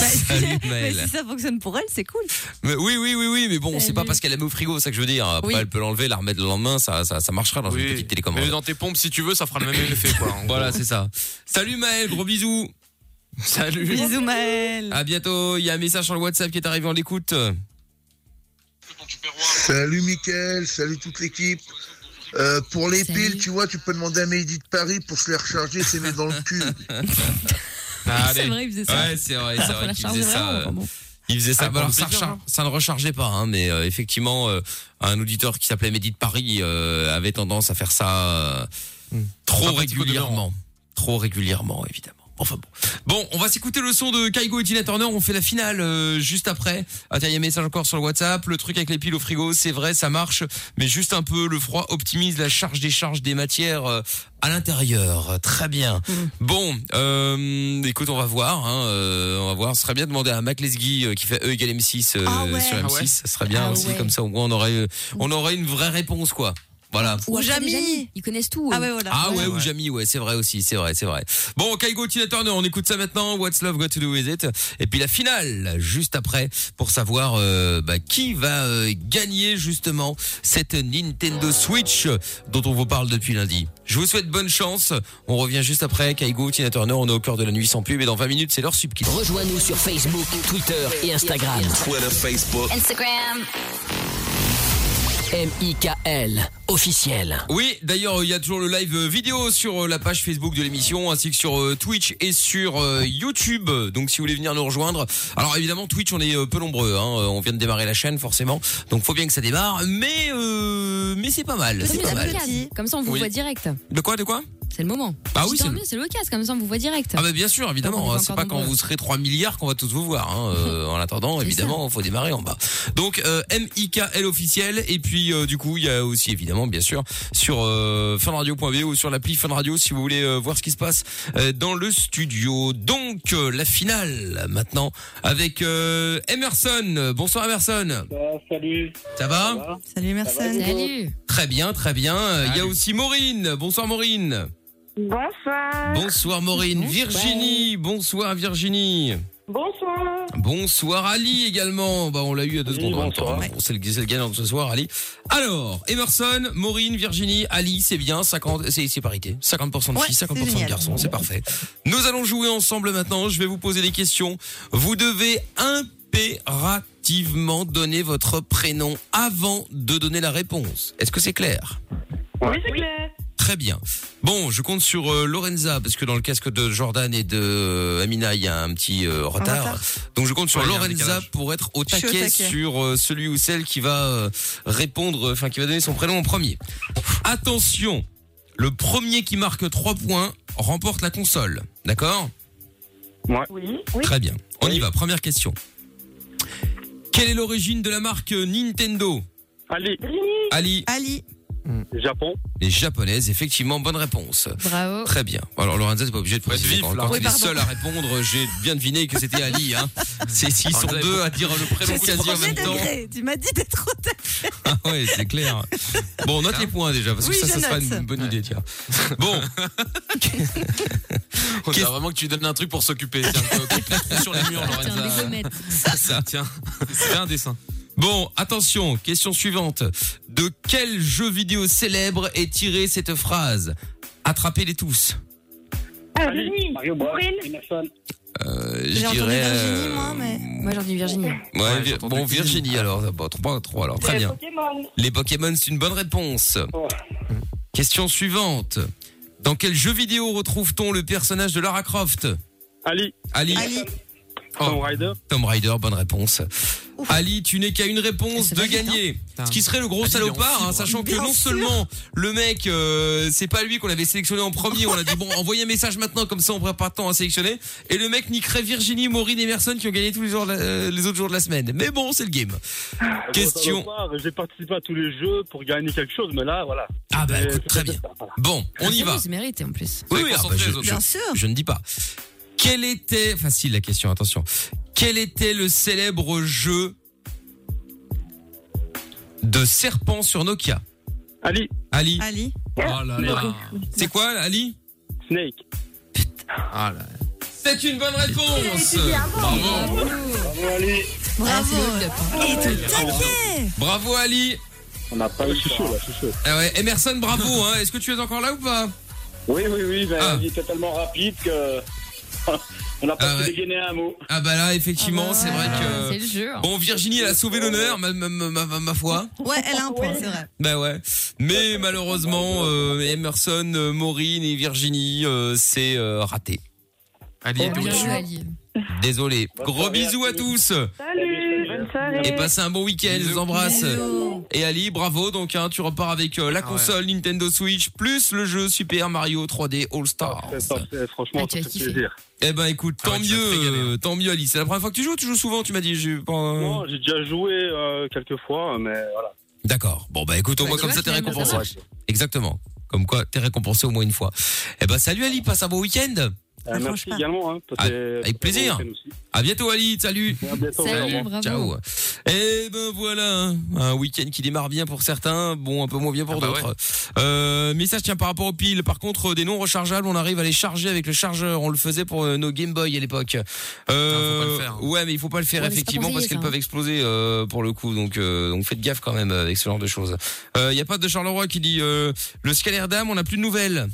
D: Mais
C: Maël.
D: Bah, si ça fonctionne pour elle, c'est cool.
C: Mais oui, oui, oui, oui, mais bon, c'est pas parce qu'elle la met au frigo, c'est ça que je veux dire. Après,
D: Oui.
C: elle peut l'enlever, la remettre le lendemain, ça, ça, ça marchera dans une petite télécommande.
E: Mais dans tes pompes si tu veux, ça fera le même effet quoi. en
C: Voilà,
E: gros.
C: c'est ça. Salut Maël, gros bisous. Salut.
D: Bisous, Maël.
C: À bientôt. Il y a un message sur le WhatsApp qui est arrivé en l'écoute.
H: Salut Mickaël, salut toute l'équipe. Euh, pour les piles, tu vois, tu peux demander à Mehdi de Paris pour se les recharger, c'est mis dans le cul.
C: Ah,
H: C'est
C: allez.
H: vrai, il faisait ça.
C: Ah, Ouais, c'est vrai, c'est
H: Faut
C: vrai
H: la
C: qu'il
H: charger
C: faisait ça.
H: vraiment,
C: euh, Il faisait ça.
E: Ah,
C: bah, alors,
E: pour
C: ça,
E: le plaisir,
C: recharge-
E: hein.
C: ça ne rechargeait pas, hein, mais euh, effectivement, euh, un auditeur qui s'appelait Mehdi de Paris euh, avait tendance à faire ça euh,
E: Hmm.
C: trop régulièrement. Trop régulièrement, évidemment. Enfin bon. Bon, on va s'écouter le son de Kaigo et Tina Turner. On fait la finale euh, juste après. Attends, il y a un message encore sur le WhatsApp. Le truc avec les piles au frigo, c'est vrai, ça marche, mais juste un peu. Le froid optimise la charge des charges des matières euh, à l'intérieur. euh, Très bien. Bon, euh, écoute, on va voir. hein, euh, on va voir. Ce serait bien de demander à Mac Lesguy euh, qui fait E égale M6 euh, sur M6.
E: Ah ouais.
C: Ça serait bien
E: Ah
C: aussi
E: ouais.
C: comme ça. Au moins, on aurait, euh, on aurait une vraie réponse, quoi. Voilà.
B: Ou Jamy. Ils connaissent tout. Ah ouais, voilà.
C: Ah ouais, ou Jamie, ouais, c'est vrai aussi, c'est vrai, c'est vrai. Bon, Kaigo Tina Turner, on écoute ça maintenant. What's Love Got to Do With It Et puis la finale, juste après, pour savoir euh, bah, qui va euh, gagner justement cette Nintendo Switch dont on vous parle depuis lundi. Je vous souhaite bonne chance. On revient juste après. Kaigo Tina Turner, on est au cœur de la nuit sans pub et dans 20 minutes, c'est leur sub qui.
A: Rejoins-nous sur Facebook, Twitter et Instagram.
C: Twitter, Facebook.
A: Instagram. M.I.K.L. officiel.
C: Oui, d'ailleurs, il y a toujours le live euh, vidéo sur euh, la page Facebook de l'émission, ainsi que sur euh, Twitch et sur euh, YouTube. Donc, si vous voulez venir nous rejoindre, alors évidemment, Twitch, on est euh, peu nombreux. hein. Euh, On vient de démarrer la chaîne, forcément. Donc, faut bien que ça démarre, mais euh, mais c'est pas mal.
B: C'est
C: C'est pas
B: le
C: mal.
B: cas. Comme ça, on vous
C: Oui.
B: voit direct.
C: De quoi, de quoi
B: C'est le moment.
C: Ah
B: Je
C: oui,
B: dis tant
C: c'est-
B: mieux, c'est le cas. Comme ça, on vous voit direct.
C: Ah bah bien sûr, évidemment,
B: Donc, on
C: hein,
B: est
C: c'est
B: encore
C: pas quand
B: nombreux.
C: vous serez 3 milliards qu'on va tous vous voir. hein. Euh, en attendant, évidemment, faut démarrer en bas. Donc euh, MIKL officiel et puis euh, du coup, il y a aussi évidemment, bien sûr, sur euh, funradio.be ou sur l'appli Fun Radio si vous voulez euh, voir ce qui se passe euh, dans le studio. Donc euh, la finale maintenant avec euh, Emerson. Bonsoir Emerson.
Q: salut.
C: Bah, Ça va,
D: Salut Emerson.
B: Salut.
C: Très bien, très bien. Euh, Il y a aussi Maureen. Bonsoir Maureen.
O: Bonsoir.
C: Ah. Bonsoir Maureen. Virginie. Bonsoir Virginie.
O: Bonsoir.
C: Bonsoir Ali également. Bah on l'a eu à deux secondes en même temps. hein. Bon, c'est le, c'est le gagnant de ce soir Ali. Alors Emerson, Maureen, Virginie, Ali, c'est bien. 50, c'est c'est parité. 50% de
E: Ouais,
C: filles,
E: c'est
C: 50% de
E: génial.
C: garçons, c'est parfait. Nous allons jouer ensemble maintenant. Je vais vous poser des questions. Vous devez impérativement donner votre prénom avant de donner la réponse. Est-ce que c'est clair
O: Oui, c'est clair.
C: Très bien. Bon, je compte sur euh, Lorenza parce que dans le casque de Jordan et de euh, Amina, il y a un petit euh, retard.
E: retard.
C: Donc je compte sur
E: Ouais, il y a un
C: Lorenza
E: décalage.
C: pour être au
E: Je suis
C: taquet,
E: au taquet.
C: sur euh, celui ou celle qui va euh, répondre, euh, enfin qui va donner son prénom en premier. Attention, le premier qui marque 3 points remporte la console. D'accord
O: Oui.
C: Très bien. On y va. Première question. Quelle est l'origine de la marque Nintendo
Q: Ali.
C: Ali.
D: Ali.
Q: Japon.
C: Les japonaises, effectivement, bonne réponse.
B: Bravo.
C: Très bien. Alors Lorenza, t'es pas obligé de préciser.
E: vif,
C: quand
E: là.
C: quand
E: Oui,
C: t'es
E: pardon.
C: seul à répondre, j'ai bien deviné que c'était Ali. Hein. C'est s'ils sont
E: Lorenza,
C: deux à dire le prénom
D: Je suis
C: quasi en
D: premier
C: même temps.
D: degré. Tu m'as dit d'être au taquet.
C: Ah ouais, c'est clair. Bon, on note les points déjà, parce que
D: Oui,
C: ça, ça
D: je
C: sera
D: note.
C: une bonne idée, tiens. Bon.
E: On dirait vraiment que tu lui donnes un truc pour s'occuper. Tiens, co- coupe-la sur les murs, Lorenza.
C: C'est ça.
E: Tiens, c'est un dessin.
C: Bon, attention, question suivante. De quel jeu vidéo célèbre est tirée cette phrase Attrapez-les tous. Ah
O: Virginie.
Q: Mario Bros. Emerson.
C: Euh, je
B: J'ai entendu
C: dirais,
B: Virginie,
C: euh,
B: moi, mais. Moi, j'ai entendu Virginie.
C: Ouais, Vi- bon, Virginie, alors. Bon, 3, 3, alors. Très bien. Les Pokémon, c'est une bonne réponse. Question suivante. Dans quel jeu vidéo retrouve-t-on le personnage de Lara Croft
Q: Ali.
C: Ali.
Q: Tomb Raider.
C: Tom Rider, bonne réponse. Ali, tu n'es qu'à une réponse de gagner. Ce qui serait le gros
E: hein. Ali, il est en
C: salopard,
E: fibre.
C: hein, sachant que
E: Bien
C: non
E: sûr.
C: seulement le mec, euh, c'est pas lui qu'on avait sélectionné en premier, on a dit bon, envoyez un message maintenant, comme ça on prépare le temps à sélectionner. Et le mec niquerait Virginie, Maureen et Emerson qui ont gagné tous les, jours de la- euh, les autres jours de la semaine. Mais bon, c'est le game.
Q: Ah,
C: Question.
Q: J'ai participé à tous les jeux pour gagner quelque chose, mais là, voilà.
C: Ah bah
Q: Et
C: écoute,
Q: c'est
C: très
Q: pas
C: bien.
Q: ça, voilà.
C: Bon, on y
B: C'est
C: va.
B: bon, C'est mérité en plus.
C: Oui, oui,
E: concentrer
C: ah bah,
E: les
C: je,
E: autres.
C: je-
E: Bien sûr.
C: je ne dis pas. Quel était, facile la question, attention. Quel était le célèbre jeu de serpent sur Nokia
Q: Ali.
C: Ali.
D: Ali.
C: Oh là là. C'est quoi, Ali
Q: Snake.
C: C'est une bonne réponse. Bravo. Ah,
Q: Bravo, Ali.
D: Bravo. Et te taquet.
C: Bravo Ali.
Q: On n'a pas eu Je suis chaud, là, je suis chaud.
C: Ah ouais, Emerson, bravo. hein. Est-ce que tu es encore là ou pas
Q: Oui, oui, oui, ben, il est tellement rapide que. On n'a pas pu dégainer un mot.
C: Ah bah là, effectivement, c'est vrai que.
B: C'est le jeu. hein.
C: Bon, Virginie, elle a sauvé l'honneur, ma, ma, ma- ma- ma foi.
D: Ouais, elle a un point, c'est vrai.
C: Bah ouais. Mais malheureusement, euh, Emerson, euh, Maureen et Virginie, euh, c'est euh, raté.
E: Ali,
C: Oh,
E: était
C: bien
E: au-dessus.
C: joué,
B: Ali.
C: Désolé. Gros bisous à tous. Et bah, passez un bon week-end, je vous embrasse. Et Ali, bravo. Donc, hein, tu repars avec euh, la console Nintendo Switch plus le jeu Super Mario 3D All Star. Ah,
Q: Franchement, ça fait plaisir.
C: Eh ben, écoute,
E: Ah
C: tant mieux,
E: hein.
C: euh, tant mieux, Ali. C'est la première fois que tu joues. ou Tu joues souvent. Tu m'as dit. j'ai pas, euh,
Q: Non, j'ai déjà joué euh, quelques fois, mais voilà.
C: D'accord. Bon bah écoute, au
Q: Ouais,
C: moins
Q: tu
C: comme
Q: vois,
C: ça t'es
Q: tu l'aimes,
C: récompensé.
Q: ça va.
C: Exactement. Comme quoi t'es récompensé au moins une fois. Eh ben salut Ali, passe un bon week-end.
Q: Euh, merci également. hein,
C: Ah,
Q: passez- passez un
C: Avec
Q: bon
C: plaisir.
Q: week-end aussi.
C: À bientôt Ali, salut.
Q: À bientôt, Salut, vraiment. bravo.
C: Ciao. Et ben voilà, hein. un week-end qui démarre bien pour certains, bon un peu moins bien pour
E: Ah bah
C: d'autres. Euh, message tiens par rapport aux piles. Par contre, euh, des non rechargeables, on arrive à les charger avec le chargeur. On le faisait pour euh, nos Game Boy à l'époque. Euh,
E: Putain, faut pas le faire. hein.
C: Ouais, mais il faut pas le faire
E: Ouais, mais c'est pas
C: effectivement
E: conseillé,
C: parce qu'elles
E: ça, hein.
C: peuvent exploser euh, pour le coup. Donc euh, donc faites gaffe quand même euh, avec ce genre de choses. Il euh, y a pas de Charleroi qui dit euh, le scalaire d'âme, on n'a plus de nouvelles.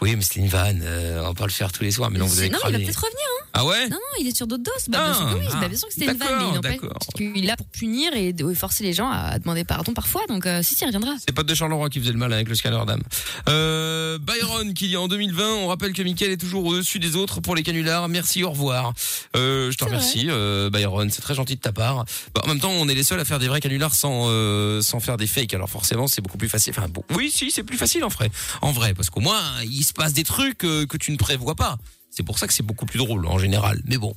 C: Oui, mais c'est une vanne. euh, on va pas le faire tous les soirs, mais non vous avez
N: non, il
C: cramé.
N: va peut-être revenir. Hein.
C: Ah ouais
N: Non, non, il est sur d'autres doses. Bah, bien
C: Ah,
N: sûr que oui,
C: ah,
N: bah, bien sûr que c'était une vanne, mais
C: d'accord,
N: il n'empêche
C: d'accord.
N: qu'il est là pour punir et de- forcer les gens à demander pardon parfois. Donc, euh, si, si, il reviendra.
C: C'est pas de Charleroi qui faisait le mal avec le scanner d'âme. Euh, Byron qui dit en 2020, on rappelle que Mickaël est toujours au-dessus des autres pour les canulars. Merci, au revoir. Euh, je te remercie, euh, Byron. C'est très gentil de ta part. Bah, en même temps, on est les seuls à faire des vrais canulars sans euh, sans faire des fakes. Alors forcément, c'est beaucoup plus facile. Enfin, bon, oui, si, c'est plus facile en vrai. En vrai, parce qu'au moins, il se passe des trucs euh, que tu ne prévois pas. C'est pour ça que c'est beaucoup plus drôle en général. Mais bon,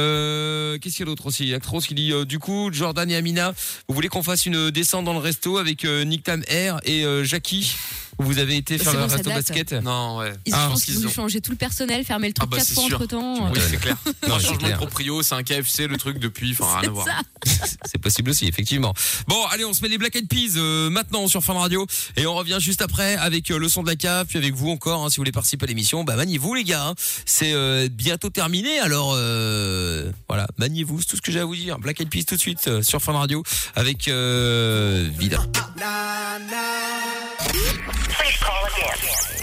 C: euh, qu'est-ce qu'il y a d'autre aussi Actros qui dit euh, du coup Jordan et Amina, vous voulez qu'on fasse une descente dans le resto avec euh, Nick Tam Air et euh, Jackie où Vous avez été faire
N: C'est
C: le
N: bon, ça
C: resto
N: date.
C: basket Ah, Non, ouais.
N: Ils je pense qu'ils ont changé tout le personnel, fermé le
E: Ah
N: truc
E: bah,
N: quatre
E: c'est
N: fois
E: sûr.
N: entre temps.
E: Oui, c'est clair.
C: Non,
E: Un
C: c'est
E: changement de
C: clair.
E: proprio, c'est un KFC, le truc depuis, enfin rien à voir.
C: C'est possible aussi, effectivement. Bon, allez, on se met les Black Eyed Peas euh, maintenant sur Fun Radio et on revient juste après avec euh, le son de la cave, puis avec vous encore. hein, si vous voulez participer à l'émission, bah maniez-vous les gars. hein. C'est euh, bientôt terminé, alors euh, voilà, maniez-vous. C'est tout ce que j'ai à vous dire. Black Eyed Peas tout de suite euh, sur Fun Radio avec euh, Vida.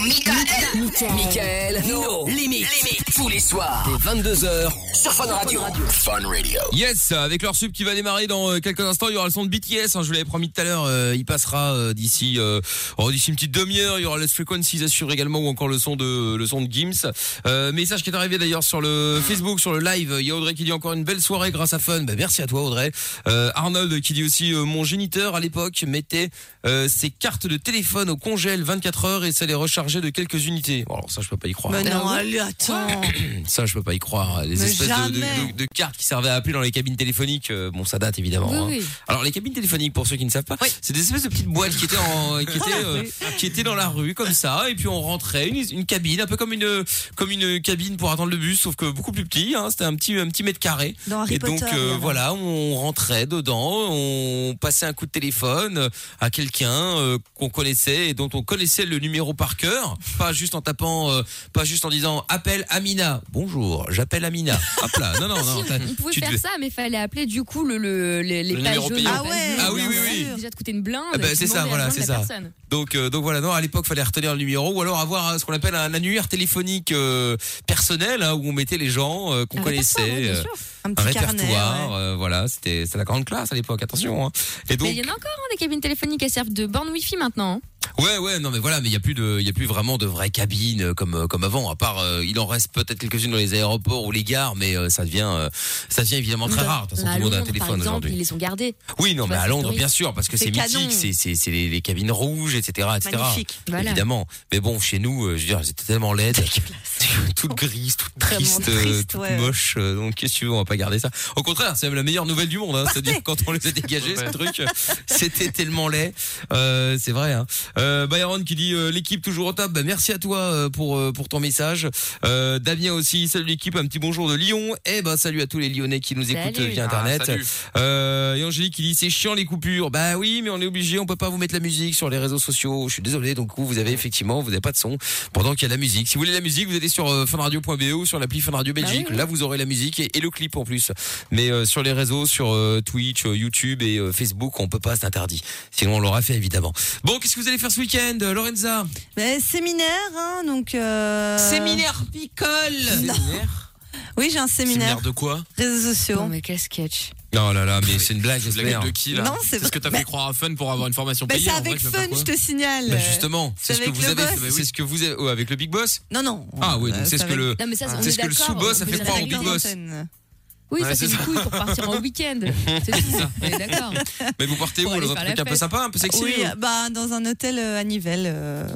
A: Michael, Michael, no, limite. Tous les soirs, dès 22h, sur Fun Radio. Fun Radio.
C: Yes, avec leur sub qui va démarrer dans euh, quelques instants, il y aura le son de BTS. hein, je vous l'avais promis tout à l'heure, euh, il passera euh, d'ici euh, oh, d'ici une petite demi-heure. Il y aura les Frequencies assure également ou encore le son de le son de Gims. Euh, message qui est arrivé d'ailleurs sur le Facebook, sur le live. Il y a Audrey qui dit encore une belle soirée grâce à Fun. Bah, merci à toi Audrey. Euh, Arnold qui dit aussi euh, mon géniteur à l'époque mettait euh, ses cartes de téléphone au congèle 24 heures et ça les rechargeait de quelques unités. Bon, alors ça je peux pas y croire.
D: Mais non, allez, attends.
C: Ça, je peux pas y croire. Les
D: Mais
C: espèces de, de-
D: jamais.
C: de- de cartes qui servaient à appeler dans les cabines téléphoniques, euh, bon, ça date évidemment.
D: Oui,
C: hein.
D: oui.
C: Alors, les cabines téléphoniques, pour ceux qui ne savent pas, c'est des espèces de petites boîtes qui étaient, en, qui, étaient, euh, qui étaient dans la rue comme ça, et puis on rentrait une, une cabine, un peu comme une comme une cabine pour attendre le bus, sauf que beaucoup plus petit. hein. C'était un petit un petit mètre carré.
D: Dans Harry
C: et
D: Potter,
C: donc euh,
D: il y en a.
C: voilà, Ah, on rentrait dedans, on passait un coup de téléphone à quelqu'un euh, qu'on connaissait et dont on connaissait le numéro par cœur, pas juste en tapant, euh, pas juste en disant appelle Amina. Bonjour, j'appelle Amina. Hop là, non non non. t'as-
N: On pouvait
C: tu
N: faire
C: devais-
N: ça, mais fallait appeler du coup le, le, les, les
C: Le
N: pages
C: numéro
N: jaunes,
C: payant.
N: les
C: Ah
N: pages
C: ouais,
N: bleues,
C: ah oui, oui,
N: ça
C: oui.
N: devait Déjà te coûter une blinde.
C: Ah bah,
N: tu
C: c'est
N: demandais
C: ça,
N: à
C: voilà,
N: la
C: c'est ça.
N: personne.
C: Donc, euh, donc voilà, non, à l'époque, fallait retenir le numéro, ou alors avoir euh, ce qu'on appelle un annuaire téléphonique euh, personnel, hein, où on mettait les gens euh, qu'on connaissait, euh,
D: Un
C: un,
D: petit carnet,
C: répertoire, euh, voilà, c'était c'était la grande classe à l'époque, attention. hein. Et
N: Mais
C: donc,
N: il y en a encore hein, des cabines téléphoniques qui servent de borne wifi maintenant. hein.
C: ouais, ouais, non, mais voilà, mais il y a plus de, il y a plus vraiment de vraies cabines euh, comme euh, comme avant. À part, euh, il en reste peut-être quelques-unes dans les aéroports ou les gares, mais euh, ça devient, euh, ça devient évidemment très
N: Bah,
C: rare. De toute façon,
N: à
C: tout le monde a un
N: Londres, par
C: téléphone
N: exemple,
C: aujourd'hui.
N: Ils les sont gardés.
C: Oui, non,
N: Tu
C: mais
N: vois,
C: à
N: c'est
C: Londres,
N: historique.
C: bien sûr, parce que c'est
N: C'est
C: mythique,
N: canon.
C: c'est c'est c'est les, les cabines rouges, etc., etc.
N: Magnifique. Voilà.
C: Évidemment. Mais bon, chez nous, euh, je veux dire, elles étaient tellement laides, toute grise, toute triste, euh,
E: triste,
C: toute
E: ouais.
C: moche. euh, donc qu'est-ce que tu veux, on va pas garder ça. Au contraire, c'est même la meilleure nouvelle du monde. Hein, C'est-à-dire quand on les a dégagés, ce truc, euh, c'était tellement laid. Euh, c'est vrai. Hein. Euh, Byron qui dit euh, l'équipe toujours au top. Bah, merci à toi euh, pour euh, pour ton message. Euh, Damien aussi, salut l'équipe, un petit bonjour de Lyon. Et ben salut à tous les Lyonnais qui nous écoutent
E: Salut.
C: via
E: Ah,
C: internet.
E: salut.
C: Euh, et Angélique qui dit c'est chiant les coupures. Bah oui, mais on est obligé, on peut pas vous mettre la musique sur les réseaux sociaux. Je suis désolé. Donc vous, vous avez effectivement, vous n'avez pas de son pendant qu'il y a la musique. Si vous voulez la musique, vous allez sur euh, funradio.be ou sur l'appli Fun Radio
D: Bah
C: Belgique. Là, vous aurez la musique et, et le clip en plus. Mais euh, sur les réseaux, sur euh, Twitch, euh, YouTube et euh, Facebook, on peut pas, c'est interdit. Sinon, on l'aura fait évidemment. Bon, qu'est-ce que vous allez faire ce week-end, euh, Lorenza
D: Mais séminaire, hein, donc. euh,
C: Séminaire picole.
D: Non. Oui, j'ai un séminaire.
E: de quoi
D: Réseaux sociaux.
N: mais quel sketch.
C: Non là là, mais c'est une blague.
E: La gueule de qui là
D: Non, c'est
E: c'est ce que t'as fait croire à Fun pour avoir une formation
D: Bah,
E: payée.
D: c'est
E: en vrai,
D: avec
E: tu vas faire
D: fun,
E: quoi
D: je te signale.
C: Bah justement,
D: c'est
C: c'est ce que
D: avec
C: vous
D: le
C: avez, Bah
D: boss.
C: c'est ce que vous avez oh, avec le big boss.
D: Non, non.
C: Ah oui,
D: Euh,
C: donc c'est ce
D: avec-
C: que le, Ah.
D: Non, mais ça, on
C: c'est
D: est
C: ce que le
D: d'accord,
C: sous boss
D: on
C: a
D: peut
C: fait
D: dire
C: croire au
D: avec
C: big
D: leur
C: boss.
D: antenne.
B: Oui,
C: Ouais,
B: ça c'est
C: c'est
B: du
C: ça.
B: coup pour partir en week-end. C'est tout. On est D'accord.
C: Mais vous partez où
B: Pour aller
C: dans un
B: faire la
C: truc un peu
B: fête.
C: sympa, un peu sexy
D: Oui,
C: ou-
D: bah, dans un hôtel euh, à Nivelles.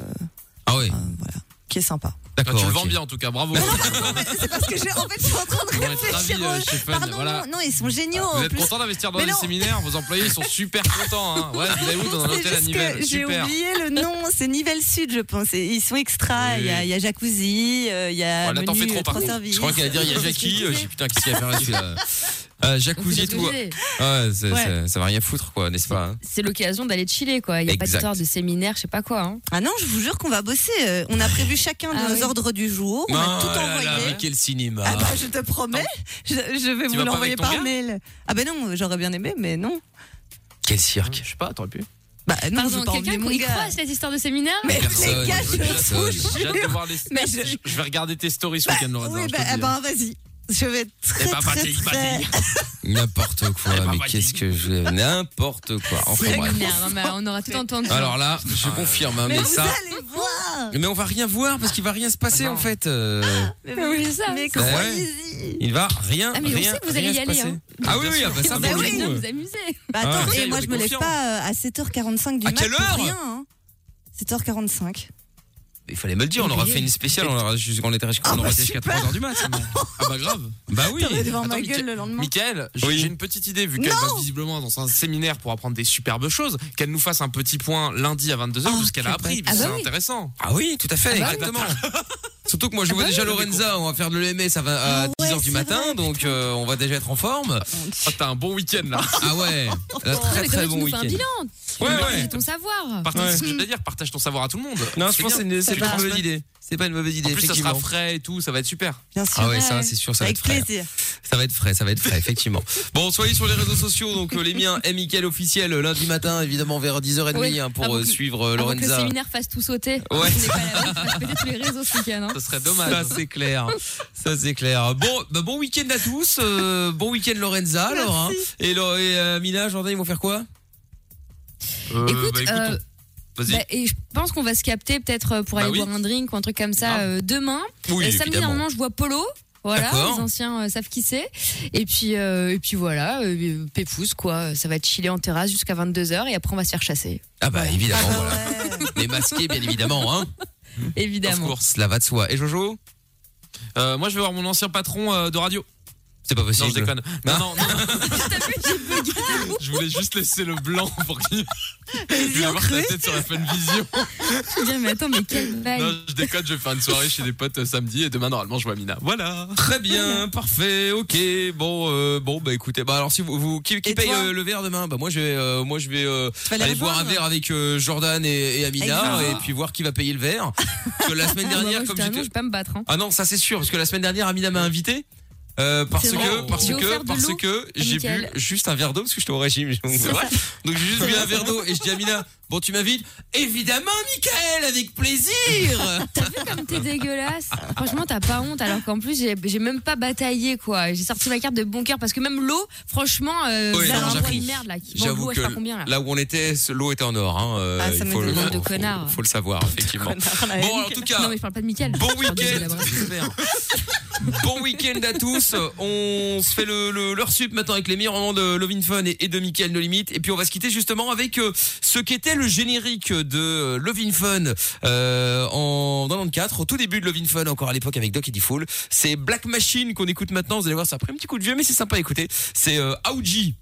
C: Ah oui.
D: voilà, qui est sympa. Ah,
C: D'accord.
E: Ah, tu le vends bien en tout cas, bravo.
D: C'est parce que j'ai. En fait, je suis en train de
E: Ils vont être
D: réfléchir.
E: ravis, euh,
D: au-
E: chez Fun,
D: Pardon,
E: voilà.
D: non, non, ils sont
C: Ah,
D: géniaux.
E: Vous
D: en
E: êtes
D: plus.
E: content d'investir dans
D: Mais
E: les
D: non.
E: séminaires, vos employés sont super contents. Hein. Ouais, vous allez où dans un
D: C'est
E: hôtel à
D: juste que
E: Nivelles
D: J'ai
E: Super.
D: oublié le nom, c'est Nivelles Sud, je pense. Et Ils sont extra. Il y, a, il y a jacuzzi, euh, il y a.
C: Ouais, là, t'en
D: menu,
C: fais trop, par
D: trois
C: contre.
D: services.
C: Je crois qu'elle allait dire, il y a Jackie. euh, J'ai dit, putain, qu'est-ce qu'il y a à faire là-dessus là Euh, Jacuzzi et tout. Ouais,
B: Jacuzzi.
C: c'est-
B: Ouais.
C: c'est- ça va rien foutre, quoi, n'est-ce pas hein
B: C'est l'occasion d'aller chiller, quoi. Il n'y a pas
C: Exact.
B: d'histoire de séminaire, je sais pas quoi. hein.
D: Ah non, je vous jure qu'on va bosser. euh, On a prévu chacun
B: Ah
D: nos ordres du jour. On a tout
C: oh là
D: envoyé.
C: là, mais quel cinéma.
D: Ah bah, je te promets, je, je vais
C: Tu vas
D: vous
C: pas
D: l'envoyer
C: avec ton
D: par
C: gars
D: mail. Ah ben non, j'aurais bien aimé, mais non.
C: Quel cirque.
E: Je sais pas, t'aurais pu.
D: Bah non, je
B: Pardon,
D: vais pas
B: quelqu'un
D: emmener mon
B: qui
D: gars.
B: croit à cette histoire de séminaire
D: Mais
E: Personne,
D: les gars, je
E: personne.
D: vous jure.
E: euh, J'ai hâte de voir les
D: Mais
E: je...
D: je-
E: vais regarder tes stories ce week-end, Lorenzo.
D: Oui,
E: je te
D: bah,
E: le dis.
D: eh ben, vas-y. Je vais être très,
E: Eh ben,
D: très,
E: vas-y,
D: très...
E: vas-y.
C: N'importe quoi, mais qu'est-ce que je. N'importe quoi. Enfin, bref.
B: Séminaire, non, mais on aura tout entendu.
C: Alors là, je
D: Ah.
C: confirme, hein,
B: Mais
C: mais,
B: vous
C: ça.
B: allez-
D: Voir.
C: Mais on va rien voir parce qu'il va rien se
E: Ah
C: passer en fait. euh.
B: Mais oui, c'est ça. Mais
C: Bah ouais. Il va rien.
B: Ah, mais on
C: rien,
B: sait que vous
C: rien
B: allez y
C: se
B: aller,
C: passer.
B: hein.
C: Ah oui, oui, ah, bah ça,
B: Bah
C: pour le
B: oui,
C: coup,
B: non,
C: euh.
B: vous amusez.
D: Bah attends,
C: Ah,
D: et moi
C: on est
D: je me lève
C: confiant.
D: pas euh, à 7h45 du
C: À
D: mat
C: quelle heure
D: pour rien. hein. 7h45.
C: Il fallait me le dire, on aura fait une spéciale, on aura jusqu'à on était jusqu'à on aura été jusqu'à 3 heures du mat.
E: bah Ah bah grave.
C: Bah oui.
D: T'aurais devant ma
E: Attends,
D: gueule le lendemain.
E: Michael, j'ai j'ai une petite idée, vu qu'elle
D: Non
E: va visiblement dans un séminaire pour apprendre des superbes choses, qu'elle nous fasse un petit point lundi à 22h de ce qu'elle a appris,
C: bête.
E: parce que
C: Ah bah
E: c'est
C: oui.
E: intéressant.
C: Ah oui, tout à fait,
E: Ah bah oui.
C: exactement. Surtout que moi
B: Ah
C: je vois
E: bah
C: déjà
E: oui.
C: Lorenza, on va faire de l'EMS à, vingt- à 10h du matin, donc euh, on va déjà être en forme.
E: Ah, t'as un bon week-end là.
C: Ah ouais, elle
B: Non, Oh, mais
C: a très
B: quand
C: très
B: même, tu
C: bon
B: nous fais un
C: week-end.
B: bilan.
C: Ouais,
B: Tu nous
C: ouais.
B: dis ton savoir.
E: Partage, c'est ce que je
B: Mm.
E: veux dire, partage ton savoir à tout le monde.
C: Non, je pense que c'est une- c'est
E: C'est
C: pas
E: bien.
C: une mauvaise idée. C'est pas une mauvaise idée.
E: En plus, ça sera
C: effectivement.
E: frais et tout, ça va être super.
D: Bien
C: Ah ouais, ça c'est sûr, ça va être frais. Ça va être frais, ça va être frais, effectivement. Bon, soyez sur les réseaux sociaux, donc euh, les miens, M. Mickaël officiel, euh, lundi matin, évidemment, vers 10h30,
B: Oui,
C: hein, pour
B: avant
C: euh,
B: que-
C: suivre euh,
B: avant que le
C: Lorenza.
B: séminaire fasse tout sauter.
C: Ouais.
B: On n'est pas là, on va se péter tous les réseaux ce week-end. hein.
E: Ce serait dommage.
C: Ça c'est clair, ça c'est clair. Bon, bah, bon week-end à tous, euh, bon week-end Lorenza alors. hein. Et, Lo- et, euh, Mina, Jordan, ils vont faire quoi
B: Écoute, bah, écoute, euh,
C: hein. vas-y.
B: Bah, et je pense qu'on va se capter peut-être euh, pour
C: Bah
B: aller
C: oui.
B: boire un drink ou un truc comme ça euh, demain.
C: Oui,
B: Euh, samedi,
C: évidemment.
B: normalement, je vois Polo. Voilà,
C: D'accord.
B: les anciens euh, savent qui c'est. Et puis, euh, et puis voilà, euh, pépouze quoi. Ça va chiller en terrasse jusqu'à 22h et après on va se faire chasser.
C: Ah bah évidemment, voilà. Mais masqué, bien évidemment, hein.
B: Évidemment.
C: Cela va de soi. Et Jojo
E: Euh, moi, je vais voir mon ancien patron euh, de radio.
C: C'est pas possible.
E: Non, je déconne. Non,
C: Hein
E: non, non. Je voulais juste laisser le blanc pour qu'il. Je vais avoir sa tête sur la fin de vision.
B: Je veux dire, mais attends, mais quelle
E: Non,
B: balle.
E: je déconne, je vais faire une soirée chez des potes euh, samedi et demain, normalement, je vois Mina. Voilà.
C: Très bien, parfait, ok. Bon, euh, bon, bah écoutez, bah alors si vous, vous qui, qui
E: Et
C: paye
E: toi
C: euh, le verre demain, bah moi je vais, euh, moi je vais euh,
E: vas les
C: aller boire un
E: rejoindre.
C: verre avec euh, Jordan et, et Amina
E: Exact.
C: et puis voir qui va payer le verre. Parce que la semaine
B: Ah, bah,
C: dernière,
B: moi,
C: comme
B: je t'annonce,
C: j'étais,
B: je vais pas me battre. hein.
C: ah non, ça c'est sûr, parce que la semaine dernière Amina m'a invité. euh, parce
B: C'est vrai.
C: que, parce
B: J'ai offert
C: que,
B: de
C: parce
B: l'eau
C: que
B: à
C: j'ai bu
B: Mickaël.
C: juste un verre d'eau parce que j'étais au régime. Donc,
B: C'est
C: voilà.
B: ça.
C: Donc, j'ai juste bu un verre d'eau et je dis à Amina, bon tu m'invites Évidemment, Michael, avec plaisir.
B: T'as vu comme t'es dégueulasse Franchement, t'as pas honte, alors qu'en plus, j'ai- j'ai même pas bataillé, quoi. J'ai sorti ma carte de bon cœur, parce que même l'eau, franchement, euh,
C: Oui,
B: c'est
C: non,
B: un
C: j'avoue.
B: endroit de merde, là. qui vend de
C: J'avoue
B: l'eau à
C: que
B: je sais pas combien, là.
C: là où on était, ce- l'eau était en or. Hein. euh,
B: Ah, ça
C: il faut
B: m'étonne
C: le,
B: pas. De
C: faut-
B: connard.
C: faut le savoir, effectivement. Bon, alors, en tout cas,
B: Non, mais je parle pas de Mickaël.
C: bon week-end. bon week-end à tous. On se fait le, le- l'heure sup maintenant avec les meilleurs moments de Lovin Fun et, et de Mickaël No Limite. Et puis on va se quitter justement avec euh, ce qu'était le générique de euh, Lovin Fun euh, en 94, au tout début de Lovin Fun, encore à l'époque avec Doc et Fool. C'est Black Machine qu'on écoute maintenant. Vous allez voir, ça a pris un petit coup de vieux, mais c'est sympa à écouter. C'est euh, Aouji.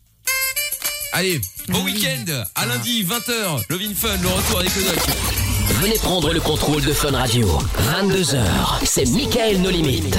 C: Allez, bon week-end. À lundi 20h. Lovin Fun, le retour avec le Doc.
A: Venez prendre le contrôle de Fun Radio. 22h, c'est Michael No Limite.